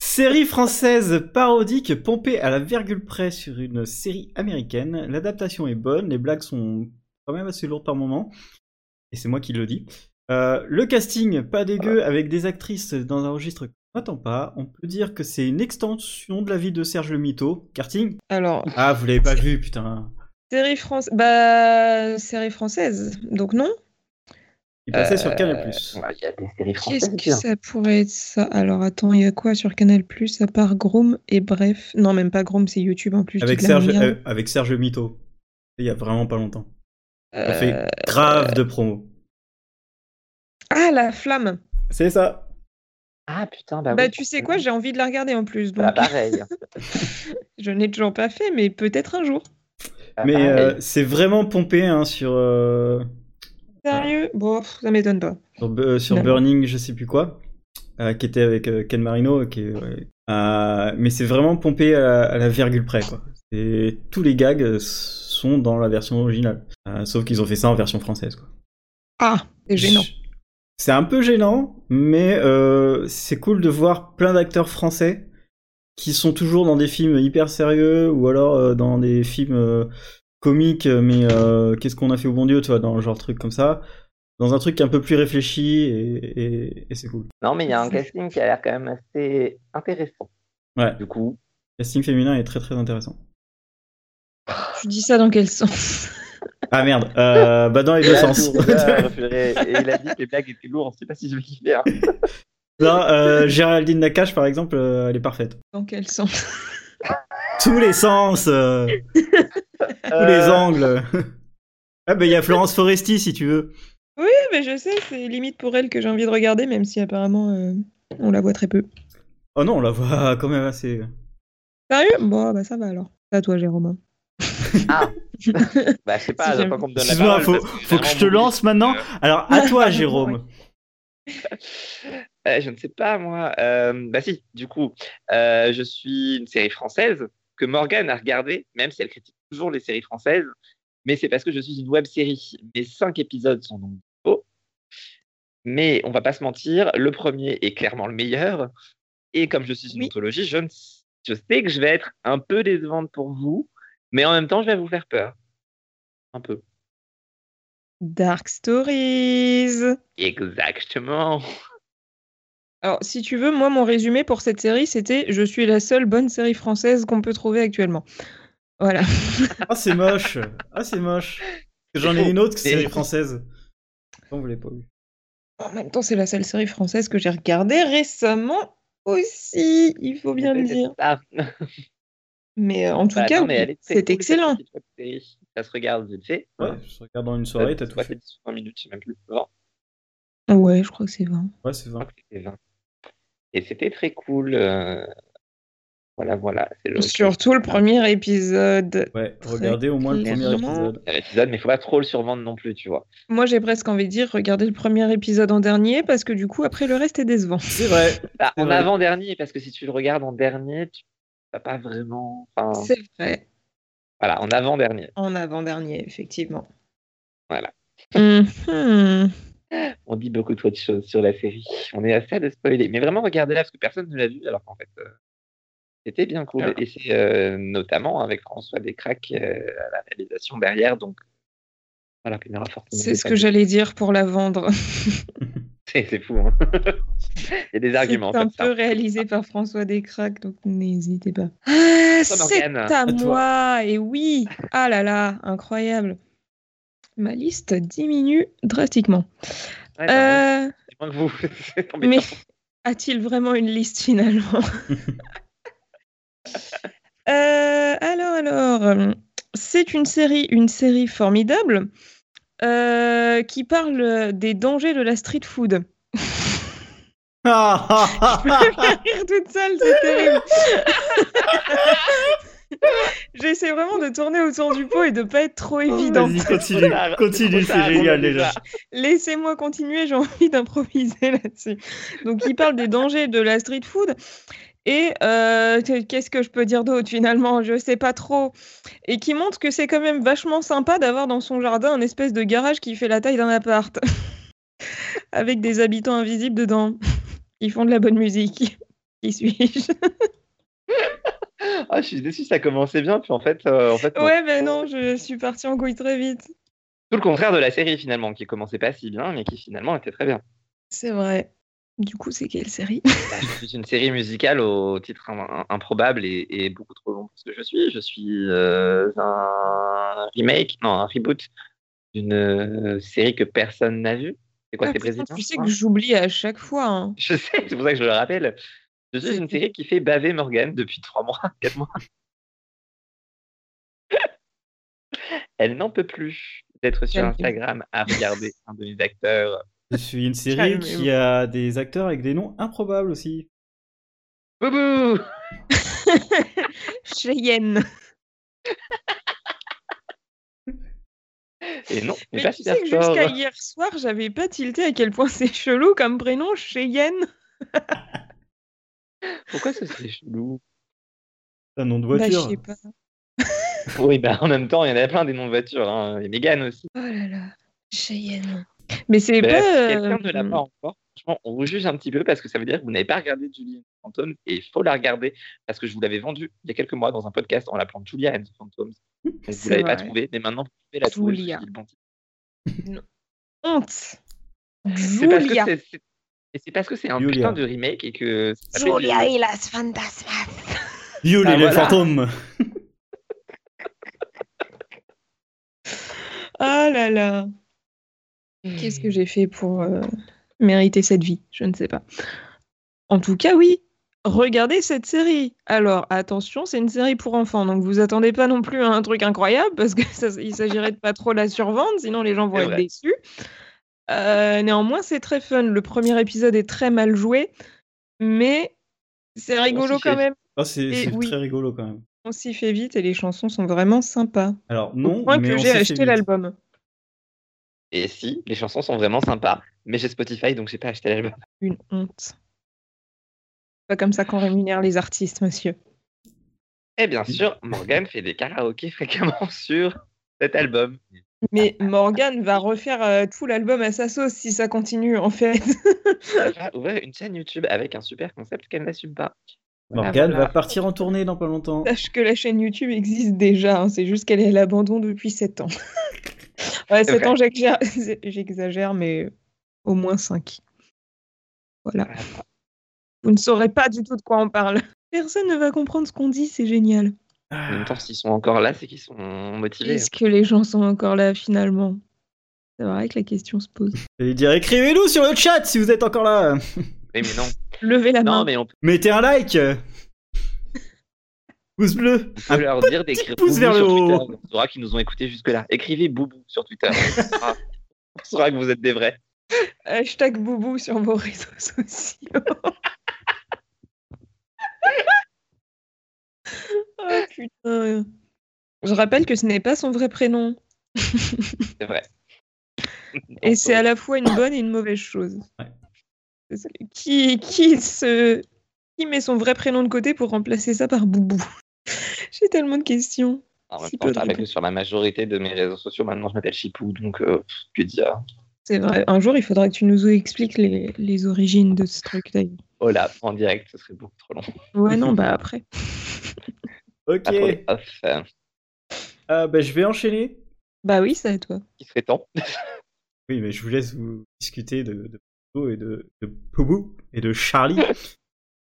Speaker 1: série française parodique pompée à la virgule près sur une série américaine. L'adaptation est bonne, les blagues sont quand même assez lourdes par moment. Et c'est moi qui le dis. Euh, le casting, pas dégueu, avec des actrices dans un registre qu'on n'attend pas. On peut dire que c'est une extension de la vie de Serge le Mito. Karting
Speaker 3: Alors,
Speaker 1: Ah, vous l'avez pas vu, putain.
Speaker 3: série française. Bah, série française. Donc, non.
Speaker 1: Il passait
Speaker 2: Euh,
Speaker 1: sur Canal+. Plus.
Speaker 2: Ouais, Il y a des séries
Speaker 3: Qu'est-ce
Speaker 2: françaises.
Speaker 3: que
Speaker 2: bien.
Speaker 3: ça pourrait être ça Alors, attends, il y a quoi sur Canal Plus à part Grom et Bref Non, même pas Grom, c'est YouTube en plus. je
Speaker 1: Avec
Speaker 3: dis de la
Speaker 1: Serge,
Speaker 3: merde.
Speaker 1: euh, avec Serge le Mito. Il y a vraiment pas longtemps. On
Speaker 3: Euh,
Speaker 1: fait grave de promo.
Speaker 3: Ah, la flamme
Speaker 1: C'est ça.
Speaker 2: Ah putain, bah,
Speaker 3: Bah,
Speaker 2: oui.
Speaker 3: tu sais quoi, j'ai envie de la regarder en plus.
Speaker 2: Bah,
Speaker 3: Donc,
Speaker 2: pareil.
Speaker 3: je n'ai toujours pas fait, mais peut-être un jour.
Speaker 2: Bah,
Speaker 1: Mais
Speaker 2: pareil.
Speaker 1: euh, c'est vraiment pompé hein, sur, euh,
Speaker 3: Sérieux Bon, pff, ça m'étonne pas.
Speaker 1: sur, Bu- euh, sur
Speaker 3: Non.
Speaker 1: Burning, je sais plus quoi, euh, qui était avec euh, Ken Marino. Qui, est- ouais. Euh, mais c'est vraiment pompé à, à la virgule près. Quoi. Et tous les gags euh, sont dans la version originale. Euh, sauf qu'ils ont fait ça en version française. Quoi.
Speaker 3: Ah, c'est gênant.
Speaker 1: C'est un peu gênant, mais euh, c'est cool de voir plein d'acteurs français qui sont toujours dans des films hyper sérieux ou alors euh, dans des films euh, comiques, mais euh, qu'est-ce qu'on a fait au bon Dieu, tu vois, dans le genre truc comme ça, dans un truc un peu plus réfléchi et, et- et c'est cool.
Speaker 2: Non, mais il y a un
Speaker 3: c'est-
Speaker 2: casting qui a l'air quand même assez intéressant.
Speaker 1: Ouais.
Speaker 2: Du coup,
Speaker 1: Le casting féminin est très très intéressant.
Speaker 3: Tu dis ça dans quel sens
Speaker 1: Ah merde, euh, bah dans les deux
Speaker 2: La
Speaker 1: sens. [laughs]
Speaker 2: lourdeur, purée. et il a dit que les blagues étaient lourdes. Je sais pas si je vais kiffer. hein.
Speaker 1: non, euh, Géraldine Nakache par exemple, euh, elle est parfaite.
Speaker 3: Dans quel sens [laughs]
Speaker 1: Tous les sens, euh, tous les
Speaker 2: Euh,
Speaker 1: angles. [laughs] ah bah il y a Florence Foresti si tu veux.
Speaker 3: Ah, mais je sais, c'est limite pour elle que j'ai envie de regarder, même si apparemment euh, on la voit très peu.
Speaker 1: Oh non, on la voit [laughs] quand même assez.
Speaker 3: Sérieux Bon, bah ça va alors. C'est à toi, Jérôme.
Speaker 2: Bah, je sais pas,
Speaker 3: Si
Speaker 2: j'attends
Speaker 3: j'aime.
Speaker 2: qu'on me donne la
Speaker 1: Excuse-moi,
Speaker 2: parole.
Speaker 1: faut,
Speaker 2: parce
Speaker 1: faut que je te
Speaker 2: vraiment,
Speaker 1: lance maintenant. Alors, à [laughs] toi, Jérôme.
Speaker 2: Euh, je ne sais pas, moi. Euh, bah si, du coup, euh, je suis une série française que Morgane a regardée, même si elle critique toujours les séries françaises. Mais c'est parce que je suis une web série. Mes cinq épisodes sont donc beaux. Mais on va pas se mentir, le premier est clairement le meilleur. Et comme je suis une
Speaker 3: Oui.
Speaker 2: anthologie, je, ne- je sais que je vais être un peu décevante pour vous, mais en même temps, je vais vous faire peur. Un peu.
Speaker 3: Dark Stories.
Speaker 2: Exactement.
Speaker 3: Alors, si tu veux, moi, mon résumé pour cette série, c'était Je suis la seule bonne série française qu'on peut trouver actuellement. Voilà. [laughs]
Speaker 1: Ah, c'est moche. Ah, c'est moche. J'en ai une autre qui série française. Non, vous l'avez pas vu.
Speaker 3: En même temps, c'est la seule série française que j'ai regardée récemment aussi, il faut
Speaker 2: [laughs]
Speaker 3: bien le dire.
Speaker 2: Ah.
Speaker 3: Mais euh, en tout
Speaker 2: Voilà,
Speaker 3: cas,
Speaker 2: non, Bah, mais
Speaker 3: oui,
Speaker 2: elle est très
Speaker 3: c'est
Speaker 2: cool,
Speaker 3: excellent.
Speaker 2: cette petite série. Ça se regarde vite fait.
Speaker 1: Ouais, je regarde dans une soirée, t'as tout
Speaker 2: Soit c'est
Speaker 1: fait.
Speaker 2: 10 ou 20 minutes, je sais même plus. 20.
Speaker 3: Ouais, je crois que c'est 20.
Speaker 1: Ouais, c'est
Speaker 2: Je
Speaker 1: vrai.
Speaker 2: crois que c'était 20. Et c'était très cool. euh, Voilà, voilà. C'est le
Speaker 3: Surtout le premier épisode.
Speaker 1: Ouais,
Speaker 3: Très
Speaker 1: regardez au moins le premier
Speaker 3: clairement.
Speaker 1: épisode.
Speaker 2: C'est un épisode, mais faut pas trop le survendre non plus, tu vois.
Speaker 3: Moi, j'ai presque envie de dire regardez le premier épisode en dernier parce que du coup, après, le reste est décevant.
Speaker 1: C'est vrai.
Speaker 2: Bah,
Speaker 1: C'est
Speaker 2: en
Speaker 1: vrai.
Speaker 2: avant-dernier, parce que si tu le regardes en dernier, tu vas pas vraiment. Enfin,
Speaker 3: C'est vrai.
Speaker 2: voilà, en avant-dernier.
Speaker 3: En avant-dernier, effectivement.
Speaker 2: Voilà.
Speaker 3: Mhm.
Speaker 2: On dit beaucoup trop de choses sur la série. On est assez à de spoiler. Mais vraiment, regardez-la, parce que personne ne l'a vu, alors qu'en fait, euh, c'était bien cool.
Speaker 3: Voilà.
Speaker 2: Et c'est euh, notamment avec François Descraques euh, à la réalisation derrière. Donc, voilà, qu'il y en aura forcément
Speaker 3: C'est
Speaker 2: des
Speaker 3: ce que
Speaker 2: fans.
Speaker 3: j'allais dire pour la vendre.
Speaker 2: C'est [laughs] c'est fou. hein. Il y a des arguments.
Speaker 3: C'est un
Speaker 2: comme ça.
Speaker 3: peu réalisé par François Descraques, donc n'hésitez pas. Ah, c'est
Speaker 2: Morgane,
Speaker 3: à
Speaker 1: toi.
Speaker 3: moi, et oui Ah là là, incroyable Ma liste diminue drastiquement.
Speaker 2: Ouais, bah,
Speaker 3: Euh,
Speaker 2: c'est moins que vous. [laughs] C'est embêtant.
Speaker 3: mais a-t-il vraiment une liste finalement Euh, Alors, alors, c'est une série, une série formidable euh, qui parle des dangers de la street food.
Speaker 1: [laughs] Ah, ah, ah,
Speaker 3: Je vais faire rire toute seule, c'est terrible. J'essaie vraiment de tourner autour du pot et de pas être trop évidente.
Speaker 1: [laughs] Vas-y, continue, continue, c'est génial déjà.
Speaker 3: Laissez-moi continuer, j'ai [laughs] envie d'improviser là-dessus. Donc, il parle des dangers de la street food. Et euh, qu'est-ce que je peux dire d'autre finalement Je sais pas trop. Et qui montre que c'est quand même vachement sympa d'avoir dans son jardin un espèce de garage qui fait la taille d'un appart. [laughs] Avec des habitants invisibles dedans. Ils font de la bonne musique. [laughs] Qui suis-je
Speaker 2: Ah, je suis déçu, ça commençait bien, puis en fait, euh, en fait non.
Speaker 3: Ouais, mais non, je suis partie en couille très vite.
Speaker 2: tout le contraire de la série finalement, qui commençait pas si bien, mais qui finalement était très bien.
Speaker 3: C'est vrai. Du coup, c'est quelle série
Speaker 2: Bah, C'est une série musicale au titre im- im- improbable et, et beaucoup trop long pour ce que je suis. Je suis euh, un remake, non, un reboot d'une euh, série que personne n'a vue. C'est quoi,
Speaker 3: Ah,
Speaker 2: c'est
Speaker 3: putain,
Speaker 2: brésilien
Speaker 3: [laughs] Tu
Speaker 2: je
Speaker 3: sais
Speaker 2: crois
Speaker 3: que j'oublie à chaque fois. hein.
Speaker 2: Je sais, c'est pour ça que je le rappelle. Je suis
Speaker 3: C'est-
Speaker 2: une série qui fait baver Morgan depuis 3 mois, [laughs] 4 mois. Elle n'en peut plus d'être sur
Speaker 3: Quel-
Speaker 2: Instagram à regarder un de mes acteurs.
Speaker 1: Je suis une série
Speaker 3: Calmez-vous.
Speaker 1: qui a des acteurs avec des noms improbables aussi.
Speaker 3: [laughs]
Speaker 2: Boubou
Speaker 3: Cheyenne.
Speaker 2: Et non, mais,
Speaker 3: Mais
Speaker 2: pas
Speaker 3: tu sais que
Speaker 2: Superstore.
Speaker 3: jusqu'à hier soir, j'avais pas tilté à quel point c'est chelou comme prénom, Cheyenne.
Speaker 2: Pourquoi ce serait chelou
Speaker 1: C'est un nom de
Speaker 3: Bah, je
Speaker 1: voiture.
Speaker 3: sais pas.
Speaker 2: [laughs] Oui, bah en même temps, il y en a plein des noms de voitures. Hein. Et Mégane aussi.
Speaker 3: Oh là là, Cheyenne. Mais c'est
Speaker 2: Bref,
Speaker 3: pas. euh,
Speaker 2: Bah, Quelqu'un ne l'a pas encore. Franchement, on vous juge un petit peu parce que ça veut dire que vous n'avez pas regardé Julie and the Phantoms et il faut la regarder parce que je vous l'avais vendue il y a quelques mois dans un podcast en l'appelant Julia and the Phantoms. Donc vous
Speaker 3: Hmm, C'est
Speaker 2: ne l'avez pas
Speaker 3: vrai.
Speaker 2: trouvée, mais maintenant vous pouvez la trouver.
Speaker 3: Julia.
Speaker 2: sous le bon titre.
Speaker 3: Honte.
Speaker 2: C'est parce que
Speaker 3: Julia.
Speaker 2: c'est- c'est- et c'est parce que c'est un
Speaker 1: Julia.
Speaker 2: putain de remake et que. ça s'appelle
Speaker 3: Julia
Speaker 2: Julia.
Speaker 3: y las fantasmas.
Speaker 1: You, les
Speaker 2: Ah, voilà.
Speaker 1: fantômes
Speaker 3: Oh là là. Qu'est-ce que j'ai fait pour euh, mériter cette vie Je ne sais pas. En tout cas, oui. Regardez cette série. Alors, attention, c'est une série pour enfants, donc vous attendez pas non plus à un truc incroyable parce que ça- il s'agirait de pas trop la survendre, sinon les gens vont
Speaker 2: C'est
Speaker 3: être
Speaker 2: vrai.
Speaker 3: déçus. Euh, néanmoins, c'est très fun. Le premier épisode est très mal joué, mais c'est rigolo
Speaker 2: s'y fait.
Speaker 3: quand même.
Speaker 1: Ah, c'est
Speaker 3: Et
Speaker 1: c'est
Speaker 3: oui.
Speaker 1: très rigolo quand même.
Speaker 3: On s'y fait vite et les chansons sont vraiment sympas.
Speaker 1: Alors
Speaker 3: Au
Speaker 1: non,
Speaker 3: point
Speaker 1: mais
Speaker 3: que
Speaker 1: on
Speaker 3: j'ai
Speaker 1: s'est fait
Speaker 3: acheté
Speaker 1: vite.
Speaker 3: l'album.
Speaker 2: Et si, les chansons sont vraiment sympas. Mais j'ai Spotify donc j'ai pas acheté l'album.
Speaker 3: Une honte. Pas comme ça qu'on rémunère les artistes, monsieur.
Speaker 2: Et Eh bien sûr, Morgan fait des karaokés fréquemment [laughs] sur cet album.
Speaker 3: Mais Morgan va refaire euh, tout l'album à sa sauce si ça continue en fait. [laughs]
Speaker 2: Elle va ouvrir Ah une chaîne YouTube avec un super concept qu'elle n'assume pas. Voilà,
Speaker 1: Morgane
Speaker 2: voilà.
Speaker 1: va partir en tournée dans pas [laughs] longtemps.
Speaker 3: Sache que la chaîne YouTube existe déjà, hein, c'est juste qu'elle est à l'abandon depuis 7 ans. [laughs] ouais, 7
Speaker 2: vrai.
Speaker 3: ans, j'exagère- [laughs] j'exagère, mais au moins 5. Voilà. Vous ne saurez pas du tout de quoi on parle. Personne ne va comprendre ce qu'on dit, c'est génial.
Speaker 2: En
Speaker 1: Ah.
Speaker 2: même temps, s'ils sont encore là, c'est qu'ils sont motivés.
Speaker 3: Est-ce que les gens sont encore là finalement C'est vrai que la question se pose.
Speaker 1: Et dire écrivez-nous sur le chat si vous êtes encore là.
Speaker 2: hein. Mais, mais non.
Speaker 3: Levez la main.
Speaker 2: non, mais on peut
Speaker 1: Mettez un like. [laughs] Ah, Pouce bleu.
Speaker 2: on peut leur dire d'écrire
Speaker 1: pouce
Speaker 2: Boubou
Speaker 1: vers le
Speaker 2: sur
Speaker 1: haut.
Speaker 2: Twitter. On saura qu'ils nous ont écoutés jusque-là. Écrivez Boubou sur Twitter. On saura- on saura que vous êtes des vrais.
Speaker 3: Hashtag boubou sur vos réseaux [laughs] sociaux. oh putain. Je rappelle que ce n'est pas son vrai prénom.
Speaker 2: C'est vrai. euh,
Speaker 3: Et c'est à la fois une bonne et une mauvaise chose.
Speaker 1: Ouais.
Speaker 3: Parce que Qui, qui, se... qui met son vrai prénom de côté pour remplacer ça par boubou [laughs] J'ai tellement de questions.
Speaker 2: En même
Speaker 3: si
Speaker 2: temps,
Speaker 3: peu
Speaker 2: je
Speaker 3: de
Speaker 2: te rappelle que
Speaker 3: réponses.
Speaker 2: sur la majorité de mes réseaux sociaux, maintenant, je m'appelle Chipou. Donc, euh, pff, que dire
Speaker 3: C'est vrai. Un jour, il faudra que tu nous expliques les, les origines de ce truc d'ailleurs.
Speaker 2: Oh là, en direct, ce serait beaucoup trop long.
Speaker 3: Ouais, [laughs] non, bah après.
Speaker 1: Ok.
Speaker 2: Pas pour les off, euh,
Speaker 1: Ah, bah, je vais enchaîner.
Speaker 3: Bah oui, ça à toi.
Speaker 2: il serait temps.
Speaker 1: Oui, mais je vous laisse vous discuter de, de Bobo et de, de Bobo et de [laughs] Charlie.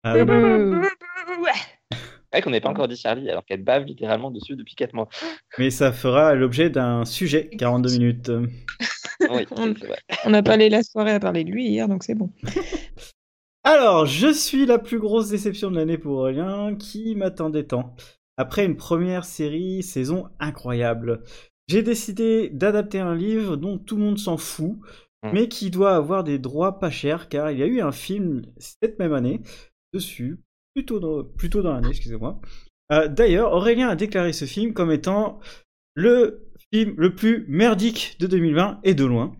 Speaker 3: Ah
Speaker 1: Euh,
Speaker 2: C'est vrai qu'on n'est pas encore dit Charlie, alors qu'elle bave littéralement dessus depuis 4 mois.
Speaker 1: mais ça fera l'objet d'un sujet 42 minutes.
Speaker 2: Ah
Speaker 1: [laughs]
Speaker 2: Oui,
Speaker 3: On-
Speaker 2: c'est vrai.
Speaker 3: On n'a pas allé la soirée à parler de lui hier, donc c'est bon.
Speaker 1: Alors, je suis la plus grosse déception de l'année pour Aurélien qui m'attendait tant. Après une première série, saison incroyable, j'ai décidé d'adapter un livre dont tout le monde s'en fout,
Speaker 2: Mm.
Speaker 1: mais qui doit avoir des droits pas chers, car il y a eu un film cette même année dessus, plutôt dans, plutôt dans l'année, excusez-moi. Euh, D'ailleurs, Aurélien a déclaré ce film comme étant le film le plus merdique de 2020 et de loin.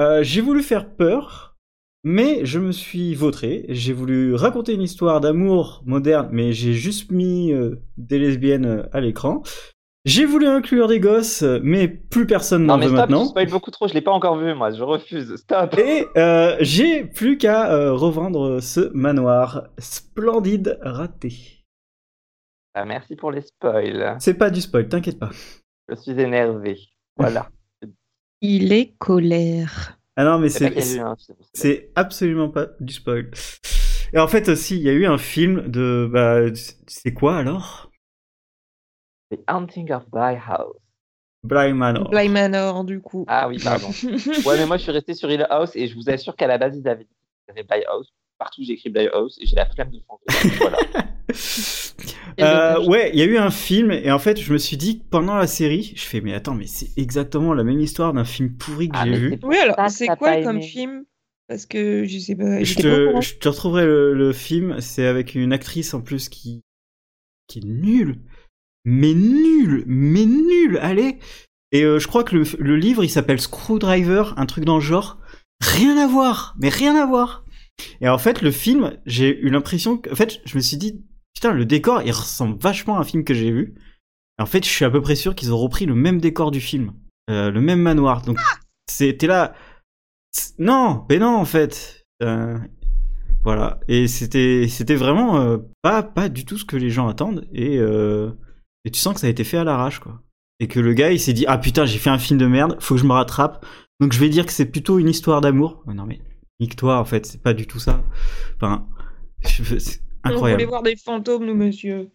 Speaker 1: Euh, j'ai voulu faire peur, mais je me suis vautré. J'ai voulu raconter une histoire d'amour moderne, mais j'ai juste mis euh, des lesbiennes euh, à l'écran. J'ai voulu inclure des gosses, euh, mais plus personne
Speaker 2: Non,
Speaker 1: n'en
Speaker 2: mais
Speaker 1: veut
Speaker 2: stop, tu
Speaker 1: maintenant.
Speaker 2: spoil beaucoup trop, je l'ai pas encore vu moi, je refuse, stop.
Speaker 1: Et euh, j'ai plus qu'à euh, revendre ce manoir. Splendide raté.
Speaker 2: Ah, merci pour les spoils,
Speaker 1: C'est pas du spoil, t'inquiète pas.
Speaker 2: je suis énervé.
Speaker 1: [laughs]
Speaker 2: Voilà.
Speaker 3: Il est colère.
Speaker 1: Ah non, mais
Speaker 2: C'est pas
Speaker 1: c'est.
Speaker 2: qu'il y a eu hein. un film, c'est-
Speaker 1: C'est absolument pas du spoil. Et en fait aussi, il y a eu un film de... Bah, c'est quoi alors
Speaker 2: The Hunting of Bly House.
Speaker 1: Blind Manor.
Speaker 3: Bly Manor, du coup.
Speaker 2: Ah oui, [laughs] pardon. Ouais, mais moi je suis resté sur Hill House et je vous assure qu'à la base ils avaient dit Bly House. Partout j'écris Bly House et j'ai la flemme de
Speaker 1: [laughs]
Speaker 2: changer. Voilà.
Speaker 1: Euh, ouais, il y a eu un film et en fait, je me suis dit que pendant la série, je fais mais attends, mais c'est exactement la même histoire d'un film pourri que
Speaker 2: Ah,
Speaker 1: j'ai
Speaker 2: mais
Speaker 1: vu.
Speaker 2: c'est-
Speaker 3: Oui,
Speaker 2: Ça,
Speaker 3: alors, c'est
Speaker 2: t'as pas
Speaker 3: quoi comme
Speaker 2: aimé.
Speaker 3: film Parce que je sais Euh, pas.
Speaker 1: Je
Speaker 3: j'étais pas au
Speaker 1: te,
Speaker 3: courant.
Speaker 1: je te retrouverai le, le film. C'est avec une actrice en plus qui qui est nulle, mais nulle, mais nulle. Allez. Et euh, je crois que le, le livre il s'appelle Screwdriver, un truc dans le genre. Rien à voir, mais rien à voir. Et en fait, le film, j'ai eu l'impression que, en fait, je me suis dit, putain, le décor, il ressemble vachement à un film que j'ai vu. En fait, je suis à peu près sûr qu'ils ont repris le même décor du film, euh, le même manoir. Donc, c'était là. C'est- Non, mais non, en fait. Euh, voilà. Et c'était, c'était vraiment euh, pas, pas du tout ce que les gens attendent. Et, euh, et tu sens que ça a été fait à l'arrache, quoi. Et que le gars, il s'est dit, ah putain, j'ai fait un film de merde, faut que je me rattrape. Donc, je vais dire que c'est plutôt une histoire d'amour. Ah Non, mais nique-toi, en fait, c'est pas du tout ça. Enfin, je- c'est
Speaker 3: On voulait
Speaker 1: incroyable.
Speaker 3: voir des fantômes, nous, monsieur.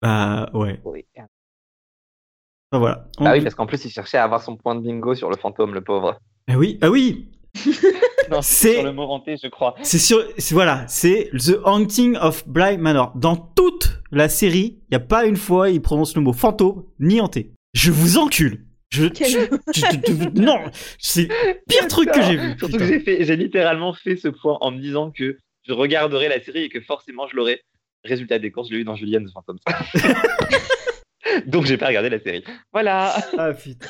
Speaker 1: Bah, ouais.
Speaker 2: Oui.
Speaker 1: Enfin, voilà. On-
Speaker 2: Bah oui, parce qu'en plus il cherchait à avoir son point de bingo sur le fantôme, le pauvre.
Speaker 1: Ah oui, ah oui,
Speaker 2: Non,
Speaker 1: C'est-
Speaker 2: sur le mot hanté, je crois.
Speaker 1: C'est sûr, c'est- voilà, c'est The Haunting of Bly Manor. Dans toute la série, il n'y a pas une fois il prononce le mot fantôme ni hanté. Je vous encule. Je,
Speaker 3: Quel-
Speaker 1: je- je- je- non, c'est le pire truc que j'ai vu.
Speaker 2: Surtout
Speaker 1: putain.
Speaker 2: que j'ai fait, j'ai littéralement fait ce point en me disant que je regarderais la série et que forcément je l'aurais. Résultat des courses, je l'ai eu dans Julianne enfin, comme ça. Donc j'ai pas regardé la série. Voilà.
Speaker 1: Ah putain.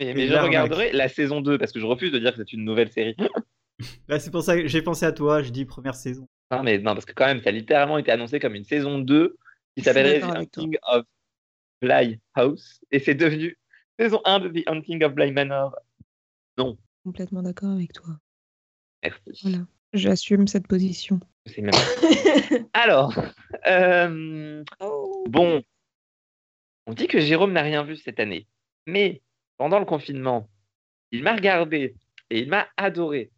Speaker 2: Mais,
Speaker 1: Et
Speaker 2: mais je
Speaker 1: l'arnaque.
Speaker 2: regarderai la saison 2 parce que je refuse de dire que c'est une nouvelle série.
Speaker 1: Là, c'est pour ça que j'ai pensé à toi, je dis première saison.
Speaker 2: Non mais non parce que quand même ça a littéralement été annoncé comme une saison 2 qui
Speaker 3: Je suis
Speaker 2: s'appellerait The
Speaker 3: d'accord avec toi.
Speaker 2: Hunting of Bly House et c'est devenu saison 1 de The Hunting of Bly Manor.
Speaker 3: Complètement d'accord avec toi.
Speaker 2: Merci.
Speaker 3: Voilà. J'assume cette [laughs] position.
Speaker 2: Je sais même pas. Alors, euh,
Speaker 3: Oh.
Speaker 2: Bon, on dit que Jérôme n'a rien vu cette année, mais pendant le confinement, il m'a regardé et il m'a adoré.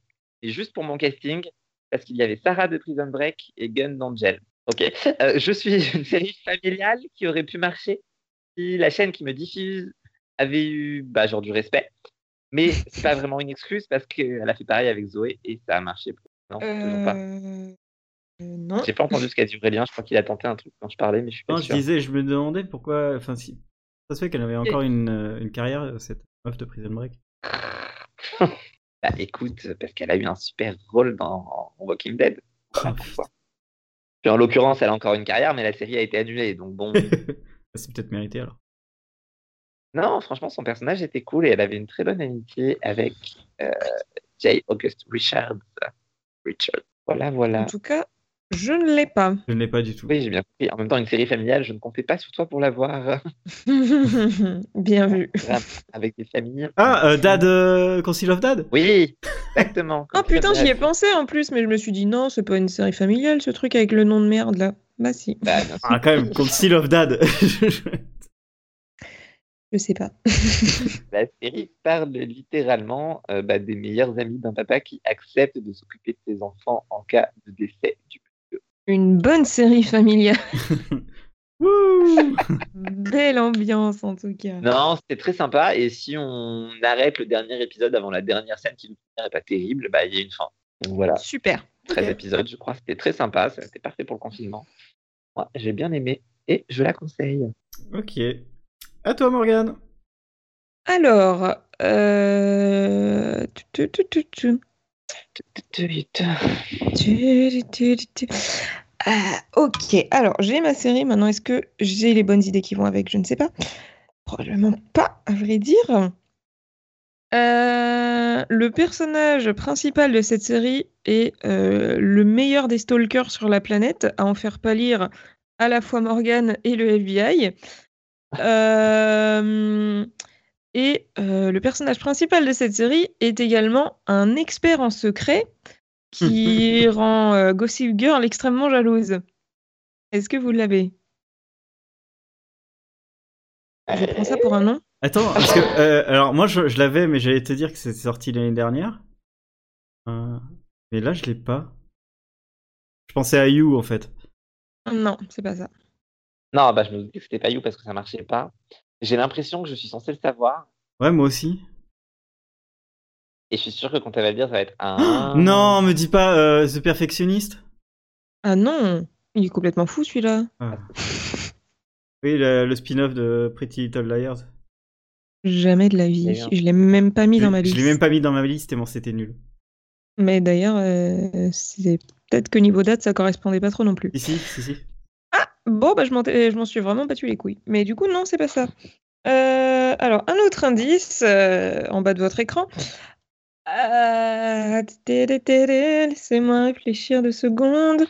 Speaker 2: Et juste pour mon casting, parce qu'il y avait Sarah de Prison Break et Gun d'Angel. Ok, Euh, je suis une série familiale qui aurait pu marcher si la chaîne qui me diffuse avait eu, bah, genre du respect. Mais c'est pas vraiment une excuse parce qu'elle a fait pareil avec Zoé et ça a marché. Non, toujours pas.
Speaker 3: Euh, euh, non.
Speaker 2: J'ai pas entendu ce qu'a dit Aurélien. Je crois qu'il a tenté un truc quand je parlais, mais je suis pas
Speaker 1: Non, je
Speaker 2: sûr.
Speaker 1: disais, je me demandais pourquoi. Enfin, si. Ça se fait qu'elle avait encore une, euh, une carrière, euh, cette meuf de Prison Break.
Speaker 2: Bah écoute, parce qu'elle a eu un super rôle dans Walking Dead. Voilà pourquoi. Puis en l'occurrence, elle a encore une carrière, mais la série a été annulée.
Speaker 1: [laughs]
Speaker 2: Donc bon.
Speaker 1: Ah, c'est peut-être mérité alors.
Speaker 2: non, franchement, son personnage était cool et elle avait une très bonne amitié avec euh, J. August Richard. Richard. Voilà,
Speaker 3: En
Speaker 2: voilà.
Speaker 3: tout cas, je ne l'ai pas. [laughs]
Speaker 1: Je ne l'ai pas du tout.
Speaker 2: Oui, j'ai bien compris. En même temps, une série familiale, je ne comptais pas sur toi pour la voir [laughs]
Speaker 3: Bien vu.
Speaker 2: avec des familles.
Speaker 1: Ah, euh, Dad, euh, Concile of Dad
Speaker 2: Oui, exactement.
Speaker 3: Oh
Speaker 2: comme tu
Speaker 3: putain,
Speaker 2: l'as
Speaker 3: j'y ai
Speaker 2: dit.
Speaker 3: pensé en plus, mais je me suis dit non, c'est pas une série familiale ce truc avec le nom de merde là. Bah si,
Speaker 2: Bah, bien sûr.
Speaker 1: Ah, quand même, Concile of [laughs] Dad.
Speaker 3: je sais pas.
Speaker 2: La série parle littéralement euh, bah, des meilleurs amis d'un papa qui accepte de s'occuper de ses enfants en cas de décès. Du...
Speaker 3: Une bonne série familiale. [laughs]
Speaker 1: Wouh
Speaker 3: Belle ambiance en tout cas.
Speaker 2: Non, c'était très sympa. Et si on arrête le dernier épisode avant la dernière scène qui n'est pas terrible, bah, il y a une fin. Donc voilà,
Speaker 3: Super.
Speaker 2: 13 épisodes, je crois. C'était très sympa. C'était parfait pour le confinement. Moi, j'ai bien aimé. et je la conseille.
Speaker 1: [laughs] Ok. À toi, Morgane.
Speaker 3: Alors, euh, tu- tu- tu- tu- tu. Tu- tu- tu- tu. Ah, ok, alors j'ai ma série maintenant. Est-ce que j'ai les bonnes idées qui vont avec Je ne sais pas. Probablement pas, à vrai dire. Euh, le personnage principal de cette série est euh, le meilleur des stalkers sur la planète, à en faire pâlir à la fois Morgan et le FBI. Euh, et euh, le personnage principal de cette série est également un expert en secret
Speaker 1: [laughs]
Speaker 3: qui rend euh, Gossip Girl extrêmement jalouse. Est-ce que vous l'avez Je prends ça pour un nom.
Speaker 1: Attends, parce que. euh, alors, moi, je, je l'avais, mais j'allais te dire que c'est sorti l'année dernière. Euh, mais là, je l'ai pas. Je pensais à You, en fait.
Speaker 3: Non, c'est pas ça.
Speaker 2: Non, bah, je me disais que c'était pas You parce que ça marchait pas. J'ai l'impression que je suis censé le savoir
Speaker 1: Ouais, moi aussi.
Speaker 2: et je suis sûr que quand elle va le dire, ça va être
Speaker 1: Ah. [gasps]
Speaker 2: un.
Speaker 1: Non, me dis pas euh, The Perfectionist.
Speaker 3: Ah non, il est complètement fou celui-là.
Speaker 1: Oui, le, le spin-off de Pretty Little Liars.
Speaker 3: Jamais de la vie.
Speaker 2: D'ailleurs.
Speaker 3: Je l'ai même pas mis
Speaker 1: Je,
Speaker 3: dans ma
Speaker 1: je
Speaker 3: liste.
Speaker 1: l'ai même pas mis dans ma liste tellement c'était nul.
Speaker 3: Mais d'ailleurs, euh, c'est peut-être que niveau date, ça correspondait pas trop non plus.
Speaker 1: Si, si, si, si.
Speaker 3: Bon, bah, je m'en je m'en suis vraiment battu les couilles. Mais du coup, non, c'est pas ça. Euh, alors, un autre indice euh, en bas de votre écran. Euh, tédétédé, Laissez-moi réfléchir deux secondes.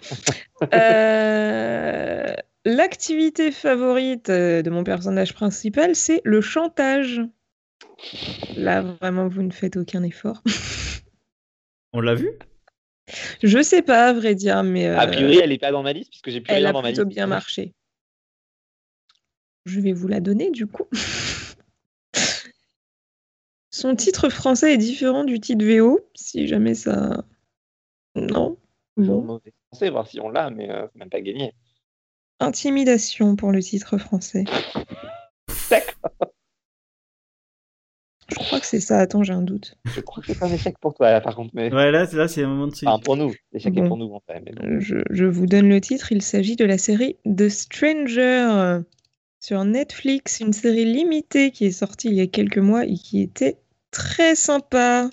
Speaker 3: Euh, L'activité favorite euh, de mon personnage principal, c'est le chantage. Là, vraiment, vous ne faites aucun effort. [laughs]
Speaker 1: On l'a vu
Speaker 3: Je sais pas, à vrai dire, mais. euh,
Speaker 2: A priori, elle est pas dans ma liste puisque j'ai plus
Speaker 3: Elle
Speaker 2: rien
Speaker 3: a
Speaker 2: dans ma
Speaker 3: plutôt
Speaker 2: liste.
Speaker 3: bien marché. Je vais vous la donner du coup. [laughs] Son titre français est différent du titre VO, si jamais ça. Non.
Speaker 2: Bon,
Speaker 3: Bon.
Speaker 2: mauvais français, voir si on l'a, mais euh, c'est même pas gagné.
Speaker 3: Intimidation pour le titre français.
Speaker 2: D'accord.
Speaker 3: Je crois que c'est ça. Attends, j'ai un doute.
Speaker 2: Je crois que c'est un échec pour toi là, par contre, mais
Speaker 1: Ouais, là, là c'est un moment de
Speaker 2: enfin
Speaker 1: suite.
Speaker 2: pour nous, l'échec
Speaker 3: Bon.
Speaker 2: est pour nous en fait. Mais bon.
Speaker 3: Je, je vous donne le titre. Il s'agit de la série The Stranger euh, sur Netflix, une série limitée qui est sortie il y a quelques mois et qui était très sympa.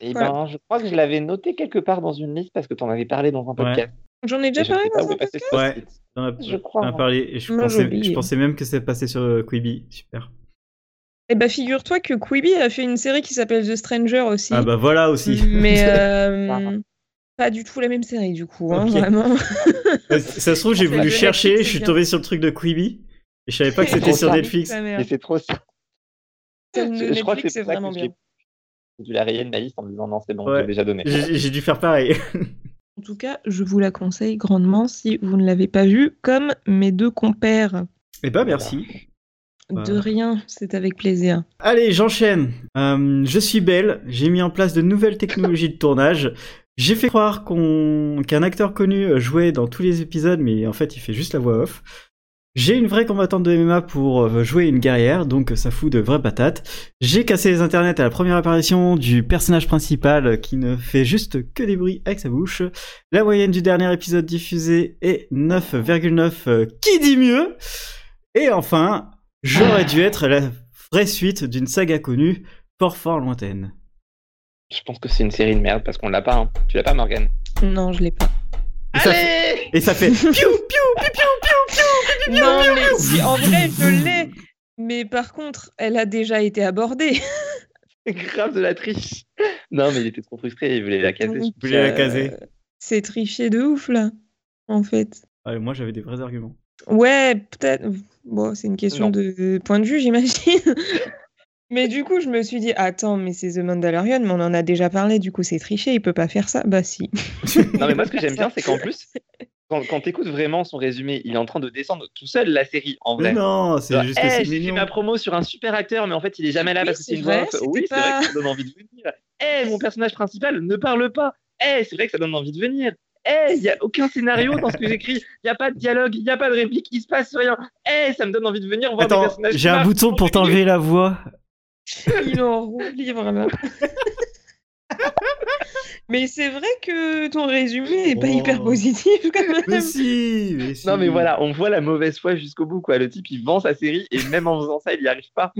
Speaker 2: Et
Speaker 3: Voilà.
Speaker 2: ben, je crois que je l'avais noté quelque part dans une liste parce que t'en avais parlé dans un podcast.
Speaker 3: J'en ai déjà
Speaker 2: Et je
Speaker 3: parlé
Speaker 2: ne sais pas
Speaker 3: dans
Speaker 2: où
Speaker 3: un
Speaker 2: est passé ce
Speaker 1: podcast
Speaker 2: site.
Speaker 1: On a-
Speaker 2: Je
Speaker 1: on
Speaker 2: crois.
Speaker 1: a parlé et je
Speaker 3: Moi,
Speaker 1: pensais,
Speaker 3: j'oublie.
Speaker 1: je pensais même que c'était passé sur euh, Quibi. Super.
Speaker 3: Eh bah figure-toi que Quibi a fait une série qui s'appelle The Stranger aussi.
Speaker 1: Ah bah voilà aussi.
Speaker 3: Mais
Speaker 1: [laughs]
Speaker 3: euh,
Speaker 2: Ah.
Speaker 3: pas du tout la même série du coup, hein,
Speaker 1: Ok.
Speaker 3: vraiment.
Speaker 1: Euh, ça se trouve, j'ai
Speaker 3: Enfin,
Speaker 1: voulu
Speaker 3: le
Speaker 1: chercher, je
Speaker 3: Netflix, c'est
Speaker 1: suis
Speaker 3: bien.
Speaker 1: tombé sur le truc de Quibi. Et je savais pas que
Speaker 2: C'est
Speaker 1: c'était
Speaker 3: [laughs]
Speaker 2: trop
Speaker 1: sur
Speaker 2: ça.
Speaker 1: Netflix.
Speaker 3: Sa mère.
Speaker 2: Mais c'est trop ça.
Speaker 3: Celle de
Speaker 2: Je- je crois que
Speaker 3: Netflix, c'est
Speaker 2: pour ça que
Speaker 3: vraiment
Speaker 2: j'ai-
Speaker 3: bien.
Speaker 2: J'ai dû la rayer de ma liste en me disant non, c'est bon,
Speaker 1: Ouais.
Speaker 2: je l'ai déjà donné.
Speaker 1: J'ai j'ai dû faire pareil.
Speaker 3: En tout cas, je vous la conseille grandement si vous ne l'avez pas vue, comme mes deux compères.
Speaker 1: Eh ben merci.
Speaker 3: De
Speaker 1: Bah.
Speaker 3: rien, c'est avec plaisir.
Speaker 1: Allez, j'enchaîne. Euh, je suis belle. J'ai mis en place de nouvelles technologies de tournage. J'ai fait croire qu'on- qu'un acteur connu euh, jouait dans tous les épisodes, mais en fait, il fait juste la voix off. J'ai une vraie combattante de MMA pour euh, jouer une guerrière, donc ça fout de vraies patates. J'ai cassé les internets à la première apparition du personnage principal euh, qui ne fait juste que des bruits avec sa bouche. La moyenne du dernier épisode diffusé est 9,9. euh, Qui dit mieux Et enfin, j'aurais dû être la vraie suite d'une saga connue fort fort lointaine.
Speaker 2: Je pense que c'est une série de merde parce qu'on l'a pas. hein. Tu l'as pas, Morgan
Speaker 3: Non, je l'ai pas.
Speaker 1: Et ça
Speaker 2: Allez
Speaker 1: Et
Speaker 3: [laughs]
Speaker 1: ça fait piou piou
Speaker 3: Non, mais si, en vrai, je l'ai. Mais par contre, elle a déjà été abordée.
Speaker 2: C'est [laughs] grave de la triche. Non, mais il était trop frustré, il voulait la casser.
Speaker 3: Donc, euh,
Speaker 1: voulais la caser.
Speaker 3: C'est triché de ouf là, en fait.
Speaker 1: Ouais, Ah, Moi j'avais des vrais arguments.
Speaker 3: Ouais, peut-être. Bon, c'est une question
Speaker 2: Non.
Speaker 3: de point de vue, j'imagine. [laughs] mais du coup, je me suis dit, attends, mais c'est The Mandalorian, mais on en a déjà parlé, du coup, c'est triché, il peut pas faire ça. Bah si.
Speaker 2: Non, mais moi, ce [laughs] que j'aime bien, c'est qu'en plus, quand, quand t'écoutes vraiment son résumé, il est en train de descendre tout seul la série, en vrai.
Speaker 1: Mais [laughs] non,
Speaker 2: Genre,
Speaker 1: c'est juste que
Speaker 2: Eh,
Speaker 1: c'est
Speaker 2: j'ai fait
Speaker 1: mignon.
Speaker 2: ma promo sur un super acteur, mais en fait, il est jamais là
Speaker 3: Oui,
Speaker 2: parce que c'est
Speaker 3: c'est
Speaker 2: une
Speaker 3: vrai,
Speaker 2: voix off.
Speaker 3: c'était
Speaker 2: Oui, c'est
Speaker 3: pas-
Speaker 2: vrai que ça donne envie de venir. Eh, mon personnage principal ne parle pas. Eh, c'est vrai que ça donne envie de venir. Eh, il n'y a aucun scénario dans ce que j'écris. Il n'y a pas de dialogue, il n'y a pas de réplique, il se passe rien. Eh, ça me donne envie de venir voir des
Speaker 1: Attends,
Speaker 2: personnages. qui
Speaker 1: j'ai un
Speaker 2: marchent.
Speaker 1: bouton pour t'enlever la
Speaker 2: [laughs]
Speaker 1: voix.
Speaker 3: Il est en roue libre là. Mais c'est vrai que ton résumé est pas
Speaker 1: Oh.
Speaker 3: hyper positif quand même.
Speaker 1: Mais si, mais si.
Speaker 2: Non, mais voilà, on voit la mauvaise foi jusqu'au bout, quoi. Le type, il vend sa série et même en faisant ça, il n'y arrive pas.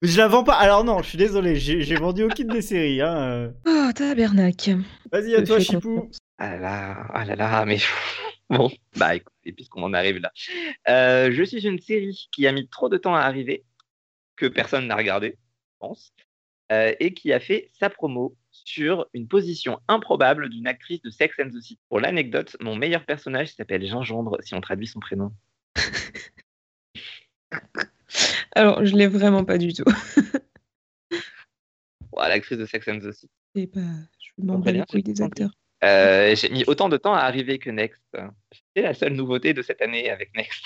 Speaker 1: Je la vends pas. Alors non, je suis désolé, j'ai j'ai vendu aucune des séries. Hein. euh.
Speaker 3: Oh, tabernacle.
Speaker 1: Vas-y, à
Speaker 3: Je
Speaker 1: toi,
Speaker 3: fais
Speaker 1: Chipou.
Speaker 2: Ah là, ah là là, mais [laughs] bon, bah écoute, et puisqu'on en arrive là, Euh, je suis une série qui a mis trop de temps à arriver, que personne n'a regardé, je pense, euh, et qui a fait sa promo sur une position improbable d'une actrice de Sex and the City. Pour l'anecdote, mon meilleur personnage s'appelle Jean Gendre, si on traduit son prénom.
Speaker 3: Alors, je l'ai vraiment pas du tout.
Speaker 2: Ouah, L'actrice de Sex and the City.
Speaker 3: Et bah, je m'en bats
Speaker 2: Aurélien,
Speaker 3: les couilles
Speaker 2: j'ai
Speaker 3: des acteurs.
Speaker 2: Euh, J'ai mis autant de temps à arriver que Next. C'est la seule nouveauté de cette année avec Next.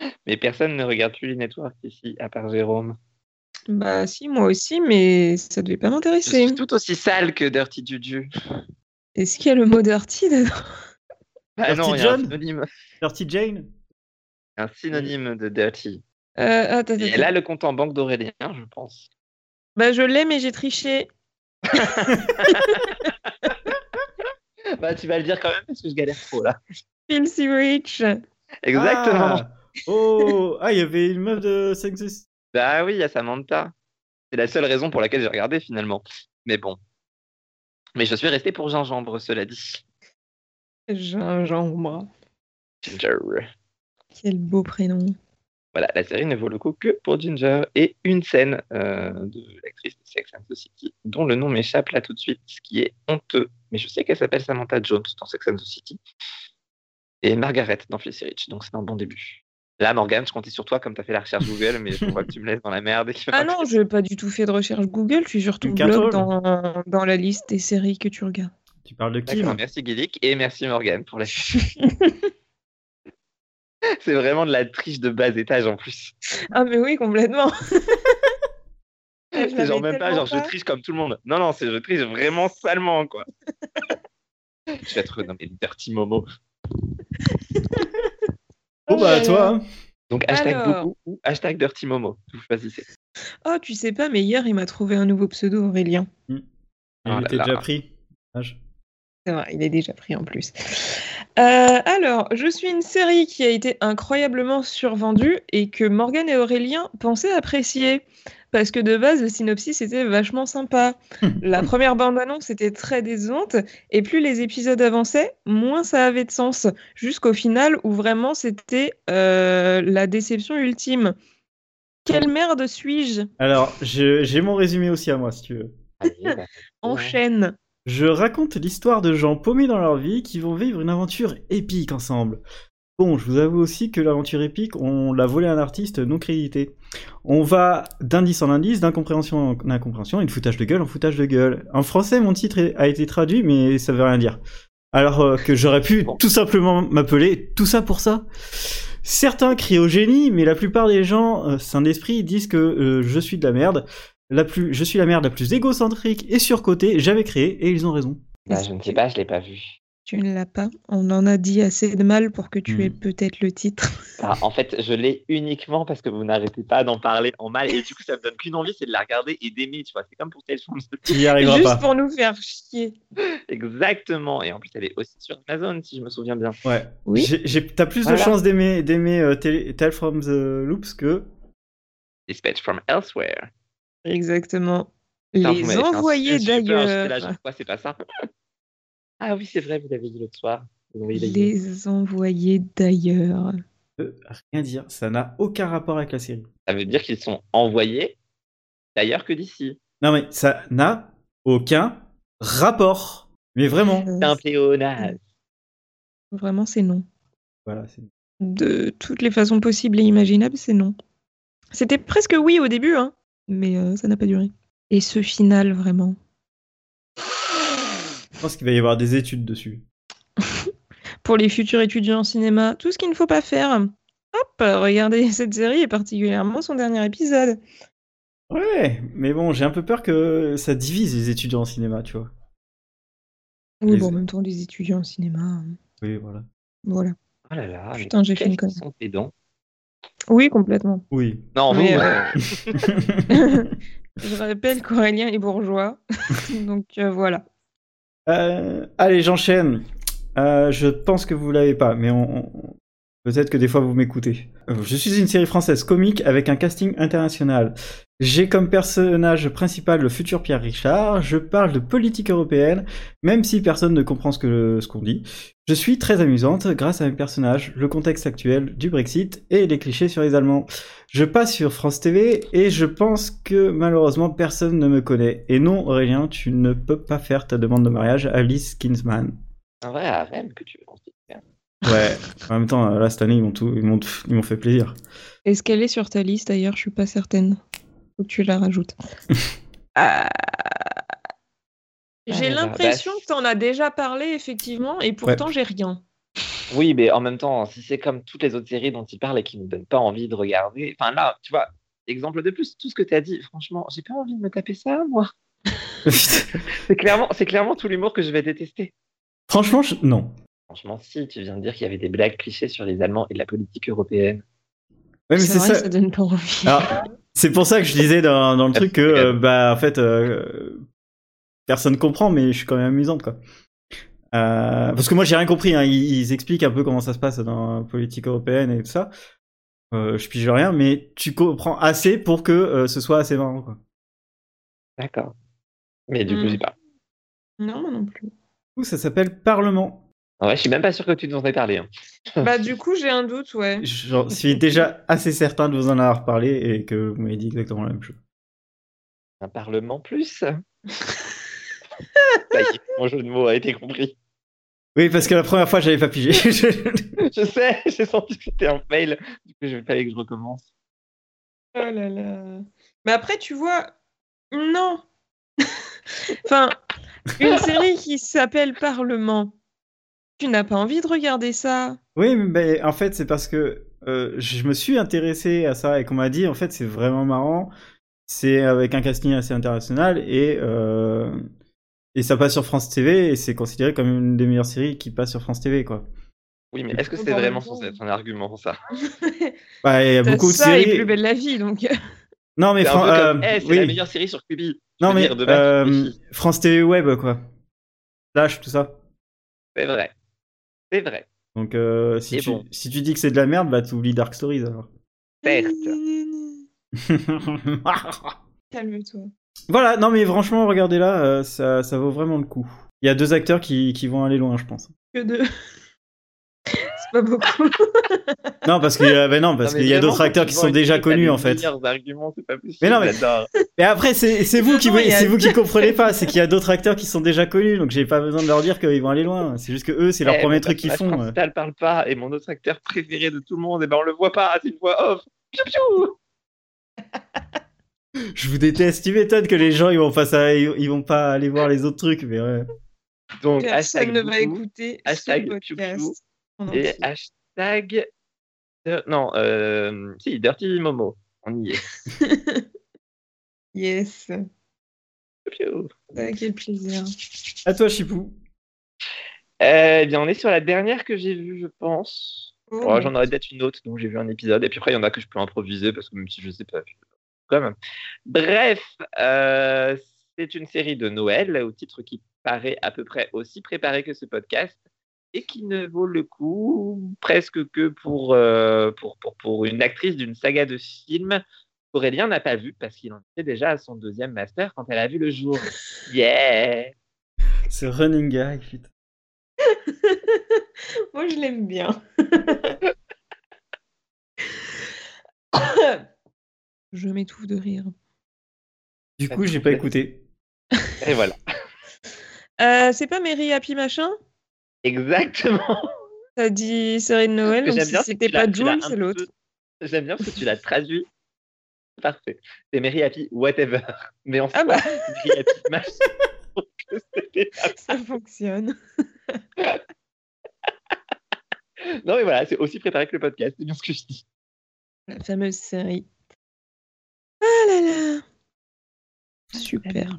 Speaker 2: [laughs] Mais personne ne regarde plus les networks ici, à part Jérôme.
Speaker 3: Bah si, moi aussi, mais ça devait pas m'intéresser.
Speaker 2: Je suis tout aussi sale que Dirty Juju.
Speaker 3: Est-ce qu'il y a le mot dirty dedans
Speaker 2: Ah
Speaker 1: Dirty
Speaker 2: non, il y a un
Speaker 1: John
Speaker 2: synonyme,
Speaker 1: Dirty Jane.
Speaker 2: un synonyme de Dirty.
Speaker 3: Euh, attends, attends,
Speaker 2: Et là, le compte en banque d'Aurélien, je pense.
Speaker 3: Bah je l'ai, mais j'ai triché.
Speaker 2: [laughs] Bah, tu vas le dire quand même parce que je galère trop là.
Speaker 3: Feel si rich.
Speaker 2: Exactement.
Speaker 1: Ah. oh, ah, il y avait une meuf de Sex and the City.
Speaker 2: Bah oui, il y a Samantha. C'est la seule raison pour laquelle j'ai regardé finalement. Mais bon. Mais je suis resté pour gingembre, cela dit.
Speaker 3: Gingembre.
Speaker 2: Ginger.
Speaker 3: Quel beau prénom.
Speaker 2: Voilà, la série ne vaut le coup que pour Ginger et une scène euh, de l'actrice de Sex and the City, dont le nom m'échappe là tout de suite, ce qui est honteux. Mais je sais qu'elle s'appelle Samantha Jones dans Sex and the City et Margaret dans Fleetwood Rich, donc c'est un bon début. Là, Morgane, je comptais sur toi comme tu as fait la recherche Google, mais je vois que tu me laisses dans la merde. et que-
Speaker 3: Ah non, je n'ai pas du tout fait de recherche Google, je suis surtout
Speaker 1: Une
Speaker 3: blog
Speaker 1: casserole.
Speaker 3: dans, dans la liste des séries que tu regardes.
Speaker 1: Tu parles de qui
Speaker 2: D'accord,
Speaker 1: là
Speaker 2: merci Guilic et merci Morgane
Speaker 3: [laughs]
Speaker 2: pour la [laughs] C'est vraiment de la triche de bas étage en plus.
Speaker 3: Ah mais oui, complètement.
Speaker 2: [laughs] C'est genre même pas, genre je triche comme tout le monde. Non, non, c'est je triche vraiment salement, quoi. [laughs] je vais être dans mes dirty momos.
Speaker 1: Bon, bah, à toi. hein.
Speaker 2: Donc hashtag
Speaker 3: Alors.
Speaker 2: beaucoup ou hashtag dirty momo. Vous choisissez.
Speaker 3: Oh, tu sais pas, mais hier, il m'a trouvé un nouveau pseudo, Aurélien.
Speaker 1: Il
Speaker 2: Oh là
Speaker 1: était
Speaker 2: là.
Speaker 1: déjà pris. Dommage.
Speaker 3: C'est vrai, il est déjà pris en plus. Euh, alors, je suis une série qui a été incroyablement survendue et que Morgane et Aurélien pensaient apprécier. Parce que de base, le synopsis était vachement
Speaker 2: [laughs]
Speaker 3: sympa. La première bande-annonce était très décevante, et plus les épisodes avançaient, moins ça avait de sens. Jusqu'au final où vraiment c'était euh, la déception ultime. Quelle merde suis-je
Speaker 1: Alors, je- j'ai mon résumé aussi à moi, si tu veux.
Speaker 2: [laughs]
Speaker 3: Enchaîne.
Speaker 1: Je raconte l'histoire de gens paumés dans leur vie qui vont vivre une aventure épique ensemble. Bon, je vous avoue aussi que l'aventure épique, on l'a volée à un artiste non crédité. On va d'indice en indice, d'incompréhension en incompréhension, et de foutage de gueule en foutage de gueule. En français, mon titre est- a été traduit, mais ça veut rien dire. Alors euh, que j'aurais pu
Speaker 2: Bon.
Speaker 1: tout simplement m'appeler tout ça pour ça. Certains crient au génie, mais la plupart des gens euh, sains d'esprit disent que euh, je suis de la merde. La plus, je suis la merde la plus égocentrique et surcotée jamais créée, et ils ont raison.
Speaker 2: Bah, je ne sais pas, je l'ai pas vu.
Speaker 3: Tu ne l'as pas. On en a dit assez de mal pour que tu
Speaker 1: Hmm.
Speaker 3: aies peut-être le titre.
Speaker 2: Ah, en fait, je l'ai uniquement parce que vous n'arrêtez pas d'en parler en mal. Et du coup, ça me donne qu'une envie, c'est de la regarder et d'aimer, tu vois. C'est comme pour Telson.
Speaker 1: Tu y arriveras
Speaker 3: Juste
Speaker 1: pas.
Speaker 3: pour nous faire chier.
Speaker 2: Exactement. Et en plus, elle est aussi sur Amazon, si je me souviens bien.
Speaker 1: Ouais.
Speaker 3: Oui.
Speaker 1: J'ai- j'ai- T'as plus de
Speaker 2: Voilà.
Speaker 1: chances d'aimer d'aimer euh, Tale Tale from the Loops que.
Speaker 2: Dispatch from Elsewhere.
Speaker 3: Exactement.
Speaker 2: Putain, vous
Speaker 3: Les
Speaker 2: m'avez fait un
Speaker 3: envoyer
Speaker 2: super, j'étais là,
Speaker 3: d'ailleurs.
Speaker 2: genre, quoi, c'est pas ça. [laughs] ah oui, c'est vrai, vous l'avez dit l'autre soir. Vous l'avez dit.
Speaker 3: Les envoyer d'ailleurs.
Speaker 1: Euh, rien dire. Ça n'a aucun rapport avec la série.
Speaker 2: Ça veut dire qu'ils sont envoyés d'ailleurs que d'ici.
Speaker 1: Non mais ça n'a aucun rapport. Mais
Speaker 3: [laughs]
Speaker 1: vraiment.
Speaker 3: Euh,
Speaker 2: C'est un pléonasme.
Speaker 3: Vraiment, c'est non.
Speaker 1: Voilà. c'est-
Speaker 3: De toutes les façons possibles et imaginables, c'est non. C'était presque oui au début, hein, mais euh, ça n'a pas duré. Et ce final, vraiment.
Speaker 1: Je pense qu'il va y avoir des études dessus.
Speaker 3: pour les futurs étudiants en cinéma, tout ce qu'il ne faut pas faire. Hop, regardez [laughs] cette série et particulièrement son dernier épisode.
Speaker 1: Ouais. Mais bon, j'ai un peu peur que ça divise les étudiants en cinéma, tu vois.
Speaker 3: Oui,
Speaker 1: Les-
Speaker 3: bon, en même temps, les étudiants en cinéma, euh,
Speaker 1: Oui, voilà.
Speaker 3: voilà.
Speaker 2: Oh là là. mais
Speaker 3: Putain, j'ai fait une
Speaker 2: qu'est-ce qu'ils sont pédants.
Speaker 3: Ah, Oui, complètement.
Speaker 1: Oui. [laughs]
Speaker 2: Non,
Speaker 3: Mais,
Speaker 2: vous,
Speaker 3: euh,
Speaker 2: euh,
Speaker 1: [laughs]
Speaker 3: Je rappelle qu'Aurélien est bourgeois, donc euh, voilà.
Speaker 1: Euh, allez, j'enchaîne. Euh, je pense que vous l'avez pas, mais on, on- peut-être que des fois vous m'écoutez. Euh, Je suis une série française comique avec un casting international. J'ai comme personnage principal le futur Pierre Richard. Je parle de politique européenne, même si personne ne comprend ce que ce qu'on dit. Je suis très amusante grâce à mes personnages, le contexte actuel du Brexit et les clichés sur les Allemands. Je passe sur France TV et je pense que malheureusement personne ne me connaît. Et non, Aurélien, tu ne peux pas faire ta demande de mariage à Alice Kinsman.
Speaker 2: Un euh, vrai harem que tu veux construire.
Speaker 1: Ouais, en même temps, euh, là, cette année, ils m'ont tout, ils m'ont, ils m'ont fait plaisir. [laughs]
Speaker 3: Est-ce qu'elle est sur ta liste d'ailleurs Je suis pas certaine. Faut que tu la
Speaker 1: [laughs]
Speaker 3: rajoutes. Ah,
Speaker 2: Ah,
Speaker 4: J'ai
Speaker 1: Ah, bah,
Speaker 2: la
Speaker 4: l'impression
Speaker 2: vache.
Speaker 4: que t'en as déjà parlé, effectivement, et pourtant j'ai rien.
Speaker 2: Oui, mais en même temps, si c'est comme toutes les autres séries dont il parle et qui ne nous donnent pas envie de regarder, enfin là, tu vois, exemple de plus, tout ce que tu as dit, franchement, j'ai pas envie de me taper ça, moi. C'est clairement, c'est clairement tout l'humour que je vais détester.
Speaker 1: Franchement, je- non.
Speaker 2: Franchement, si, tu viens de dire qu'il y avait des blagues clichés sur les Allemands et de la politique européenne.
Speaker 1: Ouais, mais c'est
Speaker 3: c'est vrai,
Speaker 1: ça. Ah.
Speaker 3: ça... donne pas envie.
Speaker 1: Alors, c'est pour ça que je disais dans, dans le truc que, euh, bah, en fait, euh, personne comprend, mais je suis quand même amusante, quoi. Euh, parce que moi, j'ai rien compris. hein. Ils, ils expliquent un peu comment ça se passe dans la politique européenne et tout ça. Euh, je pige rien, mais tu comprends assez pour que euh, ce soit assez marrant, quoi.
Speaker 2: D'accord. Mais du
Speaker 4: Hmm.
Speaker 2: coup, j'ai pas.
Speaker 3: Non, moi non plus.
Speaker 1: Du coup, ça s'appelle Parlement.
Speaker 2: En vrai, je suis même pas sûr que tu nous en aies parlé. hein.
Speaker 1: Ah.
Speaker 4: bah du coup j'ai un doute, ouais.
Speaker 1: J'en suis déjà assez certain de vous en avoir parlé et que vous m'avez dit exactement la même chose.
Speaker 2: Un parlement plus. Ça y est, mon jeu de mots a été compris.
Speaker 1: Oui, parce que la première fois, j'avais pas pigé. [laughs] Je-
Speaker 2: Je sais, [laughs] j'ai senti que c'était un fail. Du coup, je vais fallait que je recommence.
Speaker 4: Oh là là. Mais après, tu vois, non. [laughs] enfin, une série qui s'appelle Parlement. Tu n'as pas envie de regarder
Speaker 3: [laughs]
Speaker 4: ça.
Speaker 1: oui, mais ben, en fait, c'est parce que euh, je me suis intéressé à ça et qu'on m'a dit, en fait, c'est vraiment marrant. C'est avec un casting assez international et, euh, et ça passe sur France TV et c'est considéré comme une des meilleures séries qui passe sur France TV, quoi.
Speaker 2: Oui, mais est-ce que
Speaker 4: Bon,
Speaker 2: c'est
Speaker 4: bah, en
Speaker 2: vraiment
Speaker 4: même temps,
Speaker 2: censé être un argument, ça
Speaker 1: Bah, il y a
Speaker 4: T'as
Speaker 1: beaucoup de
Speaker 4: ça et
Speaker 1: séries.
Speaker 4: plus belle la vie, donc.
Speaker 1: Non, mais
Speaker 2: C'est un
Speaker 1: Fran-
Speaker 2: peu comme,
Speaker 1: euh,
Speaker 2: Eh, c'est
Speaker 1: oui.
Speaker 2: la meilleure série sur Quibi.
Speaker 1: Non,
Speaker 2: veux
Speaker 1: mais
Speaker 2: dire, de base,
Speaker 1: euh,
Speaker 2: oui.
Speaker 1: France TV Web, quoi. Flash, tout ça.
Speaker 2: C'est vrai. C'est vrai.
Speaker 1: Donc, euh, si,
Speaker 2: Et
Speaker 1: tu,
Speaker 2: bon.
Speaker 1: si tu dis que c'est de la merde, bah, t'oublies Dark Stories alors. [laughs]
Speaker 2: Certes.
Speaker 4: [laughs] Calme-toi.
Speaker 1: Voilà, non mais franchement, regardez-la, euh, ça, ça vaut vraiment le coup. Il y a deux acteurs qui, qui vont aller loin, je pense.
Speaker 4: Que deux. [laughs] C'est pas beaucoup.
Speaker 1: Non, parce qu'il y a- ben non, parce
Speaker 2: Non, mais
Speaker 1: qu'il y a
Speaker 2: vraiment,
Speaker 1: d'autres
Speaker 2: quand
Speaker 1: acteurs
Speaker 2: tu
Speaker 1: qui
Speaker 2: vends
Speaker 1: sont
Speaker 2: une
Speaker 1: déjà
Speaker 2: série, t'as
Speaker 1: connus
Speaker 2: des
Speaker 1: en fait.
Speaker 2: meilleurs arguments, c'est pas possible.
Speaker 1: Mais non, mais-
Speaker 2: j'adore.
Speaker 1: Et après, c'est c'est vous qui
Speaker 4: Non, il y a-
Speaker 1: c'est vous qui comprenez pas, c'est qu'il y a d'autres acteurs qui sont déjà connus, donc j'ai pas besoin de leur dire qu'ils vont aller loin. C'est juste que eux, c'est leur
Speaker 2: Eh,
Speaker 1: premier
Speaker 2: mon
Speaker 1: truc qu'ils
Speaker 2: personnage
Speaker 1: font. euh.
Speaker 2: principal parle pas, et mon autre acteur préféré de tout le monde, et ben on le voit pas, c'est une voix off. Piou, piou.
Speaker 1: Je vous déteste, tu m'étonnes que les gens ils vont pas ça, ils, ils vont pas aller voir les autres trucs, mais ouais.
Speaker 2: Donc,
Speaker 4: [laughs]
Speaker 2: hashtag
Speaker 4: Personne ne va
Speaker 2: Boubou
Speaker 4: écouter
Speaker 2: hashtag
Speaker 4: ce
Speaker 2: piou piou,
Speaker 4: podcast. en
Speaker 2: et
Speaker 4: entier.
Speaker 2: hashtag. de- Non, euh... si, Dirty Momo. On y est.
Speaker 4: [laughs] Yes.
Speaker 2: Piou, piou.
Speaker 4: Ah, quel plaisir.
Speaker 1: À toi, Chipou.
Speaker 2: Euh, Eh bien, on est sur la dernière que j'ai vue, je pense.
Speaker 4: Oh,
Speaker 2: Ouais, J'en aurais peut-être une autre, donc j'ai vu un épisode. Et puis après, il y en a que je peux improviser parce que même si je sais pas, je... quand même. Bref, euh, c'est une série de Noël au titre qui paraît à peu près aussi préparé que ce podcast et qui ne vaut le coup presque que pour, euh, pour, pour, pour une actrice d'une saga de film qu'Aurélien n'a pas vu parce qu'il en était déjà à son deuxième master quand elle a vu le jour. Yeah!
Speaker 1: Ce running guy, putain.
Speaker 4: Oh, Moi, je l'aime
Speaker 2: [laughs]
Speaker 4: bien.
Speaker 3: Je m'étouffe de rire.
Speaker 1: Du coup, j'ai pas écouté.
Speaker 2: Et voilà.
Speaker 3: Euh, c'est pas Mary Happy Machin
Speaker 2: Exactement!
Speaker 3: T'as dit série de Noël,
Speaker 2: Ce que
Speaker 3: donc
Speaker 2: j'aime
Speaker 3: si
Speaker 2: bien, c'est que
Speaker 3: c'était
Speaker 2: tu l'as-
Speaker 3: pas
Speaker 2: tu l'as
Speaker 3: Jules,
Speaker 2: un
Speaker 3: c'est l'autre.
Speaker 2: peu- J'aime bien parce que tu l'as traduit. Parfait. C'est Mary Happy, whatever. [laughs] Mais en
Speaker 4: Ah bah.
Speaker 2: soi, Mary Happy, [laughs] machin. Donc, c'était-
Speaker 4: [laughs] Ça fonctionne.
Speaker 2: non, mais voilà, c'est aussi préparé que le podcast, c'est bien ce que je dis.
Speaker 3: La fameuse série. Ah là là Ah, Super.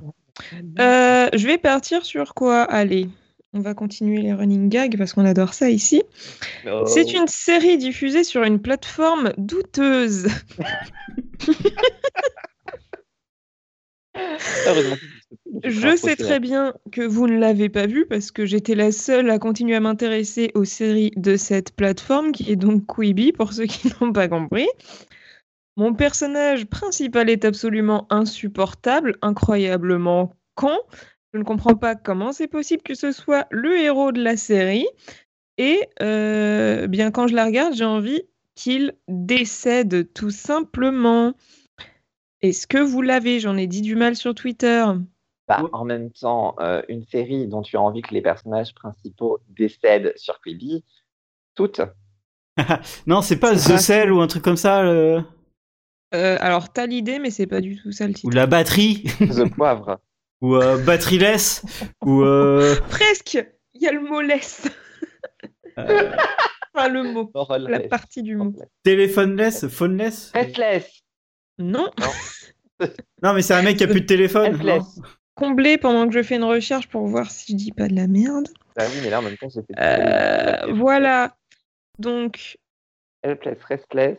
Speaker 3: Euh, je vais partir sur quoi Allez, on va continuer les running gags parce qu'on adore ça ici.
Speaker 2: No.
Speaker 3: C'est une série diffusée sur une plateforme douteuse.
Speaker 2: Heureusement que c'est une
Speaker 3: Je sais très bien que vous ne l'avez pas vu parce que j'étais la seule à continuer à m'intéresser aux séries de cette plateforme qui est donc Quibi pour ceux qui [laughs] n'ont pas compris. Mon personnage principal est absolument insupportable, incroyablement con. Je ne comprends pas comment c'est possible que ce soit le héros de la série. Et euh, bien quand je la regarde, j'ai envie qu'il décède tout simplement. Est-ce que vous l'avez J'en ai dit du mal sur Twitter.
Speaker 2: Bah, en même temps, euh, une série dont tu as envie que les personnages principaux décèdent sur Quibi,
Speaker 3: [laughs]
Speaker 2: toutes.
Speaker 1: Non, c'est pas
Speaker 3: C'est
Speaker 1: The
Speaker 3: pas-
Speaker 1: Cell ou un truc comme ça, le-
Speaker 3: Euh, alors, t'as l'idée, mais c'est pas du tout ça le
Speaker 1: ou
Speaker 3: titre.
Speaker 1: la batterie,
Speaker 2: The Poivre.
Speaker 1: ou euh, batteryless, ou euh,
Speaker 3: Presque Il y a le mot laisse.
Speaker 1: euh,
Speaker 3: [laughs] Enfin, le mot. La
Speaker 2: Morales.
Speaker 3: partie du mot.
Speaker 1: téléphoneless, phoneless.
Speaker 2: Restless.
Speaker 3: Non.
Speaker 1: Non, mais c'est un mec qui a plus de téléphone. non
Speaker 2: Restless.
Speaker 3: Comblé pendant que je fais une recherche pour voir si je dis pas de la merde.
Speaker 2: Ah oui, mais là, en même temps, j'ai fait.
Speaker 3: Euh, voilà. Donc,
Speaker 2: Helpless, Restless,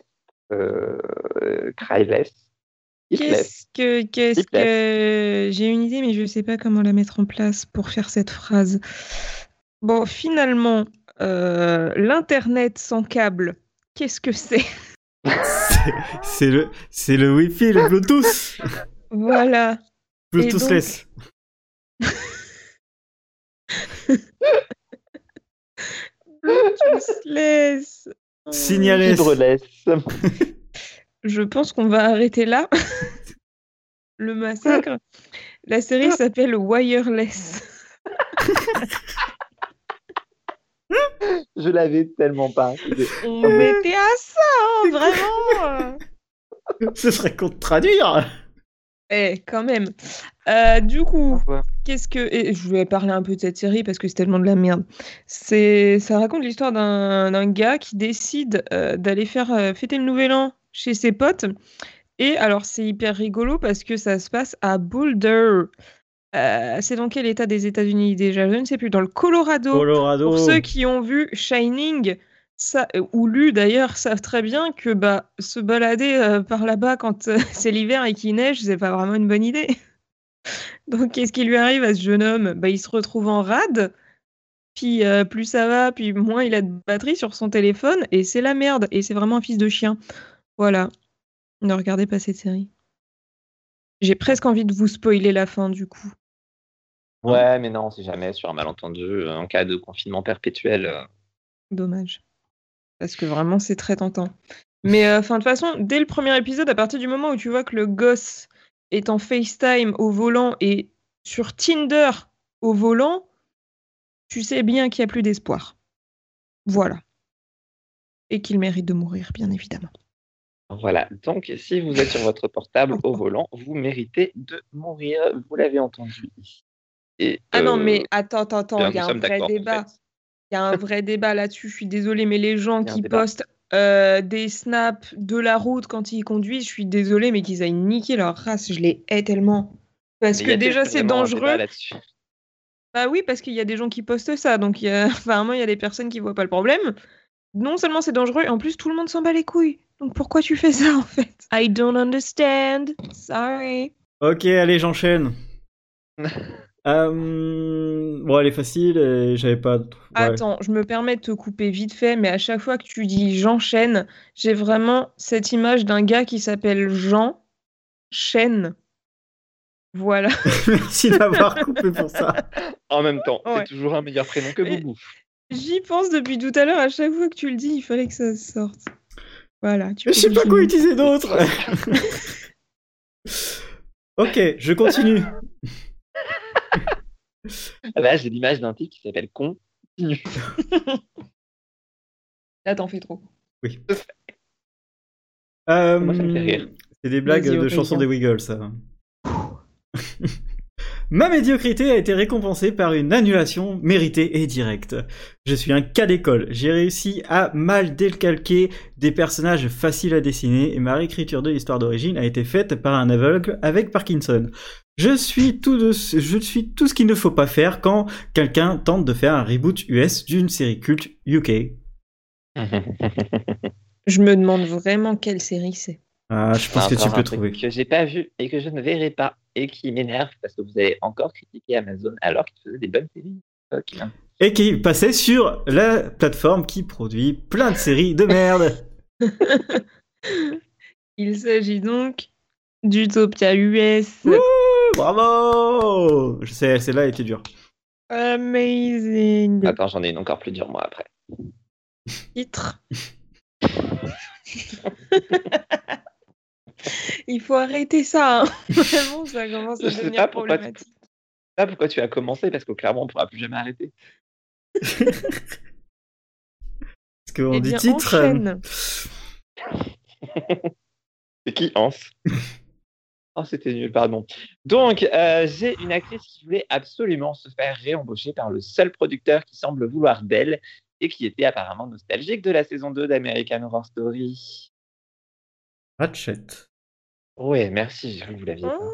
Speaker 2: euh, Cryless, Hitless.
Speaker 3: qu'est-ce que. Qu'est-ce
Speaker 2: Hitless.
Speaker 3: que. J'ai une idée, mais je sais pas comment la mettre en place pour faire cette phrase. Bon, finalement, euh, l'Internet sans câble, qu'est-ce que c'est [laughs]
Speaker 1: C'est- C'est le, c'est le Wi-Fi, le Bluetooth,
Speaker 3: Voilà.
Speaker 1: Bluetoothless.
Speaker 3: Laisse.
Speaker 1: Signalé.
Speaker 2: Hydreless.
Speaker 3: Euh, Je pense qu'on va arrêter là. Le massacre. La série s'appelle Wireless.
Speaker 2: [laughs] Je l'avais tellement pas.
Speaker 3: On mettait à ça, hein, vraiment.
Speaker 1: Ce serait con de traduire.
Speaker 3: Eh, quand même. Euh, du coup,
Speaker 2: Ouais.
Speaker 3: qu'est-ce que. et je voulais parler un peu de cette série parce que c'est tellement de la merde. C'est, ça raconte l'histoire d'un, d'un gars qui décide euh, d'aller faire euh, fêter le nouvel an chez ses potes. Et alors, c'est hyper rigolo parce que ça se passe à Boulder. Euh, c'est dans quel état des États-Unis déjà Je ne sais plus. Dans le Colorado.
Speaker 1: Colorado.
Speaker 3: Pour ceux qui ont vu Shining, ça, euh, ou lu d'ailleurs, savent très bien que bah, se balader euh, par là-bas quand euh, [laughs] c'est l'hiver et qu'il neige, c'est pas vraiment une bonne idée. [laughs] Donc, qu'est-ce qui lui arrive à ce jeune homme bah, Il se retrouve en rade, puis euh, plus ça va, puis moins il a de batterie sur son téléphone, et c'est la merde, et c'est vraiment un fils de chien. Voilà. Ne regardez pas cette série. J'ai presque envie de vous spoiler la fin du coup.
Speaker 2: Ouais, mais non, on sait jamais sur un malentendu, euh, en cas de confinement perpétuel. euh.
Speaker 3: Dommage. Parce que vraiment, c'est très tentant. Mais euh, enfin, de toute façon, dès le premier épisode, à partir du moment où tu vois que le gosse est en FaceTime au volant et sur Tinder au volant, tu sais bien qu'il n'y a plus d'espoir. Voilà. Et qu'il mérite de mourir, bien évidemment.
Speaker 2: Voilà. Donc, si vous êtes sur votre portable au volant, vous méritez de mourir. Vous l'avez entendu. ici. Et,
Speaker 3: Ah non,
Speaker 2: euh,
Speaker 3: mais attends, attends, attends,
Speaker 2: là,
Speaker 3: il y
Speaker 2: nous
Speaker 3: a un
Speaker 2: sommes
Speaker 3: vrai
Speaker 2: d'accord, en
Speaker 3: débat.
Speaker 2: fait.
Speaker 3: Il y a un
Speaker 2: [laughs]
Speaker 3: vrai débat là-dessus, je suis désolée, mais les gens
Speaker 2: y a un
Speaker 3: qui
Speaker 2: débat.
Speaker 3: postent euh, des snaps de la route quand ils conduisent, je suis désolée, mais qu'ils aillent niquer leur race, je les hais tellement. Parce
Speaker 2: Mais il y
Speaker 3: que
Speaker 2: a
Speaker 3: déjà, c'est
Speaker 2: tellement un débat
Speaker 3: dangereux.
Speaker 2: là-dessus.
Speaker 3: Bah oui, parce qu'il y a des gens qui postent ça, donc il y a- [laughs] apparemment, il y a des personnes qui voient pas le problème. Non seulement c'est dangereux, et en plus, tout le monde s'en bat les couilles. Donc pourquoi tu fais ça en fait I don't understand. Sorry.
Speaker 1: Ok, allez, j'enchaîne.
Speaker 3: [laughs]
Speaker 1: Euh, Bon, elle est facile et j'avais pas. de- ouais.
Speaker 3: Attends, je me permets de te couper vite fait, mais à chaque fois que tu dis j'enchaîne, j'ai vraiment cette image d'un gars qui s'appelle Jean Chaîne. Voilà.
Speaker 1: [laughs]
Speaker 3: [laughs]
Speaker 1: Merci d'avoir coupé pour ça.
Speaker 2: En même temps,
Speaker 3: Ouais.
Speaker 2: c'est toujours un meilleur prénom que
Speaker 3: Et-
Speaker 2: Boubou.
Speaker 3: J'y pense depuis tout à l'heure, à chaque fois que tu le dis, il fallait que ça sorte. Voilà. Tu
Speaker 1: Je sais pas quoi
Speaker 3: continues.
Speaker 1: utiliser d'autre. ok, je continue.
Speaker 2: Ah bah, j'ai l'image d'un type qui s'appelle Con.
Speaker 3: Là, t'en fais trop.
Speaker 1: Euh,
Speaker 2: Moi, ça me fait rire.
Speaker 1: C'est des blagues
Speaker 3: Vas-y,
Speaker 1: de
Speaker 3: Aurélien.
Speaker 1: chansons des Wiggles, ça. [laughs] Ma médiocrité a été récompensée par une annulation méritée et directe. Je suis un cas d'école. J'ai réussi à mal décalquer des personnages faciles à dessiner et ma réécriture de l'histoire d'origine a été faite par un aveugle avec Parkinson. Je suis tout de, je suis tout ce qu'il ne faut pas faire quand quelqu'un tente de faire un reboot US d'une série culte UK.
Speaker 3: Je me demande vraiment quelle série c'est.
Speaker 1: Ah, je pense que tu
Speaker 2: Enfin, encore
Speaker 1: peux
Speaker 2: un truc
Speaker 1: trouver.
Speaker 2: Que j'ai pas vu et que je ne verrai pas et qui m'énerve parce que vous avez encore critiqué Amazon alors qu'ils faisaient des bonnes séries. Fuck.
Speaker 1: Et qui passait sur la plateforme qui produit plein de séries de
Speaker 2: [laughs]
Speaker 1: merde.
Speaker 3: Il s'agit donc d'Utopia US.
Speaker 1: Bravo Je sais, celle-là elle était dure.
Speaker 3: Amazing
Speaker 2: Attends, j'en ai une encore plus dure moi après.
Speaker 3: titre. [laughs] Il faut arrêter ça.
Speaker 2: [laughs]
Speaker 3: hein. Vraiment, ça commence à
Speaker 2: Je sais
Speaker 3: devenir
Speaker 2: pas pourquoi tu-
Speaker 3: problématique.
Speaker 2: Là, pourquoi tu as commencé Parce que clairement, on pourra plus jamais arrêter.
Speaker 1: Parce qu'on
Speaker 3: Eh
Speaker 1: dit
Speaker 3: bien,
Speaker 1: titre. euh,
Speaker 3: enchaîne.
Speaker 2: C'est qui Hans Oh, c'était nul, pardon. Donc, euh, j'ai une actrice qui voulait absolument se faire réembaucher par le seul producteur qui semble vouloir d'elle et qui était apparemment nostalgique de la saison 2 d'American Horror Story.
Speaker 1: Ratchet.
Speaker 2: Ouais, merci, j'ai cru que vous l'aviez.
Speaker 3: Hein
Speaker 2: pas.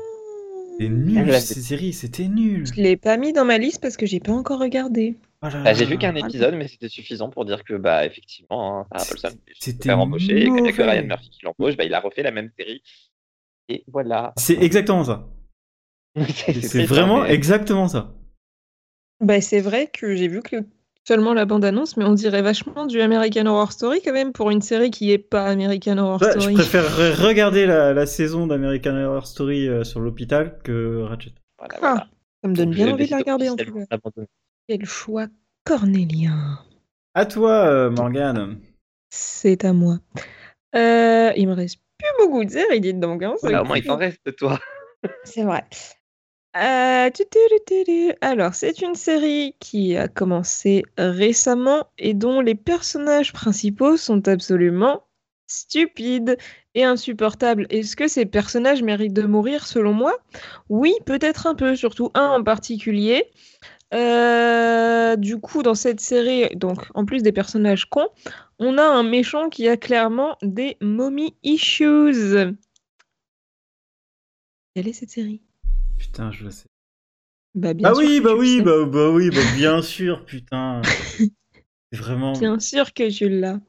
Speaker 1: C'était
Speaker 2: Elle
Speaker 1: nul
Speaker 2: l'avait.
Speaker 1: ces séries, c'était nul.
Speaker 3: Ah. Je l'ai pas mis dans ma liste parce que j'ai pas encore regardé.
Speaker 1: Oh là
Speaker 2: Bah, j'ai
Speaker 1: là.
Speaker 2: vu qu'un épisode, mais c'était suffisant pour dire que, bah, effectivement, hein, Sarah Paulson s'est
Speaker 1: C'était
Speaker 2: fait embaucher et que dès que
Speaker 1: mauvais.
Speaker 2: Ryan Murphy qui l'embauche, bah, il a refait la même série. Et voilà.
Speaker 1: C'est exactement ça.
Speaker 2: [laughs] C'est triste,
Speaker 1: C'est
Speaker 2: hein,
Speaker 1: vraiment
Speaker 2: mais-
Speaker 1: exactement ça.
Speaker 3: Bah, c'est vrai que j'ai vu que le- seulement la bande-annonce, mais on dirait vachement du American Horror Story quand même pour une série qui est pas American Horror
Speaker 1: Ouais, je
Speaker 3: Story.
Speaker 1: préférerais regarder la, la saison d'American Horror Story euh, sur l'hôpital que Ratchet.
Speaker 2: Voilà,
Speaker 3: Ah,
Speaker 2: voilà.
Speaker 3: Ça me donne
Speaker 2: Donc,
Speaker 3: bien
Speaker 2: je
Speaker 3: envie de la
Speaker 2: décide
Speaker 3: regarder en tout
Speaker 2: officiellement
Speaker 3: cas.
Speaker 2: d'abandonner.
Speaker 3: Quel choix cornélien.
Speaker 1: À toi, euh, Morgane.
Speaker 3: C'est à moi. Euh, il me reste plus beaucoup de séries dites donc. hein,
Speaker 2: Voilà,
Speaker 3: c'est-
Speaker 2: Bah, Ah, au moins, il t'en reste, toi.
Speaker 3: C'est vrai. Euh, tu- tu- tu- tu- tu. Alors, c'est une série qui a commencé récemment et dont les personnages principaux sont absolument stupides et insupportables. Est-ce que ces personnages méritent de mourir selon moi Oui, peut-être un peu, surtout un en particulier. Euh, du coup, dans cette série, donc en plus des personnages cons, on a un méchant qui a clairement des mommy issues. Quelle est cette série
Speaker 1: Putain, je le sais.
Speaker 3: bah, bien
Speaker 1: Ah
Speaker 3: sûr
Speaker 1: oui,
Speaker 3: que
Speaker 1: bah
Speaker 3: tu le
Speaker 1: oui,
Speaker 3: sais.
Speaker 1: bah, bah oui, bah bien sûr,
Speaker 3: [laughs]
Speaker 1: putain. C'est Vraiment.
Speaker 3: Bien sûr que tu l'as.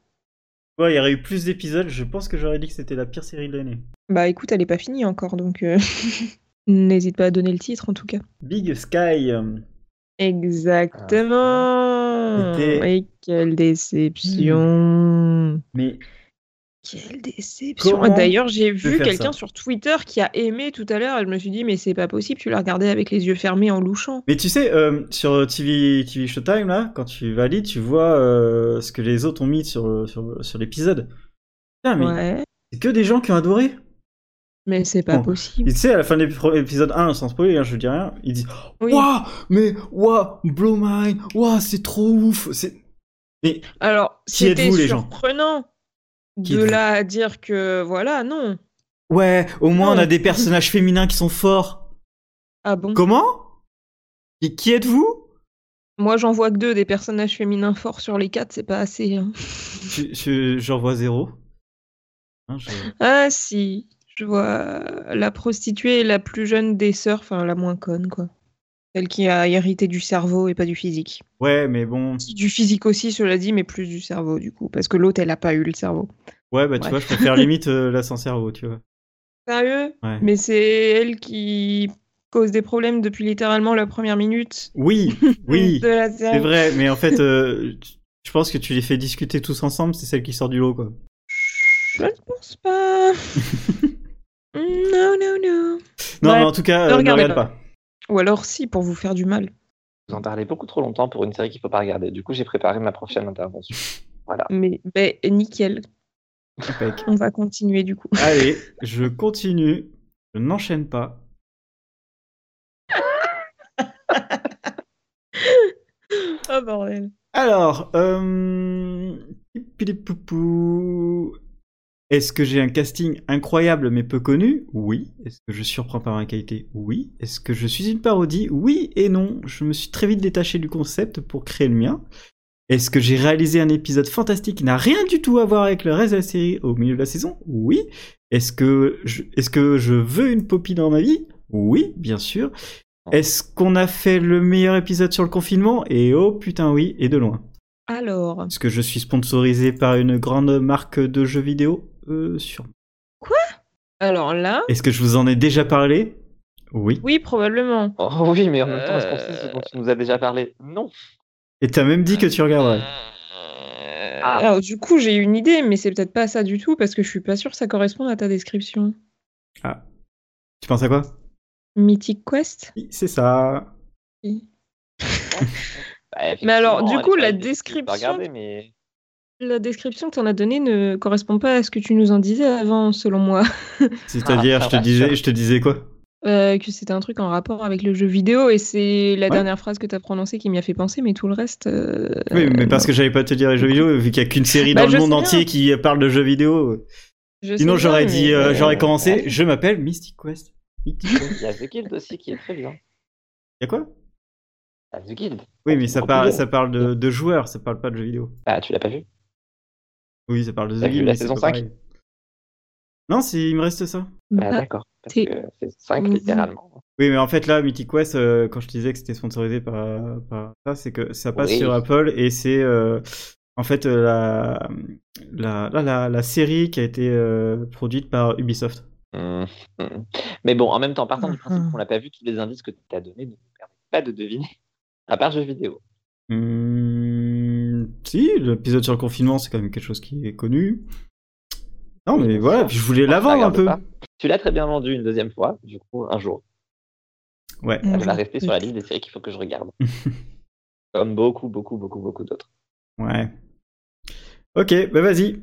Speaker 1: Ouais, il y aurait eu plus d'épisodes, je pense que j'aurais dit que c'était la pire série de l'année.
Speaker 3: Bah écoute, elle est pas finie encore, donc euh, [laughs] n'hésite pas à donner le titre en tout cas.
Speaker 1: Big Sky. euh, Ah.
Speaker 3: Exactement.
Speaker 1: C'était-
Speaker 3: Et quelle déception.
Speaker 1: Mais
Speaker 3: Quelle déception.
Speaker 1: Comment
Speaker 3: D'ailleurs, j'ai
Speaker 1: peux
Speaker 3: vu
Speaker 1: faire
Speaker 3: quelqu'un
Speaker 1: ça
Speaker 3: sur Twitter qui a aimé tout à l'heure et je me suis dit, mais c'est pas possible, tu l'as regardé avec les yeux fermés en louchant.
Speaker 1: Mais tu sais, euh, sur TV, TV Showtime, là, quand tu valides, tu vois euh, ce que les autres ont mis sur, le- sur, sur l'épisode. Putain, Ah, mais
Speaker 3: Ouais,
Speaker 1: c'est que des gens qui ont adoré.
Speaker 3: mais c'est pas
Speaker 1: Bon. Et
Speaker 3: possible.
Speaker 1: tu sais, à la fin de l'ép- épisode 1, sans spoiler, hein, je dis rien, ils disent
Speaker 3: Oui.
Speaker 1: Waouh, mais waouh, blow mine, waouh, c'est trop ouf. C'est... Mais
Speaker 3: Alors,
Speaker 1: Qui
Speaker 3: c'était
Speaker 1: êtes-vous, les gens
Speaker 3: surprenant
Speaker 1: Qui
Speaker 3: de
Speaker 1: êtes-vous
Speaker 3: là à dire que voilà, non.
Speaker 1: ouais, au moins on a
Speaker 3: Non.
Speaker 1: des personnages féminins qui sont forts.
Speaker 3: Ah bon
Speaker 1: Comment Et qui êtes-vous
Speaker 3: Moi, j'en vois que deux des personnages féminins forts sur les quatre, c'est pas assez. hein.
Speaker 1: je, je- J'en vois zéro. Hein, [laughs] je-
Speaker 3: Ah si, je vois la prostituée et la plus jeune des sœurs, enfin la moins conne quoi. Celle qui a hérité du cerveau et pas du physique.
Speaker 1: Ouais, mais bon.
Speaker 3: Si, Du physique aussi, cela dit, mais plus du cerveau du coup, parce que l'autre elle a pas eu le cerveau.
Speaker 1: Ouais, bah tu
Speaker 3: Ouais.
Speaker 1: vois, je préfère limite euh, la sans cerveau, tu vois.
Speaker 3: Sérieux
Speaker 1: Ouais.
Speaker 3: Mais c'est elle qui cause des problèmes depuis littéralement la première minute
Speaker 1: [laughs] Oui, oui,
Speaker 3: de la série.
Speaker 1: c'est vrai, mais en fait, euh, tu- je pense que tu les fais discuter tous ensemble, c'est celle qui sort du lot, quoi.
Speaker 3: Je ne pense pas.
Speaker 1: [laughs]
Speaker 3: non non
Speaker 1: Non,
Speaker 3: non. Bref,
Speaker 1: mais en tout cas,
Speaker 3: ne
Speaker 1: euh, ne
Speaker 3: regardez
Speaker 1: regarde
Speaker 3: pas.
Speaker 1: pas.
Speaker 3: Ou alors si pour vous faire du mal.
Speaker 2: Vous en parlez beaucoup trop longtemps pour une série qu'il faut pas regarder. Du coup, j'ai préparé ma prochaine intervention. Voilà.
Speaker 3: Mais ben nickel,
Speaker 1: [laughs] Impec.
Speaker 3: on va continuer du coup.
Speaker 1: Allez, je continue, je n'enchaîne pas.
Speaker 3: Oh bordel.
Speaker 1: Alors, euh... pipilipoupou. Est-ce que j'ai un casting incroyable mais peu connu Oui. Est-ce que je surprends par ma qualité Oui. Est-ce que je suis une parodie Oui et non. Je me suis très vite détaché du concept pour créer le mien. Est-ce que j'ai réalisé un épisode fantastique qui n'a rien du tout à voir avec le reste de la série au milieu de la saison Oui. Est-ce que, je... Est que je veux une poppy dans ma vie Oui, bien sûr. Est-ce qu'on a fait le meilleur épisode sur le confinement Et oh putain oui, et de loin.
Speaker 3: Alors,
Speaker 1: Est-ce que je suis sponsorisé par une grande marque de jeux vidéo euh, sûrement.
Speaker 3: Quoi
Speaker 4: Alors là,
Speaker 1: Est-ce que je vous en ai déjà parlé Oui.
Speaker 4: oui, probablement.
Speaker 2: [laughs] Oh oui, mais en même temps, est-ce qu'on sait ce
Speaker 4: Euh.
Speaker 2: dont tu nous as déjà parlé Non.
Speaker 1: Et t'as même dit que tu regarderais.
Speaker 4: Euh,
Speaker 2: Ah.
Speaker 4: Alors du coup, j'ai une idée, mais c'est peut-être pas ça du tout parce que je suis pas sûre que ça corresponde à ta description.
Speaker 1: Tu penses à quoi
Speaker 4: Mythic Quest
Speaker 1: Oui, C'est ça.
Speaker 2: Bah,
Speaker 4: Mais alors,
Speaker 2: effectivement,
Speaker 4: du
Speaker 2: elle
Speaker 4: coup,
Speaker 2: est
Speaker 4: la
Speaker 2: pas difficile
Speaker 4: description-
Speaker 2: à regarder, mais...
Speaker 4: La description que t'en as donnée ne correspond pas à ce que tu nous en disais avant, selon moi. [laughs]
Speaker 1: C'est-à-dire,
Speaker 2: Ah, ça
Speaker 1: je te
Speaker 2: va,
Speaker 1: disais,
Speaker 2: ça.
Speaker 1: je te disais quoi
Speaker 4: Euh, que c'était un truc en rapport avec le jeu vidéo et c'est la
Speaker 1: Ouais.
Speaker 4: dernière phrase que t'as prononcée qui m'y a fait penser, mais tout le reste. euh,
Speaker 1: Oui, mais
Speaker 4: euh,
Speaker 1: parce que j'avais pas à te dire les jeux vidéo, vu qu'il y a qu'une série
Speaker 4: Bah,
Speaker 1: dans
Speaker 4: je
Speaker 1: le monde
Speaker 4: sais
Speaker 1: entier qui parle de jeux vidéo.
Speaker 4: je
Speaker 1: Sinon,
Speaker 4: sais
Speaker 1: j'aurais
Speaker 4: bien,
Speaker 1: dit,
Speaker 4: mais-
Speaker 1: euh,
Speaker 2: euh,
Speaker 1: j'aurais commencé.
Speaker 2: ouais.
Speaker 1: Je m'appelle Mystic Quest. Mystic Quest.
Speaker 2: Il y a The Guild aussi qui est très bien.
Speaker 1: Y a quoi
Speaker 2: Ah, The Guild.
Speaker 1: Oui, mais ça,
Speaker 2: Beaucoup
Speaker 1: parle,
Speaker 2: mieux.
Speaker 1: ça parle de, de joueurs, ça parle pas de jeux vidéo.
Speaker 2: Ah, tu l'as pas vu
Speaker 1: Oui, ça parle de
Speaker 2: T'as
Speaker 1: The
Speaker 2: vu
Speaker 1: Guild,
Speaker 2: la
Speaker 1: mais c'est
Speaker 2: saison
Speaker 1: pas
Speaker 2: 5?
Speaker 1: pareil. Non, c'est- il me reste ça.
Speaker 2: Ah,
Speaker 4: Bah,
Speaker 2: d'accord. Parce
Speaker 4: t'es-
Speaker 2: que c'est 5
Speaker 4: Mhm.
Speaker 2: littéralement.
Speaker 4: [laughs]
Speaker 1: Oui, mais en fait, là, Mythic Quest, euh, quand je te disais que c'était sponsorisé par, par ça, c'est que ça passe
Speaker 2: Oui.
Speaker 1: sur Apple et c'est euh, en fait euh, la, la, la, la- la série qui a été euh, produite par Ubisoft.
Speaker 2: Mhm. Mais bon, en même temps, partant du principe
Speaker 4: Ah.
Speaker 3: Mhm.
Speaker 2: qu'on l'a pas vu, tous les indices que tu as donnés ne nous permettent pas de deviner. À part jeux vidéo.
Speaker 1: Hmm, si, l'épisode sur le confinement, c'est quand même quelque chose qui est connu. Non, mais
Speaker 2: Oui,
Speaker 1: voilà,
Speaker 2: ça.
Speaker 1: puis je voulais
Speaker 2: Ça
Speaker 1: la vendre un
Speaker 2: Ah, regarde
Speaker 1: peu.
Speaker 2: pas. Tu l'as très bien vendu une deuxième fois, du coup, un jour.
Speaker 1: Ouais.
Speaker 3: Un
Speaker 2: Elle va
Speaker 3: jour,
Speaker 2: rester sur la liste des séries qu'il faut que je regarde. Comme beaucoup, beaucoup, beaucoup, beaucoup d'autres.
Speaker 1: Ouais. Ok, bah vas-y.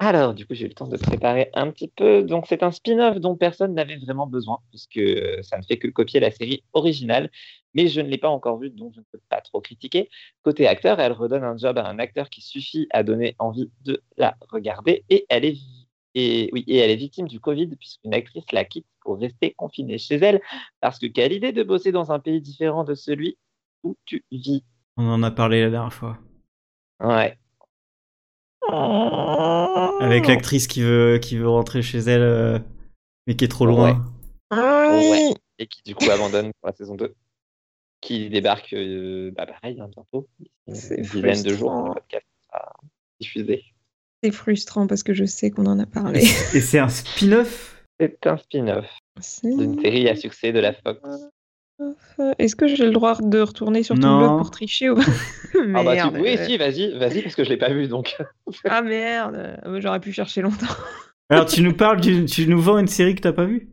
Speaker 2: Alors, du coup, j'ai eu le temps de préparer un petit peu. Donc, c'est un spin-off dont personne n'avait vraiment besoin, puisque euh, ça ne fait que copier la série originale. Mais je ne l'ai pas encore vue, donc je ne peux pas trop critiquer. Côté acteur, elle redonne un job à un acteur qui suffit à donner envie de la regarder. Et elle est, vi- et, oui, et elle est victime du Covid, puisqu'une actrice la quitte pour rester confinée chez elle. Parce que quelle idée de bosser dans un pays différent de celui où tu vis.
Speaker 1: On en a parlé la dernière fois.
Speaker 2: Ouais. Oh.
Speaker 1: Avec l'actrice qui veut, qui veut rentrer chez elle, euh, mais qui est trop loin.
Speaker 2: Ouais.
Speaker 4: Ah oui.
Speaker 2: Ouais. et qui du coup abandonne pour la saison 2, qui débarque euh, bah, pareil hein, bientôt, une
Speaker 3: C'est
Speaker 2: dizaine de jours,
Speaker 3: frustrant.
Speaker 2: le podcast sera diffusé.
Speaker 3: C'est frustrant parce que je sais qu'on en a parlé.
Speaker 1: Et c'est un spin-off
Speaker 2: C'est un spin-off
Speaker 3: C'est-
Speaker 2: d'une série à succès de la Fox.
Speaker 3: Est-ce que j'ai le droit de retourner sur
Speaker 1: Non.
Speaker 3: ton blog pour tricher ou...
Speaker 2: Ah bah, tu-
Speaker 3: Merde.
Speaker 2: Oui, si, vas-y, vas-y, parce que je l'ai pas vu donc. [laughs]
Speaker 3: Ah merde, Euh, j'aurais pu chercher longtemps.
Speaker 1: Alors tu nous parles, d'une- tu nous vends une série que t'as pas vue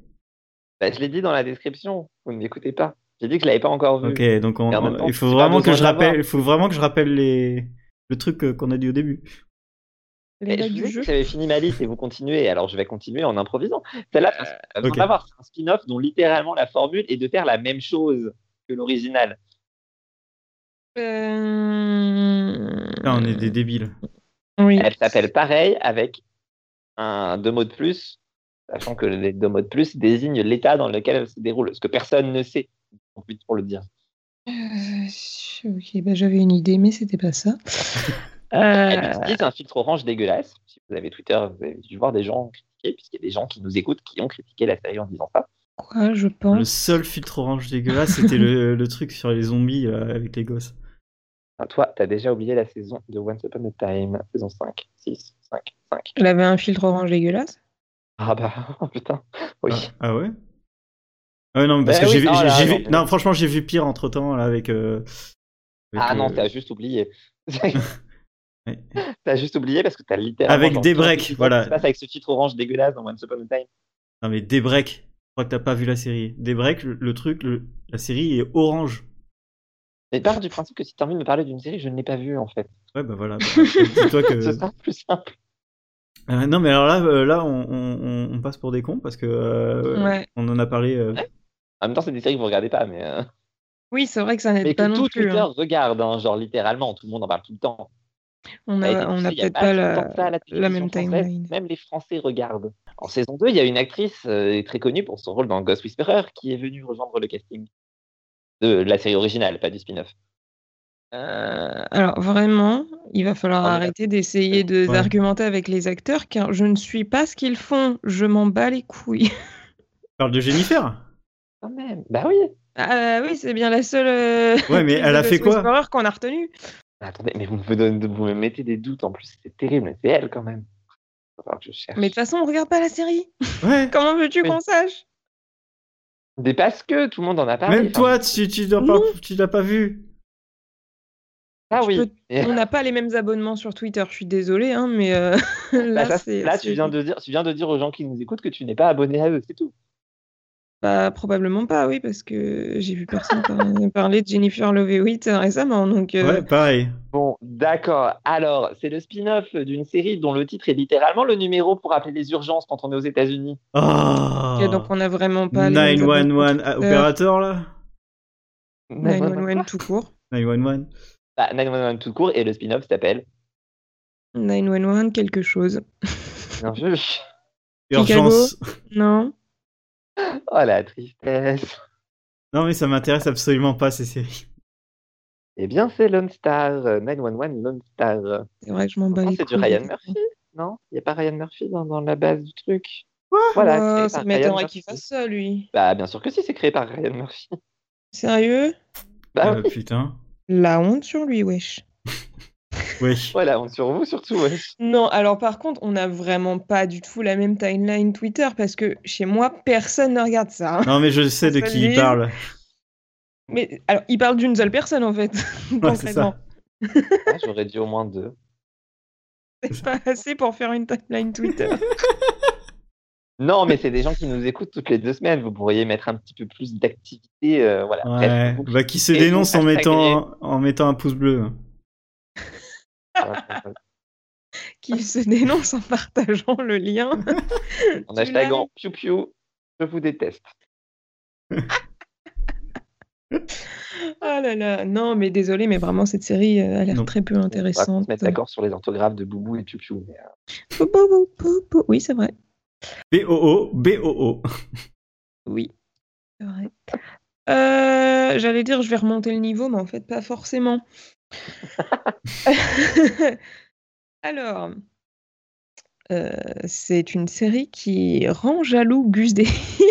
Speaker 2: Bah, je l'ai dit dans la description, vous ne m'écoutez pas. J'ai dit que je l'avais pas encore vu.
Speaker 1: Ok, donc on-
Speaker 2: Et en même temps,
Speaker 1: il faut
Speaker 2: j'ai pas
Speaker 1: vraiment que
Speaker 2: besoin
Speaker 1: je
Speaker 2: de la voir.
Speaker 1: rappelle, il faut vraiment que je rappelle les le truc euh, qu'on a dit au début.
Speaker 3: Les
Speaker 2: Mais je
Speaker 3: règles du
Speaker 2: vous ai dit
Speaker 3: jeu.
Speaker 2: que j'avais fini ma liste et vous continuez, alors je vais continuer en improvisant. Celle-là, parce que
Speaker 1: Euh, ok.
Speaker 2: on va voir, c'est un spin-off dont littéralement la formule est de faire la même chose que l'original.
Speaker 4: Euh,
Speaker 1: Là, Ah, on est des débiles.
Speaker 3: Euh,
Speaker 4: Oui.
Speaker 2: Elle s'appelle pareil avec un deux mots de plus, sachant que les deux mots de plus désignent l'état dans lequel elle se déroule, ce que personne ne sait. On profite pour le dire.
Speaker 3: Euh, ok, bah, j'avais une idée, mais c'était
Speaker 1: [laughs]
Speaker 3: pas ça.
Speaker 2: Elle
Speaker 3: Euh,
Speaker 2: utilise un filtre orange dégueulasse. Si vous avez Twitter, vous avez dû voir des gens critiquer, puisqu'il y a des gens qui nous écoutent qui ont critiqué la série en disant ça.
Speaker 3: quoi, je
Speaker 1: Le
Speaker 3: pense.
Speaker 1: seul filtre orange dégueulasse, c'était le, le truc sur les zombies euh, avec les gosses.
Speaker 2: Enfin, toi, t'as déjà oublié la saison de Once Upon a Time, saison 5, 6, 5, 5.
Speaker 3: Elle avait un filtre orange dégueulasse.
Speaker 2: Ah bah, [laughs] putain, oui.
Speaker 1: Ah, ah ouais. Ah ouais, non, mais parce
Speaker 2: Bah
Speaker 1: que
Speaker 2: oui,
Speaker 1: j'ai vu,
Speaker 2: non,
Speaker 1: j'ai-
Speaker 2: là,
Speaker 1: j'ai
Speaker 2: non,
Speaker 1: vu-
Speaker 2: mais-
Speaker 1: non, franchement, j'ai vu pire entre temps là avec. euh, avec,
Speaker 2: Ah non,
Speaker 1: euh,
Speaker 2: t'as juste
Speaker 1: [laughs]
Speaker 2: oublié. [laughs]
Speaker 1: ouais.
Speaker 2: T'as juste oublié parce que t'as littéralement.
Speaker 1: Avec
Speaker 2: genre
Speaker 1: des
Speaker 2: tout ce qui
Speaker 1: breaks,
Speaker 2: se passe
Speaker 1: voilà.
Speaker 2: avec ce filtre orange dégueulasse dans Once Upon a Time.
Speaker 1: Non mais Daybreak, je crois que t'as pas vu la série. Daybreak, le, le truc, le- la série est orange.
Speaker 2: Mais part du principe que si tu as envie de me parler d'une série, je ne l'ai pas vue en fait.
Speaker 1: Ouais bah
Speaker 3: [laughs]
Speaker 1: voilà. Bah, Dis-toi
Speaker 2: Ce
Speaker 1: que.
Speaker 2: sera plus simple.
Speaker 1: Euh, non mais alors là, euh, là on, on- on- on passe pour des cons parce que euh,
Speaker 4: Ouais.
Speaker 1: on en a parlé. euh,
Speaker 2: En même temps, c'est des séries que vous regardez pas, mais, euh,
Speaker 4: Oui, c'est vrai que ça
Speaker 2: mais
Speaker 4: n'aide
Speaker 2: que
Speaker 4: pas
Speaker 2: tout
Speaker 4: non plus.
Speaker 2: Twitter
Speaker 4: hein.
Speaker 2: regarde, hein, genre littéralement, tout le monde en parle tout le temps.
Speaker 3: On
Speaker 2: Et
Speaker 3: a,
Speaker 2: tu
Speaker 3: on
Speaker 2: sais,
Speaker 3: a
Speaker 2: il y
Speaker 3: peut-être pas
Speaker 2: tout le
Speaker 3: la.
Speaker 2: temps ça à télévision
Speaker 3: même
Speaker 2: française,
Speaker 3: timeline.
Speaker 2: Même les Français regardent. En saison 2, il y a une actrice euh, très connue pour son rôle dans Ghost Whisperer qui est venue rejoindre le casting de la série originale, pas du spin-off. Euh,
Speaker 3: Alors vraiment, il va falloir
Speaker 2: On est
Speaker 3: arrêter d'essayer de-
Speaker 1: Ouais.
Speaker 3: d'argumenter avec les acteurs car je ne suis pas ce qu'ils font, je m'en bats les couilles. [laughs]
Speaker 1: parle de Jennifer.
Speaker 2: quand même. Bah oui.
Speaker 3: Ah oui, c'est bien la seule. euh,
Speaker 1: Ouais
Speaker 3: [laughs]
Speaker 1: mais
Speaker 3: actrice
Speaker 1: elle
Speaker 3: de
Speaker 1: a fait
Speaker 3: Ghost
Speaker 1: quoi
Speaker 3: Whisperer qu'on a retenue.
Speaker 2: Attendez, mais vous me, donnez- vous me mettez des doutes en plus. C'est terrible, mais c'est elle quand même. va falloir que je cherche.
Speaker 3: Mais de toute façon, on regarde pas la série. [laughs]
Speaker 1: Ouais.
Speaker 3: Comment veux-tu
Speaker 2: Oui.
Speaker 3: qu'on sache
Speaker 2: Des parce que tout le monde en a parlé.
Speaker 1: Même
Speaker 2: enfin,
Speaker 1: toi, tu, tu l'as pas, tu l'as pas vu.
Speaker 2: Ah
Speaker 3: tu
Speaker 2: oui.
Speaker 3: peux-
Speaker 2: Et-
Speaker 3: On n'a pas les mêmes abonnements sur Twitter, je suis désolée, hein, mais euh, [laughs]
Speaker 2: bah,
Speaker 3: là,
Speaker 2: ça,
Speaker 3: c'est.
Speaker 2: là,
Speaker 3: hein, c'est-
Speaker 2: tu viens de dire, tu viens de dire aux gens qui nous écoutent que tu n'es pas abonné à eux, c'est tout.
Speaker 3: Bah, probablement pas, oui, parce que j'ai vu personne par- [laughs] parler de Jennifer Love Hewitt récemment, donc. euh,
Speaker 1: Ouais, pareil.
Speaker 2: Bon, d'accord. Alors, c'est le spin-off d'une série dont le titre est littéralement le numéro pour appeler les urgences quand on est aux États-Unis.
Speaker 1: Ah.
Speaker 3: ok, donc on n'a vraiment pas. les mêmes abonnements.
Speaker 1: 911 ah, opérateur là.
Speaker 2: Bah,
Speaker 3: 911 tout court.
Speaker 1: 911.
Speaker 2: 911 tout court et le spin-off
Speaker 3: [laughs]
Speaker 2: s'appelle.
Speaker 3: 911 quelque chose.
Speaker 2: Bien joué.
Speaker 3: Chicago.
Speaker 1: Urgence.
Speaker 3: Non
Speaker 2: Oh la tristesse.
Speaker 1: Non mais ça m'intéresse absolument pas ces séries.
Speaker 2: Eh bien, c'est Lone Star. euh, 911 Lone Star.
Speaker 3: C'est vrai que je m'en bats
Speaker 2: Non,
Speaker 3: les
Speaker 2: c'est du
Speaker 3: couilles.
Speaker 2: Ryan Murphy, non Il n'y a pas Ryan Murphy dans, dans la base du truc
Speaker 3: Ouais,
Speaker 2: créé
Speaker 3: Bah, ça
Speaker 2: par Ryan
Speaker 3: m'étonnerait
Speaker 2: Murphy.
Speaker 3: qu'il fasse ça, lui.
Speaker 2: Bah, bien sûr que si, c'est créé par Ryan Murphy.
Speaker 3: Sérieux
Speaker 2: Bah,
Speaker 1: Euh,
Speaker 2: oui.
Speaker 1: putain.
Speaker 3: La honte sur lui, wesh. [laughs]
Speaker 1: Ouais.
Speaker 2: Voilà, on est sur vous surtout. wesh.
Speaker 3: Non, alors par contre, on n'a vraiment pas du tout la même timeline Twitter parce que chez moi, personne ne regarde ça. hein.
Speaker 1: Non mais je sais de
Speaker 3: Ça
Speaker 1: qui il
Speaker 3: dit. [laughs]
Speaker 1: parle.
Speaker 3: Mais alors, il parle d'une seule personne en [laughs] fait,
Speaker 1: Ouais, c'est
Speaker 3: concrètement.
Speaker 1: ça.
Speaker 2: [laughs] Ah, J'aurais dit au moins deux.
Speaker 3: C'est pas assez pour faire une timeline Twitter. [laughs]
Speaker 2: Non, mais c'est des gens qui nous écoutent toutes les deux semaines. Vous pourriez mettre un petit peu plus d'activité. euh, voilà.
Speaker 1: Ouais.
Speaker 2: Bref, vous-
Speaker 1: Bah qui se
Speaker 2: Et
Speaker 1: dénonce en
Speaker 2: hashtag-
Speaker 1: mettant en mettant un pouce bleu.
Speaker 3: Qui se dénonce en partageant le lien. [laughs]
Speaker 2: en
Speaker 3: Tu l'as
Speaker 2: hashtagant
Speaker 3: vu.
Speaker 2: piou piou, je vous déteste.
Speaker 3: Ah là là. Non, mais désolé, mais vraiment, cette série euh, a
Speaker 1: Non.
Speaker 3: l'air très peu
Speaker 2: On va
Speaker 3: intéressante.
Speaker 2: se mettre d'accord sur les orthographes de boubou et piou piou. mais, euh,
Speaker 3: Pou, pou, pou, pou, pou. Oui, c'est vrai.
Speaker 1: B O O B O O.
Speaker 3: Oui. C'est vrai. Euh, J'allais dire, je vais remonter le niveau, mais en fait, pas forcément. Alors, euh, c'est une série qui rend jaloux Gus DX.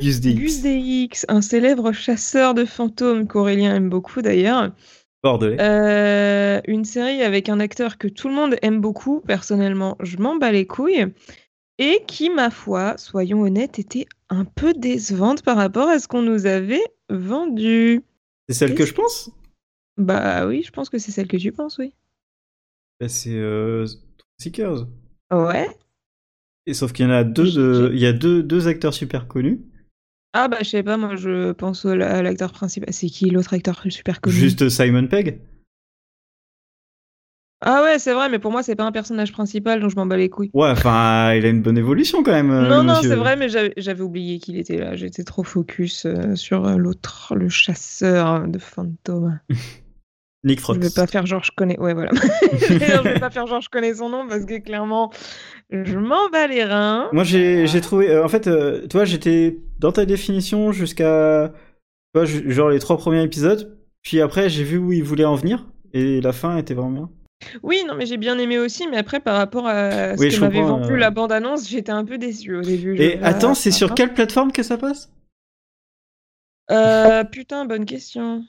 Speaker 1: Use the
Speaker 3: Gus DX, un célèbre chasseur de fantômes qu'Aurélien aime beaucoup d'ailleurs.
Speaker 1: bordelais.
Speaker 3: Euh, une série avec un acteur que tout le monde aime beaucoup, personnellement, je m'en bats les couilles. Et qui, ma foi, soyons honnêtes, était un peu décevante par rapport à ce qu'on nous avait vendu.
Speaker 1: C'est celle que je pense.
Speaker 3: Bah oui, je pense que c'est celle que tu penses, oui.
Speaker 1: Bah, c'est euh, Seekers.
Speaker 3: Ouais.
Speaker 1: Et sauf qu'il y en a deux de- il y a deux deux acteurs super connus.
Speaker 3: Ah bah je sais pas, moi je pense au- à l'acteur principal. C'est qui l'autre acteur super connu
Speaker 1: Juste Simon Pegg.
Speaker 3: Ah ouais, c'est vrai, mais pour moi c'est pas un personnage principal, donc je m'en bats les couilles.
Speaker 1: Ouais, enfin, il a une bonne évolution quand même. euh,
Speaker 3: Non,
Speaker 1: le
Speaker 3: non,
Speaker 1: monsieur.
Speaker 3: c'est vrai, mais j'avais- j'avais oublié qu'il était là. J'étais trop focus euh, sur euh, l'autre, le chasseur de fantômes.
Speaker 1: Nick
Speaker 3: Je
Speaker 1: Frost.
Speaker 3: vais pas faire genre je connais. Ouais, voilà. [laughs] je vais pas faire genre je connais son nom parce que clairement, je m'en bats les reins.
Speaker 1: Moi, j'ai j'ai trouvé. euh, en fait, euh, toi, j'étais dans ta définition jusqu'à. tu vois, ju- genre les trois premiers épisodes. Puis après, j'ai vu où il voulait en venir. Et la fin était vraiment bien.
Speaker 3: Oui, non, mais j'ai bien aimé aussi, mais après, par rapport à ce
Speaker 1: Oui, je
Speaker 3: que m'avait
Speaker 1: comprends,
Speaker 3: vendu
Speaker 1: euh.
Speaker 3: la bande-annonce, j'étais un peu déçue au début. Je-
Speaker 1: Et
Speaker 3: Ah,
Speaker 1: attends, c'est
Speaker 3: ça
Speaker 1: sur
Speaker 3: va.
Speaker 1: quelle plateforme que ça passe
Speaker 3: Euh, putain, bonne question.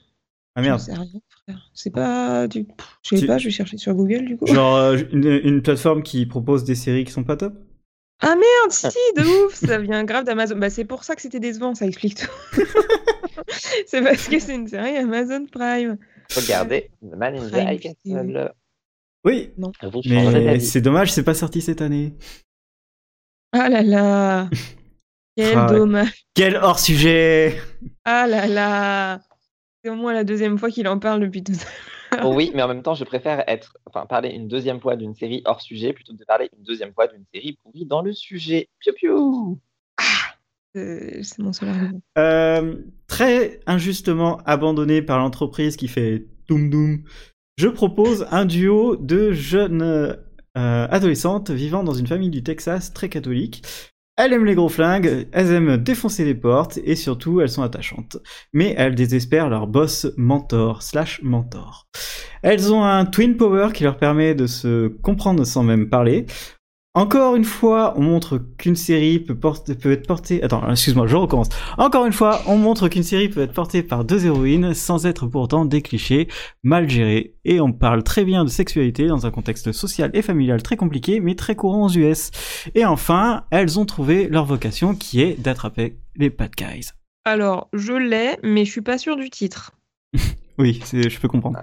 Speaker 1: Ah merde.
Speaker 3: J'en sais rien, frère. C'est pas du. Pff, Je sais
Speaker 1: Tu-
Speaker 3: pas, je vais chercher sur Google du coup.
Speaker 1: Genre euh, une, une plateforme qui propose des séries qui sont pas top
Speaker 3: Ah merde, si, de ouf, ça vient grave d'Amazon. Bah, c'est pour ça que c'était décevant, ça explique tout. [laughs] c'est parce que c'est une série Amazon Prime.
Speaker 2: euh, Regardez, The Man in euh, the
Speaker 3: Prime
Speaker 2: High
Speaker 3: Video.
Speaker 2: Castle.
Speaker 1: Oui,
Speaker 2: Vous changerez
Speaker 1: mais
Speaker 2: d'avis.
Speaker 1: c'est dommage, c'est pas sorti cette année.
Speaker 3: Ah là là, quel
Speaker 1: Ah ouais.
Speaker 3: dommage.
Speaker 1: Quel hors sujet
Speaker 3: Ah là là, c'est au moins la deuxième fois qu'il en parle depuis tout
Speaker 4: [laughs]
Speaker 3: ça.
Speaker 2: Oh oui, mais en même temps, je préfère être, enfin, parler une deuxième fois d'une série hors sujet plutôt que de parler une deuxième fois d'une série pourrie dans le sujet. Piou piou.
Speaker 3: Euh, C'est mon seul argument.
Speaker 1: Euh, très injustement abandonné par l'entreprise qui fait Doom Doom, je propose un duo de jeunes euh, adolescentes vivant dans une famille du Texas très catholique. Elles aiment les gros flingues, elles aiment défoncer les portes et surtout elles sont attachantes. Mais elles désespèrent leur boss mentor slash mentor. Elles ont un twin power qui leur permet de se comprendre sans même parler. Encore une fois, on montre qu'une série peut, porter- peut être portée. Attends, excuse-moi, je recommence. Encore une fois, on montre qu'une série peut être portée par deux héroïnes sans être pourtant des clichés mal gérés. Et on parle très bien de sexualité dans un contexte social et familial très compliqué, mais très courant aux US. Et enfin, elles ont trouvé leur vocation qui est d'attraper les bad guys.
Speaker 4: Alors, je l'ai, mais je suis pas sûre du titre.
Speaker 1: Oui, c'est- je peux comprendre.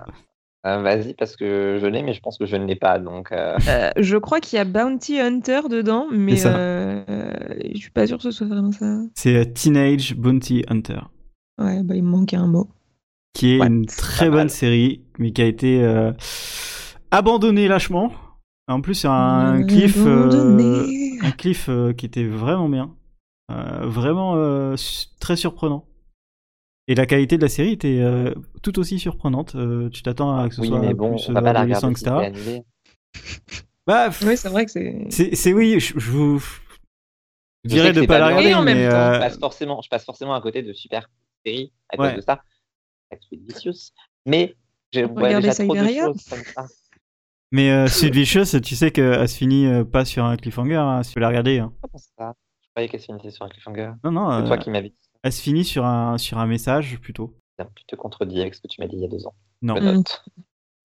Speaker 2: Euh, Vas-y, parce que je l'ai, mais je pense que je ne l'ai pas. Donc, euh,
Speaker 4: Euh, je crois qu'il y a Bounty Hunter dedans, mais
Speaker 1: ça.
Speaker 4: euh, euh, je suis pas sûre que ce soit vraiment ça.
Speaker 1: C'est euh, Teenage Bounty Hunter.
Speaker 4: Ouais, bah il me manquait un mot.
Speaker 1: qui est
Speaker 2: Ouais,
Speaker 1: une
Speaker 2: c'est
Speaker 1: très
Speaker 2: pas
Speaker 1: bonne
Speaker 2: mal.
Speaker 1: série, mais qui a été euh, abandonnée lâchement. En plus, c'est un cliff, euh,
Speaker 4: Abandonné.
Speaker 1: un cliff euh, qui était vraiment bien, Euh, vraiment euh, su- très surprenant. Et la qualité de la série était euh, tout aussi surprenante. Euh, tu t'attends à que ce
Speaker 2: oui,
Speaker 1: soit
Speaker 2: mais bon,
Speaker 1: plus euh,
Speaker 2: on va pas la
Speaker 1: adolescent,
Speaker 2: regarder. si
Speaker 1: etc.
Speaker 2: c'est annulé.
Speaker 1: Bah, pff,
Speaker 3: Oui, c'est vrai que c'est.
Speaker 1: c'est c'est oui, je, je vous
Speaker 2: Je sais
Speaker 1: dirais
Speaker 2: que
Speaker 1: de
Speaker 2: c'est
Speaker 1: pas la
Speaker 2: pas bien.
Speaker 1: regarder,
Speaker 4: Et en même
Speaker 1: mais,
Speaker 4: temps,
Speaker 2: je
Speaker 1: euh,
Speaker 2: passe forcément, je passe forcément à côté de super séries à
Speaker 1: Ouais.
Speaker 2: cause de ça. Expeditious. Mais j'ai ouais,
Speaker 4: Regardez
Speaker 2: déjà trop de
Speaker 4: Siberia.
Speaker 2: choses comme ça.
Speaker 1: mais euh, Sid Vicious, tu sais qu'elle se finit euh, pas sur un cliffhanger. hein, si tu peux la regarder. hein.
Speaker 2: Comment ça Je croyais qu'elle se finissait sur un cliffhanger.
Speaker 1: Non, non.
Speaker 2: C'est
Speaker 1: euh,
Speaker 2: toi qui m'avais dit. ça.
Speaker 1: Elle se finit sur un, sur un message plutôt.
Speaker 2: Bien, Tu te contredis avec ce que tu m'as dit il y a deux ans.
Speaker 1: Non.
Speaker 2: Je note.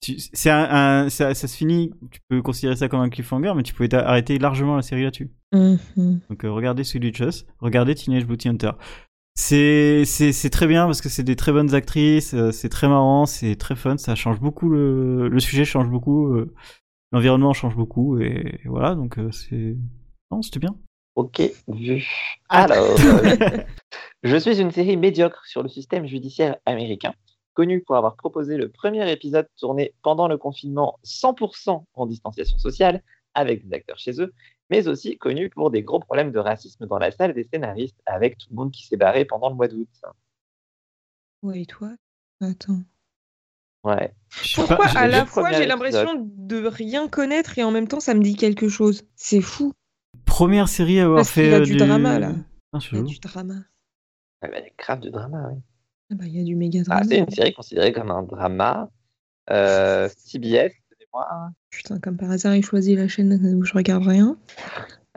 Speaker 1: Tu- C'est un, un- ça, ça se finit, tu peux considérer ça comme un cliffhanger, mais tu pouvais t'a- arrêter largement la série là-dessus.
Speaker 4: Mhm.
Speaker 1: Donc euh, regardez Sweet Witches, regardez Teenage Booty Hunter. C'est c'est- c'est très bien parce que c'est des très bonnes actrices, euh, c'est très marrant, c'est très fun, ça change beaucoup, le, le sujet change beaucoup, euh, l'environnement change beaucoup, et, et voilà, donc euh, c'est... Non, c'était bien.
Speaker 2: Ok, vu. Alors, euh, je suis une série médiocre sur le système judiciaire américain, connue pour avoir proposé le premier épisode tourné pendant le confinement 100% en distanciation sociale, avec des acteurs chez eux, mais aussi connue pour des gros problèmes de racisme dans la salle des scénaristes, avec tout le monde qui s'est barré pendant le mois d'août.
Speaker 3: Ouais, et toi Attends.
Speaker 2: Ouais.
Speaker 1: Je sais
Speaker 4: Pourquoi
Speaker 1: pas, je-
Speaker 4: à la
Speaker 2: le
Speaker 4: fois
Speaker 2: premier
Speaker 4: j'ai l'impression de rien connaître et en même temps ça me dit quelque chose C'est fou.
Speaker 1: Première série à avoir
Speaker 4: Parce qu'il
Speaker 1: fait...
Speaker 4: y a
Speaker 1: euh,
Speaker 4: du drama, là.
Speaker 1: Ah, je suis
Speaker 3: Il y a
Speaker 1: jaloux.
Speaker 3: du drama.
Speaker 2: Ouais, bah, grave du drama, oui.
Speaker 3: Ah bah, il y a du méga
Speaker 2: Ah,
Speaker 3: drama.
Speaker 2: c'est une série considérée comme un drama. Euh, CBS, donnez-moi un-
Speaker 3: Putain, comme par hasard, il choisit la chaîne où je regarde rien.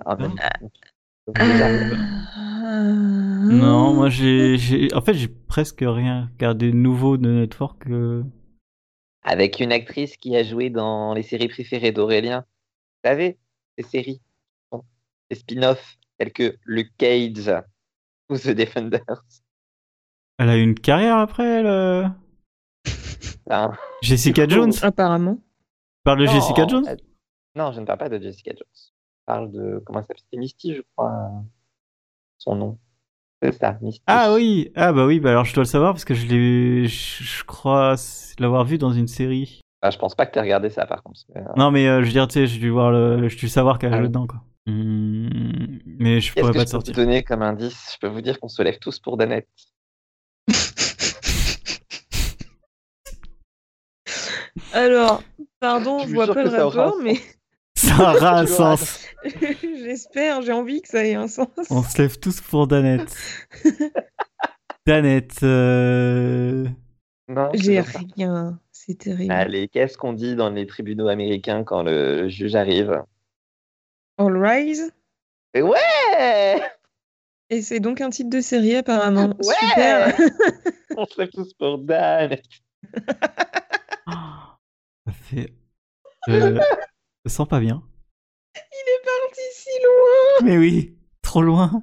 Speaker 2: un-
Speaker 1: Non.
Speaker 3: Ah.
Speaker 1: Non, moi j'ai, j'ai- en fait j'ai presque rien regardé de nouveau de Network. euh.
Speaker 2: avec une actrice qui a joué dans les séries préférées d'Aurélien. Vous savez, ces séries, bon, des spin-offs tels que Le Cage ou The Defenders.
Speaker 1: Elle a eu une carrière après elle. euh.
Speaker 2: Enfin,
Speaker 1: Jessica
Speaker 2: Du coup,
Speaker 1: Jones.
Speaker 3: Apparemment.
Speaker 1: Parle de
Speaker 4: Oh,
Speaker 2: non,
Speaker 1: Jessica Jones.
Speaker 2: euh, Non, je ne parle pas de Jessica Jones. Je parle de. Comment ça s'appelle C'était Misty, je crois. euh, Son nom. C'est ça, Misty.
Speaker 1: Ah oui, ah bah oui, bah alors je dois le savoir parce que je l'ai, je je crois l'avoir vu dans une série.
Speaker 2: Enfin, Ah, je pense pas que tu as regardé ça, par contre. Euh,
Speaker 1: Non mais euh, je veux dire, tu sais, j'ai dû voir le, j'ai dû savoir qu'elle
Speaker 2: Ah
Speaker 1: jouait
Speaker 2: oui.
Speaker 1: dedans quoi. Hmm, mais je
Speaker 2: Qu'est-ce
Speaker 1: pourrais
Speaker 2: que
Speaker 1: pas
Speaker 2: je
Speaker 1: te
Speaker 2: peux vous
Speaker 1: sortir.
Speaker 2: donner comme indice Je peux vous dire qu'on se lève tous pour Danette.
Speaker 4: Alors, pardon,
Speaker 2: Je
Speaker 4: je
Speaker 2: suis
Speaker 4: vois
Speaker 2: sûr
Speaker 4: pas
Speaker 2: que
Speaker 4: le
Speaker 2: ça aura un
Speaker 4: rapport, mais
Speaker 3: [laughs]
Speaker 1: Ça aura un
Speaker 2: [laughs] Tu l'auras.
Speaker 1: sens.
Speaker 4: j'espère, j'ai envie que ça ait un sens.
Speaker 1: On se lève tous pour
Speaker 2: [laughs]
Speaker 1: Danette. Danette. euh,
Speaker 2: Non, je
Speaker 3: J'ai
Speaker 2: te jure pas.
Speaker 3: rien. C'est terrible.
Speaker 2: Allez, qu'est-ce qu'on dit dans les tribunaux américains quand le juge arrive
Speaker 3: All Rise.
Speaker 2: Et ouais
Speaker 3: Et c'est donc un titre de série apparemment.
Speaker 2: Ouais
Speaker 3: Super.
Speaker 2: [laughs] On se lève tous
Speaker 1: [laughs]
Speaker 2: pour Dan.
Speaker 1: Ça fait. Je je sens pas bien.
Speaker 4: Parti si loin.
Speaker 1: Mais oui, trop loin.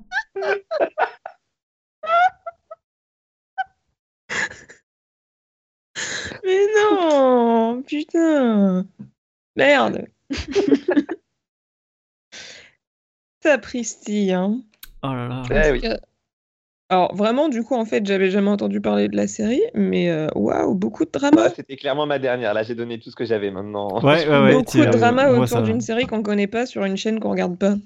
Speaker 4: Mais non, putain. [laughs] Merde. Sapristi, hein.
Speaker 1: Oh là
Speaker 2: [laughs]
Speaker 1: là.
Speaker 2: Eh oui.
Speaker 4: Alors vraiment, du coup, en fait, j'avais jamais entendu parler de la série, mais euh, waouh, beaucoup de
Speaker 2: Ah,
Speaker 4: drama.
Speaker 2: C'était clairement ma dernière. Là, j'ai donné tout ce que j'avais maintenant. [laughs]
Speaker 1: Ouais, ouais, ouais.
Speaker 4: beaucoup
Speaker 1: tu-
Speaker 4: de drama
Speaker 1: moi, ça
Speaker 4: autour
Speaker 1: va.
Speaker 4: d'une série qu'on connaît pas sur une chaîne qu'on regarde pas.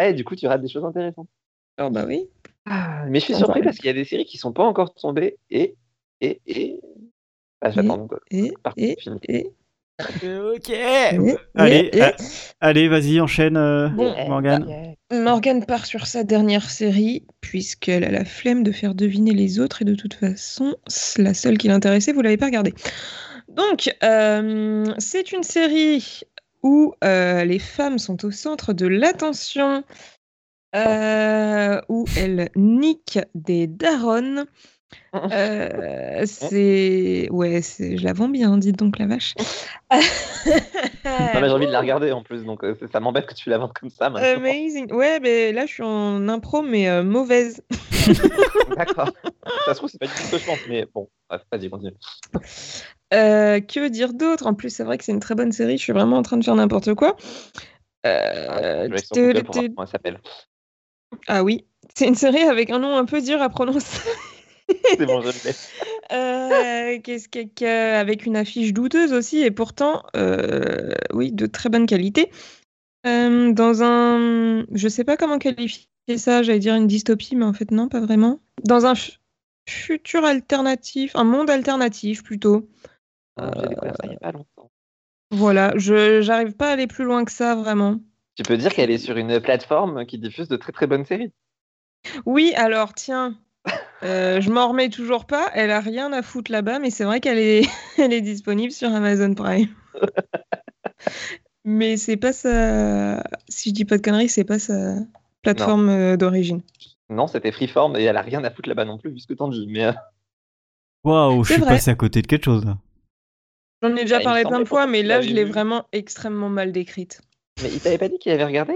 Speaker 2: Eh, du coup, tu rates des choses intéressantes.
Speaker 4: Alors bah oui.
Speaker 3: Ah,
Speaker 2: Mais je suis
Speaker 4: Sympa.
Speaker 2: surpris parce qu'il y a des séries qui sont pas encore tombées et et et. Bah, je vais
Speaker 3: Et-
Speaker 2: attendre.
Speaker 3: Et,
Speaker 2: Par
Speaker 3: et,
Speaker 2: contre, fini.
Speaker 3: et,
Speaker 1: Ok.
Speaker 3: et,
Speaker 1: Eh Allez,
Speaker 3: et-
Speaker 1: a- allez, vas-y, enchaîne, euh,
Speaker 4: Bon.
Speaker 1: Morgane.
Speaker 4: Morgane part sur sa dernière série, puisqu'elle a la flemme de faire deviner les autres, et de toute façon, c'est la seule qui l'intéressait, vous l'avez pas regardée.
Speaker 3: Donc, euh, c'est une série où euh, les femmes sont au centre de l'attention, euh, où elles niquent des darons. Euh, c'est. Ouais, c'est- je la vends bien, dites donc la vache.
Speaker 2: Non, mais j'ai envie de la regarder en plus, donc euh, ça- ça m'embête que tu la vends comme ça maintenant.
Speaker 3: Amazing. Ouais, mais là, je suis en impro, mais euh, mauvaise. Euh.
Speaker 2: D'accord. [laughs] ça se trouve, c'est pas du tout ce que je pense, mais bon, bref, vas-y, continue.
Speaker 3: Euh, que dire d'autre En plus, c'est vrai que c'est une très bonne série, je suis vraiment en train de faire n'importe quoi. Euh,
Speaker 2: Je vais sur Google pour voir comment elle s'appelle.
Speaker 3: Ah oui, c'est une série avec un nom un peu dur à prononcer. [laughs]
Speaker 2: C'est bon, je l'ai.
Speaker 3: Euh, qu'est-ce que- que- avec une affiche douteuse aussi, et pourtant, euh, oui, de très bonne qualité. Euh, dans un, je sais pas comment qualifier ça, j'allais dire une dystopie, mais en fait non, pas vraiment. Dans un fu- futur alternatif, un monde alternatif plutôt.
Speaker 2: Ah, J'ai découvert
Speaker 3: Euh.
Speaker 2: ça il y a pas longtemps.
Speaker 3: Voilà, je j'arrive pas à aller plus loin que ça vraiment.
Speaker 2: Tu peux dire qu'elle est sur une plateforme qui diffuse de très très bonnes séries.
Speaker 3: Oui, alors tiens, euh, je m'en remets toujours pas. Elle a rien à foutre là-bas, mais c'est vrai qu'elle est, elle est disponible sur Amazon Prime. mais c'est pas sa, si je dis pas de conneries, c'est pas sa plateforme euh, d'origine.
Speaker 2: Non, c'était Freeform et elle a rien à foutre là-bas non plus, vu ce que t'en dis. Mais euh, [laughs]
Speaker 1: Waouh, je
Speaker 3: C'est
Speaker 1: suis
Speaker 3: vrai.
Speaker 1: passé à côté de quelque chose. là.
Speaker 3: J'en ai déjà
Speaker 2: Bah, il me
Speaker 3: parlé plein
Speaker 2: semblait
Speaker 3: de fois,
Speaker 2: pourtant
Speaker 3: mais
Speaker 2: que
Speaker 3: là,
Speaker 2: tu
Speaker 3: je
Speaker 2: l'avais
Speaker 3: l'ai
Speaker 2: vu.
Speaker 3: vraiment extrêmement mal décrite.
Speaker 2: mais il t'avait pas dit qu'il avait regardé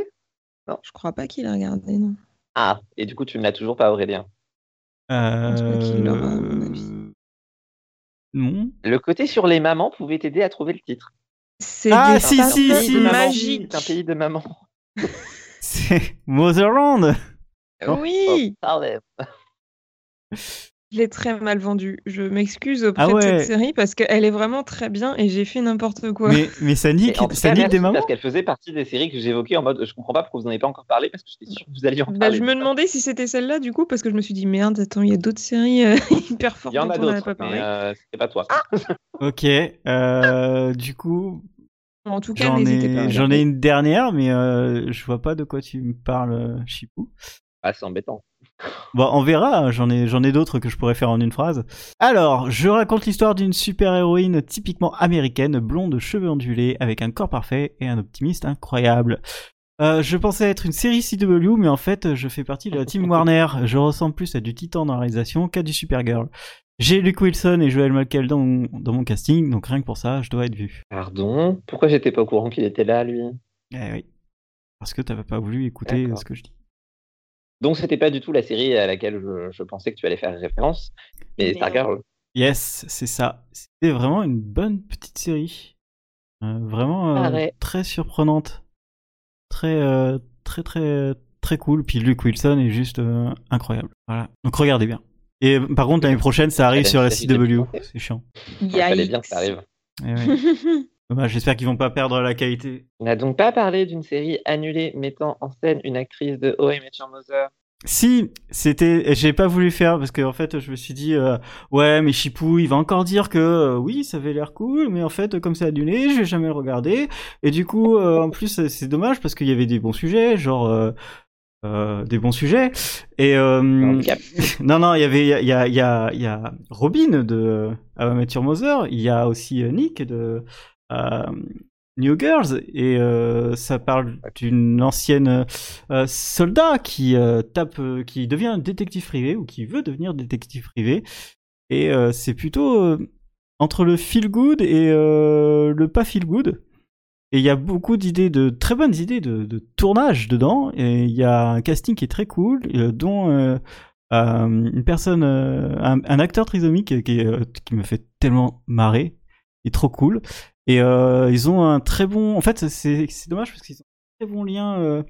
Speaker 3: Je crois pas qu'il a regardé, non.
Speaker 2: Ah, et du coup, tu ne l'as toujours pas, Aurélien.
Speaker 1: Euh...
Speaker 3: pense pas qu'il l'aura, à mon avis.
Speaker 1: Non. [laughs]
Speaker 2: Le côté sur les mamans pouvait t'aider à trouver le titre.
Speaker 3: C'est
Speaker 1: Ah,
Speaker 3: des
Speaker 1: si,
Speaker 3: parents
Speaker 1: si, si, maman.
Speaker 3: magiques.
Speaker 2: C'est un pays de mamans.
Speaker 1: C'est Motherland. non
Speaker 3: Oui,
Speaker 2: Parlez.
Speaker 3: je l'ai très mal vendue. Je m'excuse auprès
Speaker 1: Ah
Speaker 3: de
Speaker 1: ouais.
Speaker 3: cette série parce qu'elle est vraiment très bien et j'ai fait n'importe quoi.
Speaker 1: Mais, mais ça nique,
Speaker 2: Et en tout
Speaker 1: ça
Speaker 2: cas,
Speaker 1: nique
Speaker 2: merci,
Speaker 1: des mamans
Speaker 2: Parce qu'elle faisait partie des séries que j'évoquais en mode je comprends pas pourquoi vous n'en avez pas encore parlé parce que j'étais sûr que vous alliez en parler.
Speaker 3: Bah, je me demandais si c'était celle-là du coup parce que je me suis dit merde attends il y a d'autres séries euh, [laughs] hyper fortes
Speaker 2: Il y en
Speaker 3: dont
Speaker 2: a
Speaker 3: on n'avait
Speaker 2: d'autres,
Speaker 3: pas parlé. Ah.
Speaker 2: mais euh, c'était pas toi.
Speaker 1: Ok. Euh, du coup,
Speaker 3: En tout cas
Speaker 1: j'en
Speaker 3: n'hésitez pas. à
Speaker 1: ai, j'en ai une dernière, mais euh, je vois pas de quoi tu me parles, euh, Chipou.
Speaker 2: Ah, c'est embêtant.
Speaker 1: Bon, on verra, hein, j'en ai, j'en ai d'autres que je pourrais faire en une phrase. Alors, je raconte l'histoire d'une super-héroïne typiquement américaine, blonde, cheveux ondulés, avec un corps parfait et un optimiste incroyable. Euh, je pensais être une série CW, mais en fait, je fais partie de la team Warner. Je ressemble plus à du Titan dans la réalisation qu'à du Supergirl. J'ai Luke Wilson et Joel McHale dans, mon- dans mon casting, donc rien que pour ça, je dois être vu.
Speaker 2: Pardon Pourquoi j'étais pas au courant qu'il était là, lui
Speaker 1: Eh oui. Parce que t'avais pas voulu écouter
Speaker 2: D'accord.
Speaker 1: ce que je dis.
Speaker 2: Donc, c'était pas du tout la série à laquelle je, je pensais que tu allais faire référence. Mais
Speaker 3: Merde.
Speaker 2: Stargirl,
Speaker 1: Yes, c'est ça. C'était vraiment une bonne petite série. Euh, vraiment euh,
Speaker 2: Ah ouais.
Speaker 1: très surprenante. Très, euh, très, très, très cool. Puis Luke Wilson est juste euh, incroyable. Voilà. Donc regardez bien. Et euh, par contre, l'année prochaine, ça arrive
Speaker 2: Elle a
Speaker 1: sur
Speaker 2: une
Speaker 1: la
Speaker 2: série de
Speaker 1: CW.
Speaker 2: présentés.
Speaker 1: C'est chiant.
Speaker 3: Il
Speaker 2: il fallait bien que ça arrive.
Speaker 1: Eh ouais. Dommage, j'espère qu'ils vont pas perdre la qualité.
Speaker 2: On n'a donc pas parlé d'une série annulée mettant en scène une actrice de How I Met Your Mother.
Speaker 1: Si, c'était, j'ai pas voulu faire parce que en fait, je me suis dit, euh, ouais, mais Chipou, il va encore dire que euh, oui, ça avait l'air cool, mais en fait, comme c'est annulé, je vais jamais le regarder. Et du coup, euh, en plus, c'est- c'est dommage parce qu'il y avait des bons sujets, genre euh, euh, des bons sujets. Et euh,
Speaker 2: Handicap.
Speaker 1: [laughs] non, non, il y avait, il y a, il y a, il y a- il y a Robin de euh, How I Met Your Mother, il y a aussi euh, Nick de euh, New Girls, et euh, ça parle d'une ancienne euh, soldat qui euh, tape, euh, qui devient un détective privé ou qui veut devenir détective privé, et euh, c'est plutôt euh, entre le feel good et euh, le pas feel good. Et il y a beaucoup d'idées, de très bonnes idées de, de tournage dedans. Et il y a un casting qui est très cool, euh, dont euh, euh, une personne, euh, un, un acteur trisomique qui, est, euh, qui me fait tellement marrer. Il est trop cool. Et euh, ils ont un très bon. En fait, c'est c'est dommage parce qu'ils ont un très bon lien euh,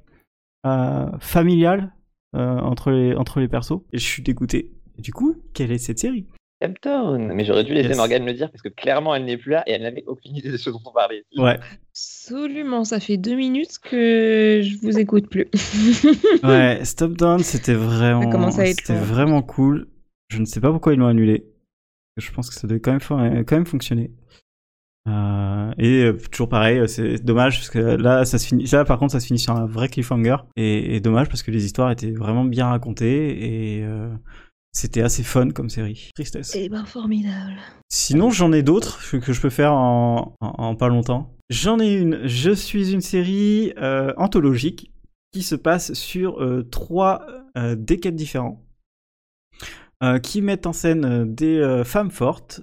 Speaker 1: euh, familial euh, entre, les, entre les persos. Et je suis dégoûté. Et du coup, quelle est cette série
Speaker 2: Captain. Mais j'aurais dû laisser
Speaker 1: Yes.
Speaker 2: Morgane le dire parce que clairement elle n'est plus là et elle n'avait aucune idée de ce dont on parlait.
Speaker 1: Ouais,
Speaker 3: [laughs] Absolument, ça fait deux minutes que je vous écoute plus. [laughs]
Speaker 1: ouais Stop Down, c'était
Speaker 3: Ça
Speaker 1: vraiment,
Speaker 3: commence à être
Speaker 1: c'était
Speaker 3: long.
Speaker 1: vraiment cool. Je ne sais pas pourquoi ils l'ont annulé. Je pense que ça devait quand même, fo- euh, quand même fonctionner. Euh, et euh, toujours pareil, euh, c'est dommage parce que là, ça se finit. Là, par contre, ça se finit sur un vrai cliffhanger. Et, et dommage parce que les histoires étaient vraiment bien racontées et euh, C'était assez fun comme série. Tristesse.
Speaker 3: Eh ben, formidable.
Speaker 1: Sinon, j'en ai d'autres que je peux faire en, en- en pas longtemps. J'en ai une. Je suis une série euh, anthologique qui se passe sur euh, trois euh, décades différents, euh, qui mettent en scène euh, des euh, femmes fortes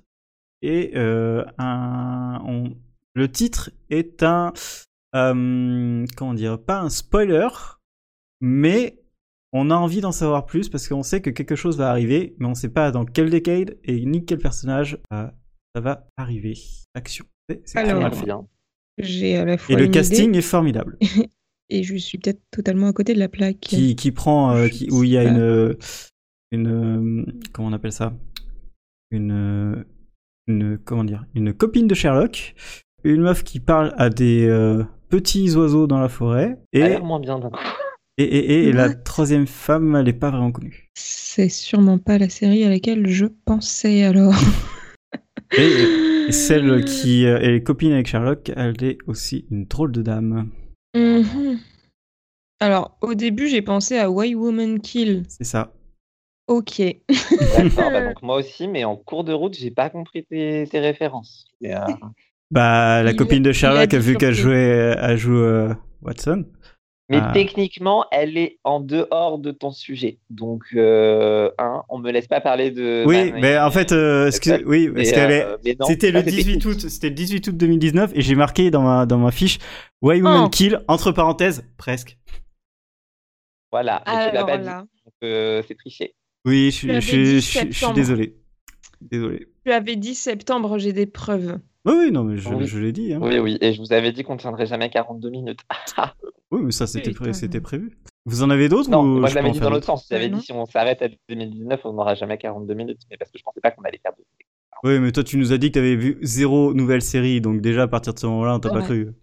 Speaker 1: et euh, un. on- le titre est un. euh, comment dire Pas un spoiler, mais on a envie d'en savoir plus parce qu'on sait que quelque chose va arriver, mais on ne sait pas dans quelle décade et ni quel personnage euh, ça va arriver. Action. C'est- c'est
Speaker 3: Alors,
Speaker 1: clair.
Speaker 2: Très bien.
Speaker 3: J'ai à la fois.
Speaker 1: et le
Speaker 3: une idée
Speaker 1: casting est formidable.
Speaker 3: et je suis peut-être totalement à côté de la plaque.
Speaker 1: Qui, qui prend. euh, qui- où il y a
Speaker 3: Je sais
Speaker 1: une. une euh, comment on appelle ça une, euh, une. Comment dire Une copine de Sherlock. Une meuf qui parle à des euh, petits oiseaux dans la forêt.
Speaker 2: Et...
Speaker 1: Et, et,
Speaker 2: moins bien
Speaker 1: [laughs]
Speaker 2: d'un coup.
Speaker 1: et- et la
Speaker 3: What
Speaker 1: troisième femme, elle n'est pas vraiment connue.
Speaker 3: C'est sûrement pas la série à laquelle je pensais alors.
Speaker 1: Et- Et
Speaker 3: [laughs]
Speaker 1: celle qui euh, est copine avec Sherlock, elle est aussi une drôle de dame.
Speaker 4: Mhm.
Speaker 3: Alors, au début, j'ai pensé à Why Woman Kill.
Speaker 1: C'est ça.
Speaker 3: Ok.
Speaker 2: D'accord, bah donc moi aussi, mais en cours de route, j'ai pas compris tes, tes références. Et, euh,
Speaker 1: Bah, la
Speaker 3: Il-
Speaker 1: copine de Sherlock,
Speaker 3: dit
Speaker 1: vu qu'elle
Speaker 3: surtout.
Speaker 1: jouait, elle joue euh, Watson.
Speaker 2: Mais
Speaker 1: Ah.
Speaker 2: techniquement, elle est en dehors de ton sujet. Donc, euh, hein, on me laisse pas parler de.
Speaker 1: Oui,
Speaker 2: bah,
Speaker 1: mais en fait, euh, excuse-
Speaker 2: Watson,
Speaker 1: oui, parce
Speaker 2: mais,
Speaker 1: qu'elle est.
Speaker 2: euh, mais non,
Speaker 1: C'était
Speaker 2: ça,
Speaker 1: le
Speaker 2: c'est
Speaker 1: 18
Speaker 2: technique.
Speaker 1: août, c'était le 18 août 2019 et j'ai marqué dans ma dans ma fiche Why Women
Speaker 4: Oh.
Speaker 1: Kill entre parenthèses presque.
Speaker 2: Voilà,
Speaker 3: Ah,
Speaker 2: mais tu l'as
Speaker 4: Alors
Speaker 2: pas dit.
Speaker 4: là,
Speaker 2: donc, euh, c'est triché.
Speaker 1: Oui, je, je,
Speaker 4: l'avais
Speaker 1: je-
Speaker 4: dit
Speaker 1: je- je suis
Speaker 4: septembre.
Speaker 1: désolé. Désolé.
Speaker 4: tu avais dit septembre, j'ai des preuves.
Speaker 1: Oui, oui, non, mais je,
Speaker 2: Oui.
Speaker 1: je l'ai dit. hein.
Speaker 2: Oui, oui, et je vous avais dit qu'on tiendrait jamais 42 minutes. Ah
Speaker 1: Oui, mais ça c'était pré-
Speaker 3: Putain.
Speaker 1: c'était prévu. Vous en avez d'autres
Speaker 2: non,
Speaker 1: ou
Speaker 2: moi je
Speaker 1: peux
Speaker 2: l'avais
Speaker 1: en
Speaker 2: dit
Speaker 1: faire
Speaker 2: dans l'autre sens. J'avais
Speaker 3: Ouais, non.
Speaker 2: dit si on s'arrête à 2019, on n'aura jamais 42 minutes. Mais parce que je pensais pas qu'on allait faire de.
Speaker 1: Oui, mais toi, tu nous as dit que t'avais vu zéro nouvelle série, donc déjà à partir de ce moment-là, on t'a pas
Speaker 3: Ouais.
Speaker 1: cru.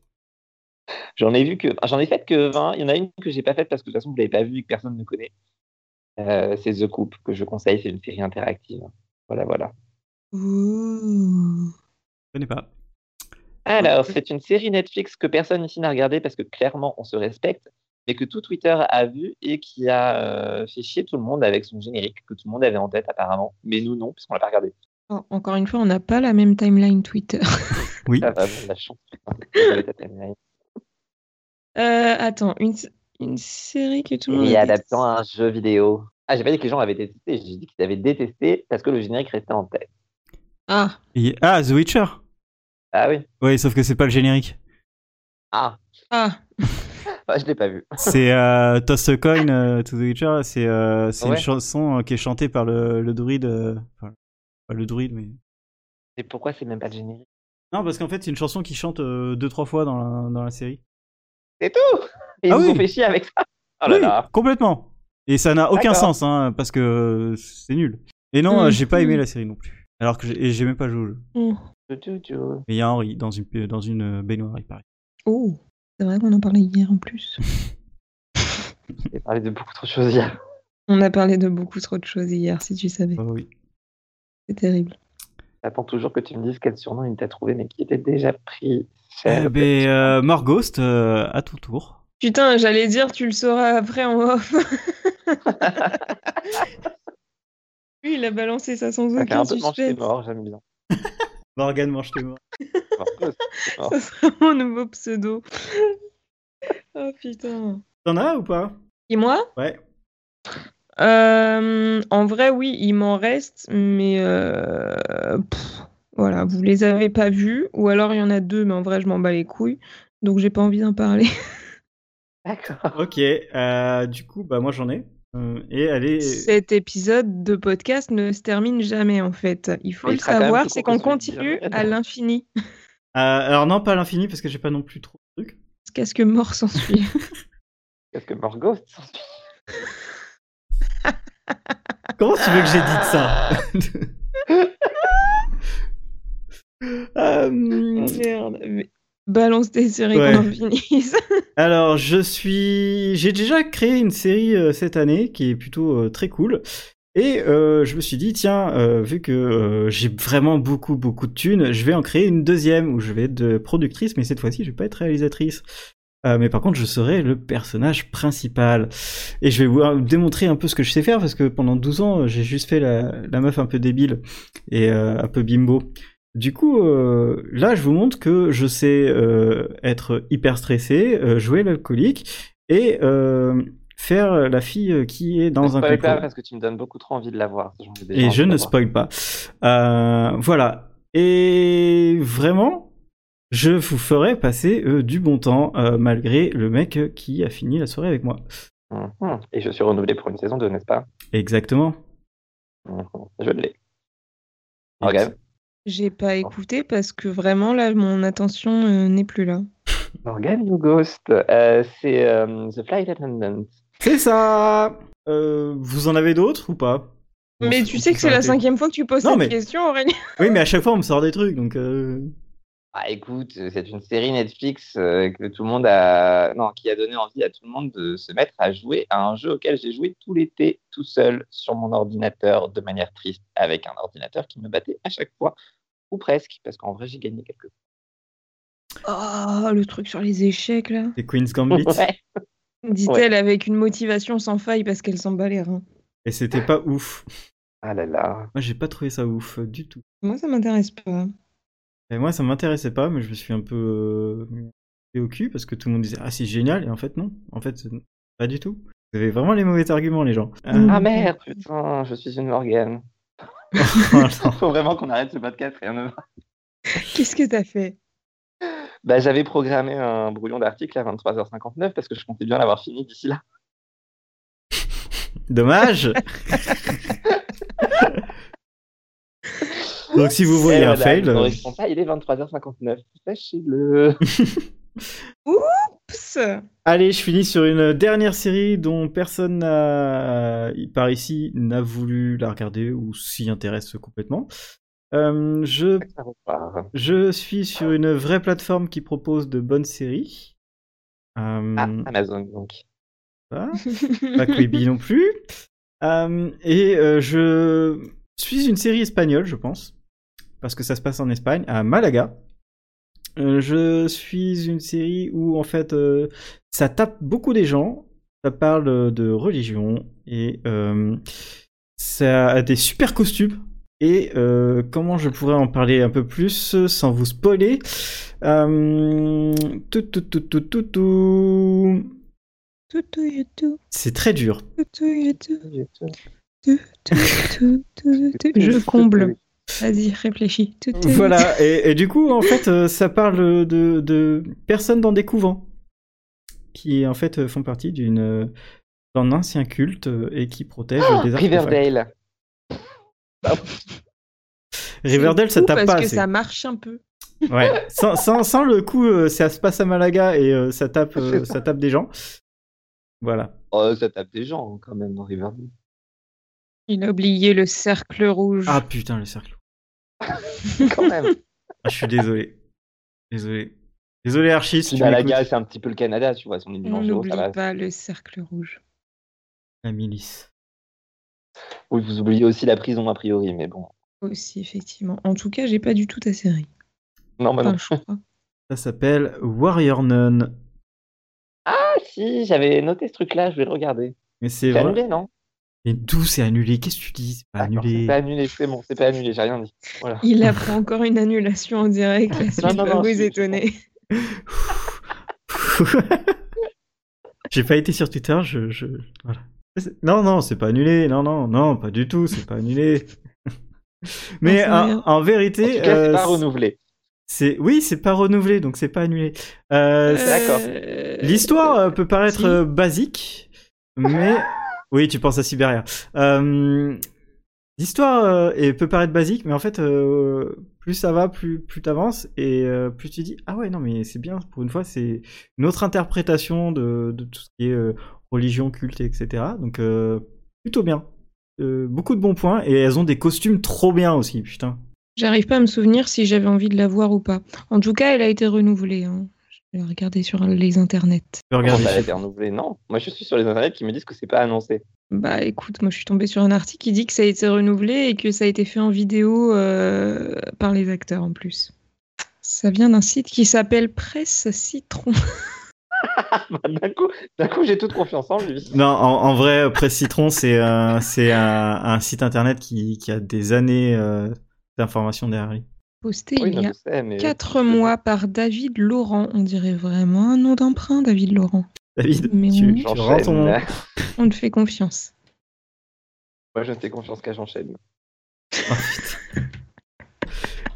Speaker 2: J'en ai vu que. J'en ai fait que 20. Il y en a une que j'ai pas faite parce que de toute façon, vous l'avez pas vue et que personne ne connaît. Euh, c'est The Coupe que je conseille. C'est une série interactive. Voilà, voilà.
Speaker 3: Ouh.
Speaker 1: Je connais pas.
Speaker 2: Alors, c'est une série Netflix que personne ici n'a regardée parce que clairement on se respecte, mais que tout Twitter a vu et qui a euh, fait chier tout le monde avec son générique que tout le monde avait en tête apparemment. Mais nous non, puisqu'on l'a pas regardé.
Speaker 3: En- Oh, Encore une fois, on n'a pas la même timeline Twitter. [laughs]
Speaker 1: Oui.
Speaker 2: Ah, bah, bon, la chance. J'avais ta timeline.
Speaker 3: Euh, attends, une, s- une série que tout le monde.
Speaker 2: Et
Speaker 3: a
Speaker 2: adaptant à un jeu vidéo. Ah, j'ai pas dit que les gens avaient détesté, j'ai dit qu'ils avaient détesté parce que le générique restait en tête.
Speaker 3: Ah,
Speaker 1: Et- Ah, The Witcher
Speaker 2: Ah oui.
Speaker 1: Oui, sauf que c'est pas le générique.
Speaker 2: Ah,
Speaker 3: ah,
Speaker 2: bah, je l'ai pas vu.
Speaker 1: C'est euh, Toss a Coin euh, to The Witcher, là, c'est euh, c'est
Speaker 2: Ouais.
Speaker 1: une chanson euh, qui est chantée par le, le druide. euh, enfin, pas le druide, mais.
Speaker 2: Mais pourquoi c'est même pas le générique
Speaker 1: Non, parce qu'en fait, c'est une chanson qui chante euh, deux, trois fois dans la, dans la série.
Speaker 2: C'est tout Et
Speaker 1: Ah
Speaker 2: ils nous
Speaker 1: oui.
Speaker 2: ont fait chier avec ça. Oh là
Speaker 1: oui,
Speaker 2: là.
Speaker 1: complètement Et ça n'a aucun
Speaker 2: D'accord. Mm,
Speaker 1: sens, hein, parce que euh, c'est nul. Et non, euh, j'ai pas aimé
Speaker 3: Mhm.
Speaker 1: la série non plus. Alors que j'ai et j'ai même pas joué au jeu.
Speaker 2: Tu- tu- tu-
Speaker 1: Mais il y a Henri dans une, dans une euh, baignoire, il paraît.
Speaker 3: oh. C'est vrai qu'on en parlait hier en plus.
Speaker 2: J'ai parlé de beaucoup trop de choses hier.
Speaker 3: On a parlé de beaucoup trop de choses hier, si tu
Speaker 2: Eh
Speaker 3: savais.
Speaker 1: Ah oui.
Speaker 3: C'est terrible.
Speaker 2: J'attends toujours que tu me dises quel surnom il t'a trouvé, mais qui était déjà pris. Cher.
Speaker 1: Eh ben, euh, Morghost, euh, à ton tour.
Speaker 4: Putain, j'allais dire, tu le sauras après en off. [laughs]
Speaker 3: Lui, il a balancé ça sans
Speaker 2: Ça fait un
Speaker 3: aucun
Speaker 2: peu de manche, t'es
Speaker 3: suspect.
Speaker 2: mort, j'aime bien.
Speaker 1: Morgan mange tes morts.
Speaker 2: Marcos, t'es mort.
Speaker 3: Ça sera mon nouveau
Speaker 4: [laughs]
Speaker 3: pseudo. oh putain.
Speaker 1: T'en as ou pas
Speaker 4: Et moi
Speaker 1: Ouais.
Speaker 4: Euh, En vrai, oui, il m'en reste, mais euh, pff, voilà, vous les avez pas vus, ou alors il y en a deux, mais en vrai, je m'en bats les couilles, donc j'ai pas envie d'en parler.
Speaker 2: D'accord.
Speaker 1: Ok, euh, du coup, bah moi j'en ai. Euh, et elle est.
Speaker 4: [laughs] Cet épisode de podcast ne se termine jamais, en fait. Il faut
Speaker 2: Mais il
Speaker 4: le
Speaker 2: sera quand même
Speaker 4: savoir,
Speaker 2: plus
Speaker 4: c'est
Speaker 2: court
Speaker 4: qu'on
Speaker 2: que celui de
Speaker 4: continue
Speaker 2: Jérôme.
Speaker 4: à l'infini.
Speaker 1: Euh, alors non, pas à l'infini parce que j'ai pas non plus trop de trucs.
Speaker 4: Qu'est-ce que mort [laughs] s'ensuit
Speaker 2: Qu'est-ce que [laughs] Morgos
Speaker 1: Comment tu veux que j'ai dit ça [laughs] Euh,
Speaker 4: Oh, Merde. mais- Balance tes séries
Speaker 1: Ouais.
Speaker 4: qu'on en finisse.
Speaker 1: Alors, je suis. J'ai déjà créé une série euh, cette année qui est plutôt euh, très cool. Et euh, je me suis dit, tiens, euh, vu que euh, j'ai vraiment beaucoup, beaucoup de thunes, je vais en créer une deuxième où je vais être de productrice, mais cette fois-ci, je vais pas être réalisatrice. Euh, mais par contre, je serai le personnage principal. Et je vais vous démontrer un peu ce que je sais faire, parce que pendant 12 ans, j'ai juste fait la, la meuf un peu débile et euh, un peu bimbo. Du coup, euh, là, je vous montre que je sais euh, être hyper stressé, euh, jouer l'alcoolique et euh, faire la fille qui est dans
Speaker 2: ne
Speaker 1: un
Speaker 2: spoil pas
Speaker 1: complot.
Speaker 2: parce que tu me donnes beaucoup trop envie de la voir. J'en ai déjà
Speaker 1: Et
Speaker 2: envie
Speaker 1: je
Speaker 2: de
Speaker 1: ne
Speaker 2: la voir.
Speaker 1: spoil pas. Euh, voilà. Et vraiment, je vous ferai passer euh, du bon temps euh, malgré le mec euh, qui a fini la soirée avec moi.
Speaker 2: Mhm. Et je suis renouvelé pour une saison 2, n'est-ce pas
Speaker 1: Exactement.
Speaker 2: Mhm. Je l'ai. Regarde.
Speaker 3: [laughs] J'ai pas
Speaker 1: Oh.
Speaker 3: écouté parce que vraiment là, mon attention euh, n'est plus là.
Speaker 2: Morgan You Ghost, euh, c'est euh, The Flight Attendant.
Speaker 1: C'est ça. Euh, vous en avez d'autres ou pas
Speaker 4: Mais
Speaker 1: On-
Speaker 4: tu
Speaker 1: on
Speaker 4: sais
Speaker 1: peut
Speaker 4: que c'est la
Speaker 1: s'arrêter.
Speaker 4: cinquième fois que tu poses
Speaker 1: Non,
Speaker 4: cette
Speaker 1: mais-
Speaker 4: question, Aurélie.
Speaker 1: Oui, mais à chaque fois, on me sort des trucs, donc. euh,
Speaker 2: Ah, écoute, c'est une série Netflix euh, que tout le monde a, non, qui a donné envie à tout le monde de se mettre à jouer à un jeu auquel j'ai joué tout l'été, tout seul, sur mon ordinateur, de manière triste, avec un ordinateur qui me battait à chaque fois, ou presque, parce qu'en vrai, j'ai gagné quelques
Speaker 3: [laughs]
Speaker 2: [laughs]
Speaker 3: Oh, le truc sur les échecs là.
Speaker 1: C'est Queen's
Speaker 2: fois.
Speaker 1: Gambit.
Speaker 2: Ouais.
Speaker 3: Dit-elle avec une motivation sans faille parce qu'elle s'en bat les reins.
Speaker 1: Et c'était pas ouf.
Speaker 2: Ah
Speaker 1: [laughs]
Speaker 2: là là.
Speaker 1: Moi, j'ai pas trouvé ça ouf euh, du tout.
Speaker 3: Moi, ça m'intéresse pas.
Speaker 1: Et moi, ça m'intéressait pas, mais je me suis un peu euh, fait au cul parce que tout le monde disait Ah, c'est génial. Et en fait, non. En fait, c'est- pas du tout. Vous avez vraiment les mauvais arguments, les gens. Euh,
Speaker 3: Mm.
Speaker 2: Ah merde, putain, je suis une Morgane.
Speaker 1: [laughs] voilà.
Speaker 2: Faut vraiment qu'on arrête ce podcast, rien ne va.
Speaker 3: Qu'est-ce que t'as fait
Speaker 2: Bah, j'avais programmé un brouillon d'article à 23h59 parce que je comptais bien l'avoir fini d'ici là.
Speaker 1: Dommage. Donc, si vous voyez
Speaker 2: Eh,
Speaker 1: un
Speaker 2: madame,
Speaker 1: fail,
Speaker 2: ne
Speaker 1: euh,
Speaker 2: correspond pas, il est 23h59.
Speaker 1: [laughs]
Speaker 2: Sachez-le.
Speaker 4: Oups.
Speaker 1: Allez, je finis sur une dernière série dont personne n'a- par ici n'a voulu la regarder ou s'y intéresse complètement. Euh, je,
Speaker 2: Ça repart.
Speaker 1: je suis sur une vraie plateforme qui propose de bonnes séries. Euh,
Speaker 2: Ah, Amazon, donc.
Speaker 1: pas,
Speaker 3: [laughs]
Speaker 1: pas Quibi non plus. Euh, et euh, je suis une série espagnole, je pense, parce que ça se passe en Espagne, à Malaga. Euh, je suis une série où en fait euh, ça tape beaucoup des gens, ça parle de religion et euh, ça a des super costumes. Et euh, comment je pourrais en parler un peu plus sans vous spoiler Euh, tout, tout, tout, tout, tout, tout.
Speaker 3: Tout, tout, tout,
Speaker 1: C'est très dur.
Speaker 3: tout, tout, tout, tout, tout, tout,
Speaker 1: [laughs]
Speaker 3: tout. Je comble. Vas-y, réfléchis. Tout, tout,
Speaker 1: Voilà, et, et du coup, en fait, euh, ça parle de, de personnes dans des couvents qui, en fait, euh, font partie d'une euh, d'un ancien culte euh, et qui protègent des artefacts.
Speaker 2: Ah, Riverdale.
Speaker 1: Riverdale, ça
Speaker 4: Ou
Speaker 1: tape
Speaker 4: parce
Speaker 1: pas.
Speaker 4: que
Speaker 1: assez.
Speaker 4: ça marche un peu.
Speaker 1: [laughs] Ouais. sans, sans, sans le coup, euh, ça se passe à Malaga et euh, ça
Speaker 2: [laughs]
Speaker 1: tape, euh, ça tape des gens. Voilà.
Speaker 2: Oh, ça tape des gens quand même dans
Speaker 3: [laughs]
Speaker 2: Riverdale.
Speaker 3: Il a oublié le cercle rouge.
Speaker 1: Ah putain, le cercle.
Speaker 2: Quand même.
Speaker 1: Ah, je suis désolé. Désolé. Désolé, Archie, si
Speaker 2: Puis
Speaker 1: tu m'écoutes.
Speaker 2: Malaga, Bah, c'est un petit peu le Canada, tu vois, son
Speaker 3: On
Speaker 2: émission géo,
Speaker 3: n'oublie
Speaker 2: ça va.
Speaker 3: pas le cercle rouge.
Speaker 1: La milice.
Speaker 2: Oui, vous oubliez aussi la prison, a priori, mais bon.
Speaker 3: Aussi, effectivement. En tout cas, j'ai pas du tout ta série.
Speaker 2: Non, bah non.
Speaker 3: Enfin, je crois.
Speaker 1: Ça s'appelle Warrior Nun.
Speaker 2: Ah si, j'avais noté ce truc-là, je vais le regarder.
Speaker 1: Mais c'est
Speaker 2: C'est
Speaker 1: vrai.
Speaker 2: annulé, non
Speaker 1: Mais d'où c'est annulé Qu'est-ce que tu dis C'est pas
Speaker 2: D'accord,
Speaker 1: annulé.
Speaker 2: C'est pas annulé, c'est bon, c'est pas annulé, j'ai rien dit. Voilà.
Speaker 3: Il a pris encore une annulation en direct.
Speaker 2: [laughs]
Speaker 3: La suite
Speaker 2: non,
Speaker 3: va
Speaker 2: non,
Speaker 3: vous
Speaker 2: je-
Speaker 3: étonner.
Speaker 1: [laughs] J'ai pas été sur Twitter, je. je... Voilà. C'est- Non, non, c'est pas annulé. Non, non, non, pas du tout, c'est pas annulé. [laughs] Mais
Speaker 3: c'est
Speaker 1: en,
Speaker 3: rien.
Speaker 1: en
Speaker 2: En
Speaker 1: vérité,
Speaker 2: tout cas, c'est
Speaker 1: euh,
Speaker 2: pas renouvelé.
Speaker 1: c'est- oui, c'est pas renouvelé, donc c'est pas annulé. Euh,
Speaker 2: Euh, D'accord.
Speaker 3: Euh,
Speaker 1: L'histoire euh, peut paraître
Speaker 3: si.
Speaker 1: euh, basique, mais oui, tu penses à Sibéria. Euh, L'histoire euh, est- peut paraître basique, mais en fait, euh, plus ça va, plus plus t'avances et euh, plus tu dis ah ouais non mais c'est bien pour une fois c'est une autre interprétation de, de tout ce qui est euh, religion, culte, etc. Donc euh, plutôt bien, Euh, beaucoup de bons points et elles ont des costumes trop bien aussi putain.
Speaker 3: J'arrive pas à me souvenir si j'avais envie de la voir ou pas. En tout cas, elle a été renouvelée. hein. Je vais la regarder sur les internets.
Speaker 1: Je peux regarder.
Speaker 2: Comment ça a été renouvelé, non. Moi, je suis sur les internets qui me disent que c'est pas annoncé. [laughs]
Speaker 3: Bah écoute, moi je suis tombée sur un article qui dit que ça a été renouvelé et que ça a été fait en vidéo euh, par les acteurs en plus. Ça vient d'un site qui s'appelle Presse Citron.
Speaker 2: d'un coup, d'un coup, j'ai toute confiance en lui.
Speaker 1: Non, en, en vrai, euh, Presse Citron, c'est un, c'est un, un site internet qui, qui a des années euh, d'informations derrière lui.
Speaker 3: Posté
Speaker 2: Oui,
Speaker 3: il
Speaker 2: non,
Speaker 3: y a
Speaker 2: je sais, mais...
Speaker 3: 4 mois par David Laurent. On dirait vraiment un nom d'emprunt, David Laurent.
Speaker 1: David,
Speaker 3: Mais
Speaker 1: tu,
Speaker 3: oui.
Speaker 1: tu rends ton nom.
Speaker 2: J'enchaîne.
Speaker 3: On te fait confiance.
Speaker 2: [laughs] Moi, je ne fais confiance qu'à j'enchaîne.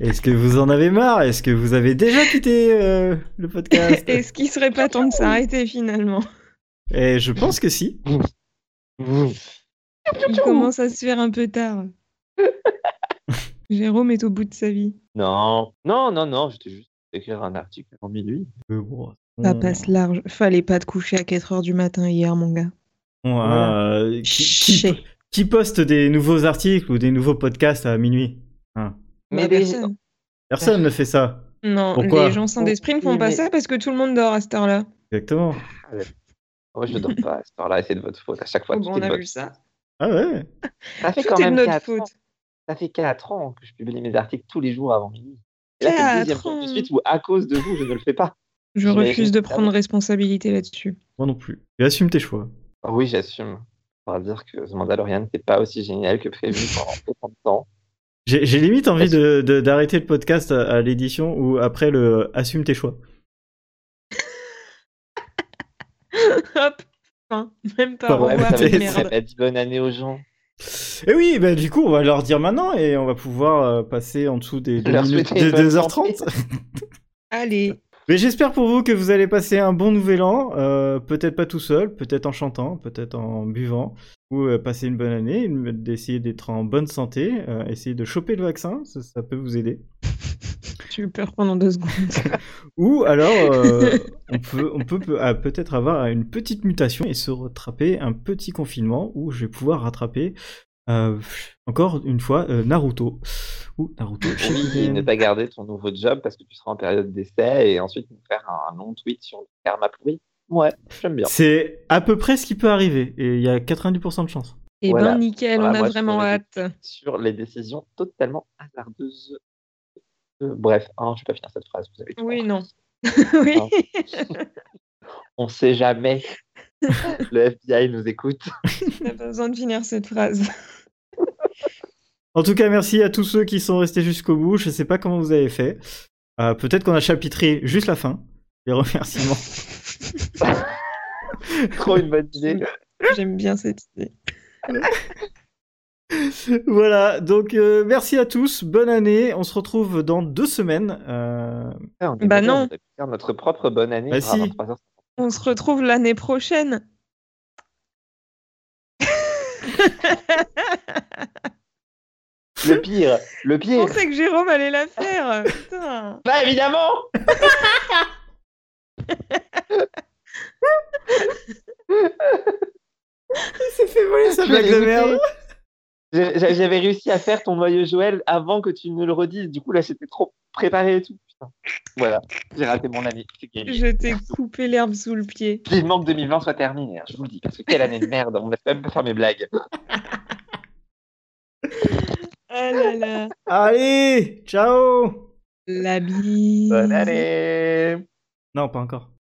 Speaker 1: Est-ce que vous en avez marre Est-ce que vous avez déjà quitté euh, le
Speaker 4: Ah,
Speaker 3: [laughs]
Speaker 1: podcast
Speaker 3: Est-ce qu'il serait pas temps de s'arrêter finalement
Speaker 1: Et je pense que si.
Speaker 3: Il commence à se faire un peu
Speaker 4: [laughs]
Speaker 3: tard. Jérôme est au bout de sa vie.
Speaker 2: Non, non, non, non, j'étais juste écrire un article avant minuit.
Speaker 1: Mais Euh, bon,
Speaker 3: Ça
Speaker 1: on-
Speaker 3: passe large. Fallait pas te coucher à 4 heures du matin hier, mon gars.
Speaker 1: on,
Speaker 2: Voilà.
Speaker 1: euh, qui, qui-
Speaker 3: Chier.
Speaker 1: qui poste des nouveaux articles ou des nouveaux podcasts à minuit
Speaker 3: Bah,
Speaker 2: Mais les-
Speaker 3: personne.
Speaker 1: Personne ne fait ça.
Speaker 4: Non,
Speaker 1: Pourquoi
Speaker 4: les gens sans d'esprit ne font
Speaker 2: Oui,
Speaker 4: pas
Speaker 2: mais-
Speaker 4: ça parce que tout le monde dort à cette heure-là.
Speaker 1: Exactement.
Speaker 2: Moi, je ne dors pas à cette heure-là, et c'est de votre faute. À chaque fois,
Speaker 4: Oh,
Speaker 2: tout
Speaker 4: bon,
Speaker 2: est
Speaker 4: on
Speaker 2: de
Speaker 4: a
Speaker 2: votre
Speaker 4: vu ça.
Speaker 1: Ah ouais.
Speaker 2: Ça fait
Speaker 4: Tout
Speaker 2: quand
Speaker 4: est de
Speaker 2: même
Speaker 4: notre
Speaker 2: quatre ans.
Speaker 4: faute.
Speaker 2: Ça fait 4 ans que je publie mes articles tous les jours avant minuit. Et là, c'est le deuxième
Speaker 4: Quatre
Speaker 2: jour de
Speaker 4: ans.
Speaker 2: suite où, à cause de vous, je ne le fais pas.
Speaker 3: Je
Speaker 2: J'imagine.
Speaker 3: refuse de prendre responsabilité là-dessus.
Speaker 1: Moi non plus. Tu assumes tes choix.
Speaker 2: Ah Oui, j'assume. On va dire que The Mandalorian n'était pas aussi génial que prévu pendant [laughs] autant de temps.
Speaker 1: J'ai j'ai limite envie de- de- d'arrêter le podcast à, à l'édition ou après le assume tes choix.
Speaker 4: Hop, fin. Même pas.
Speaker 1: Pas
Speaker 4: au
Speaker 1: vrai,
Speaker 4: revoir,
Speaker 2: ça veut
Speaker 1: mais
Speaker 4: merde.
Speaker 2: dire qu'elle a dit bonne année aux gens.
Speaker 1: Et oui, bah, du coup, on va leur dire maintenant et on va pouvoir euh, passer en dessous des deux
Speaker 2: Leur
Speaker 1: minutes de
Speaker 2: souhaiter une bonne
Speaker 1: 2h30.
Speaker 2: [laughs]
Speaker 3: Allez,
Speaker 1: Mais j'espère pour vous que vous allez passer un bon nouvel an, euh, peut-être pas tout seul, peut-être en chantant, peut-être en buvant, ou euh, passer une bonne année, une- d'essayer d'être en bonne santé, euh, essayer de choper le vaccin, ça, ça peut vous aider.
Speaker 3: j'ai eu peur pendant deux
Speaker 2: [laughs]
Speaker 3: secondes.
Speaker 1: Ou alors, euh, on peut, on peut, peut- ah, peut-être avoir une petite mutation et se rattraper un petit confinement où je vais pouvoir rattraper, euh, encore une fois, euh, Naruto. Ou Naruto
Speaker 2: Oui, ne
Speaker 1: Shippuden.
Speaker 2: pas garder ton nouveau job parce que tu seras en période d'essai et ensuite nous faire un long tweet sur le karma pourri. Ouais, j'aime bien.
Speaker 1: C'est à peu près ce qui peut arriver, et il y a 90% de chance.
Speaker 3: Et
Speaker 2: Voilà.
Speaker 4: Ben nickel,
Speaker 2: Voilà,
Speaker 4: on
Speaker 2: moi,
Speaker 4: a
Speaker 2: je
Speaker 4: vraiment
Speaker 2: t'aurais
Speaker 4: hâte. [laughs]
Speaker 2: Sur les décisions totalement hasardeuses. Euh, bref, hein, je vais pas finir cette phrase. Vous avez tout
Speaker 4: Oui,
Speaker 2: compris.
Speaker 4: non. oui. [laughs]
Speaker 2: Ah. On sait jamais. le FBI
Speaker 4: [laughs]
Speaker 2: nous écoute.
Speaker 4: On n'a pas besoin de finir cette phrase. [laughs]
Speaker 1: En tout cas, merci à tous ceux qui sont restés jusqu'au bout. Je sais pas comment vous avez fait. Euh, Peut-être qu'on a chapitré juste la fin. Les remerciements. [laughs]
Speaker 2: Trop une bonne idée.
Speaker 4: J'aime bien cette idée.
Speaker 1: voilà, donc euh, merci à tous. Bonne année. On se retrouve dans deux semaines. Euh,
Speaker 2: Ah, on est
Speaker 4: Bah
Speaker 2: bien,
Speaker 4: non.
Speaker 2: On a pu faire notre propre bonne année.
Speaker 1: Bah
Speaker 2: par
Speaker 1: si.
Speaker 2: 23 heures.
Speaker 4: On se retrouve l'année prochaine.
Speaker 2: Le pire, le
Speaker 4: Je
Speaker 2: pire.
Speaker 4: pensais que Jérôme allait la
Speaker 2: [laughs]
Speaker 4: faire. Putain.
Speaker 2: Bah évidemment.
Speaker 1: [laughs] Il s'est fait voler sa
Speaker 2: Je l'ai
Speaker 1: blague de
Speaker 2: écouté.
Speaker 1: merde.
Speaker 2: J'ai- j'ai- J'avais réussi à faire ton noyau Joël avant que tu ne le redises. Du coup, là, c'était trop préparé et tout. Putain. Voilà, j'ai raté mon année. C'est gagné.
Speaker 4: Je t'ai coupé l'herbe sous le pied.
Speaker 2: Vivement que 2020 soit terminé, hein, je vous le dis. Parce que quelle année de merde, on ne laisse même pas faire mes blagues.
Speaker 4: Ah là là.
Speaker 1: Allez, ciao.
Speaker 3: La bise.
Speaker 2: Bonne année
Speaker 1: Non, pas encore.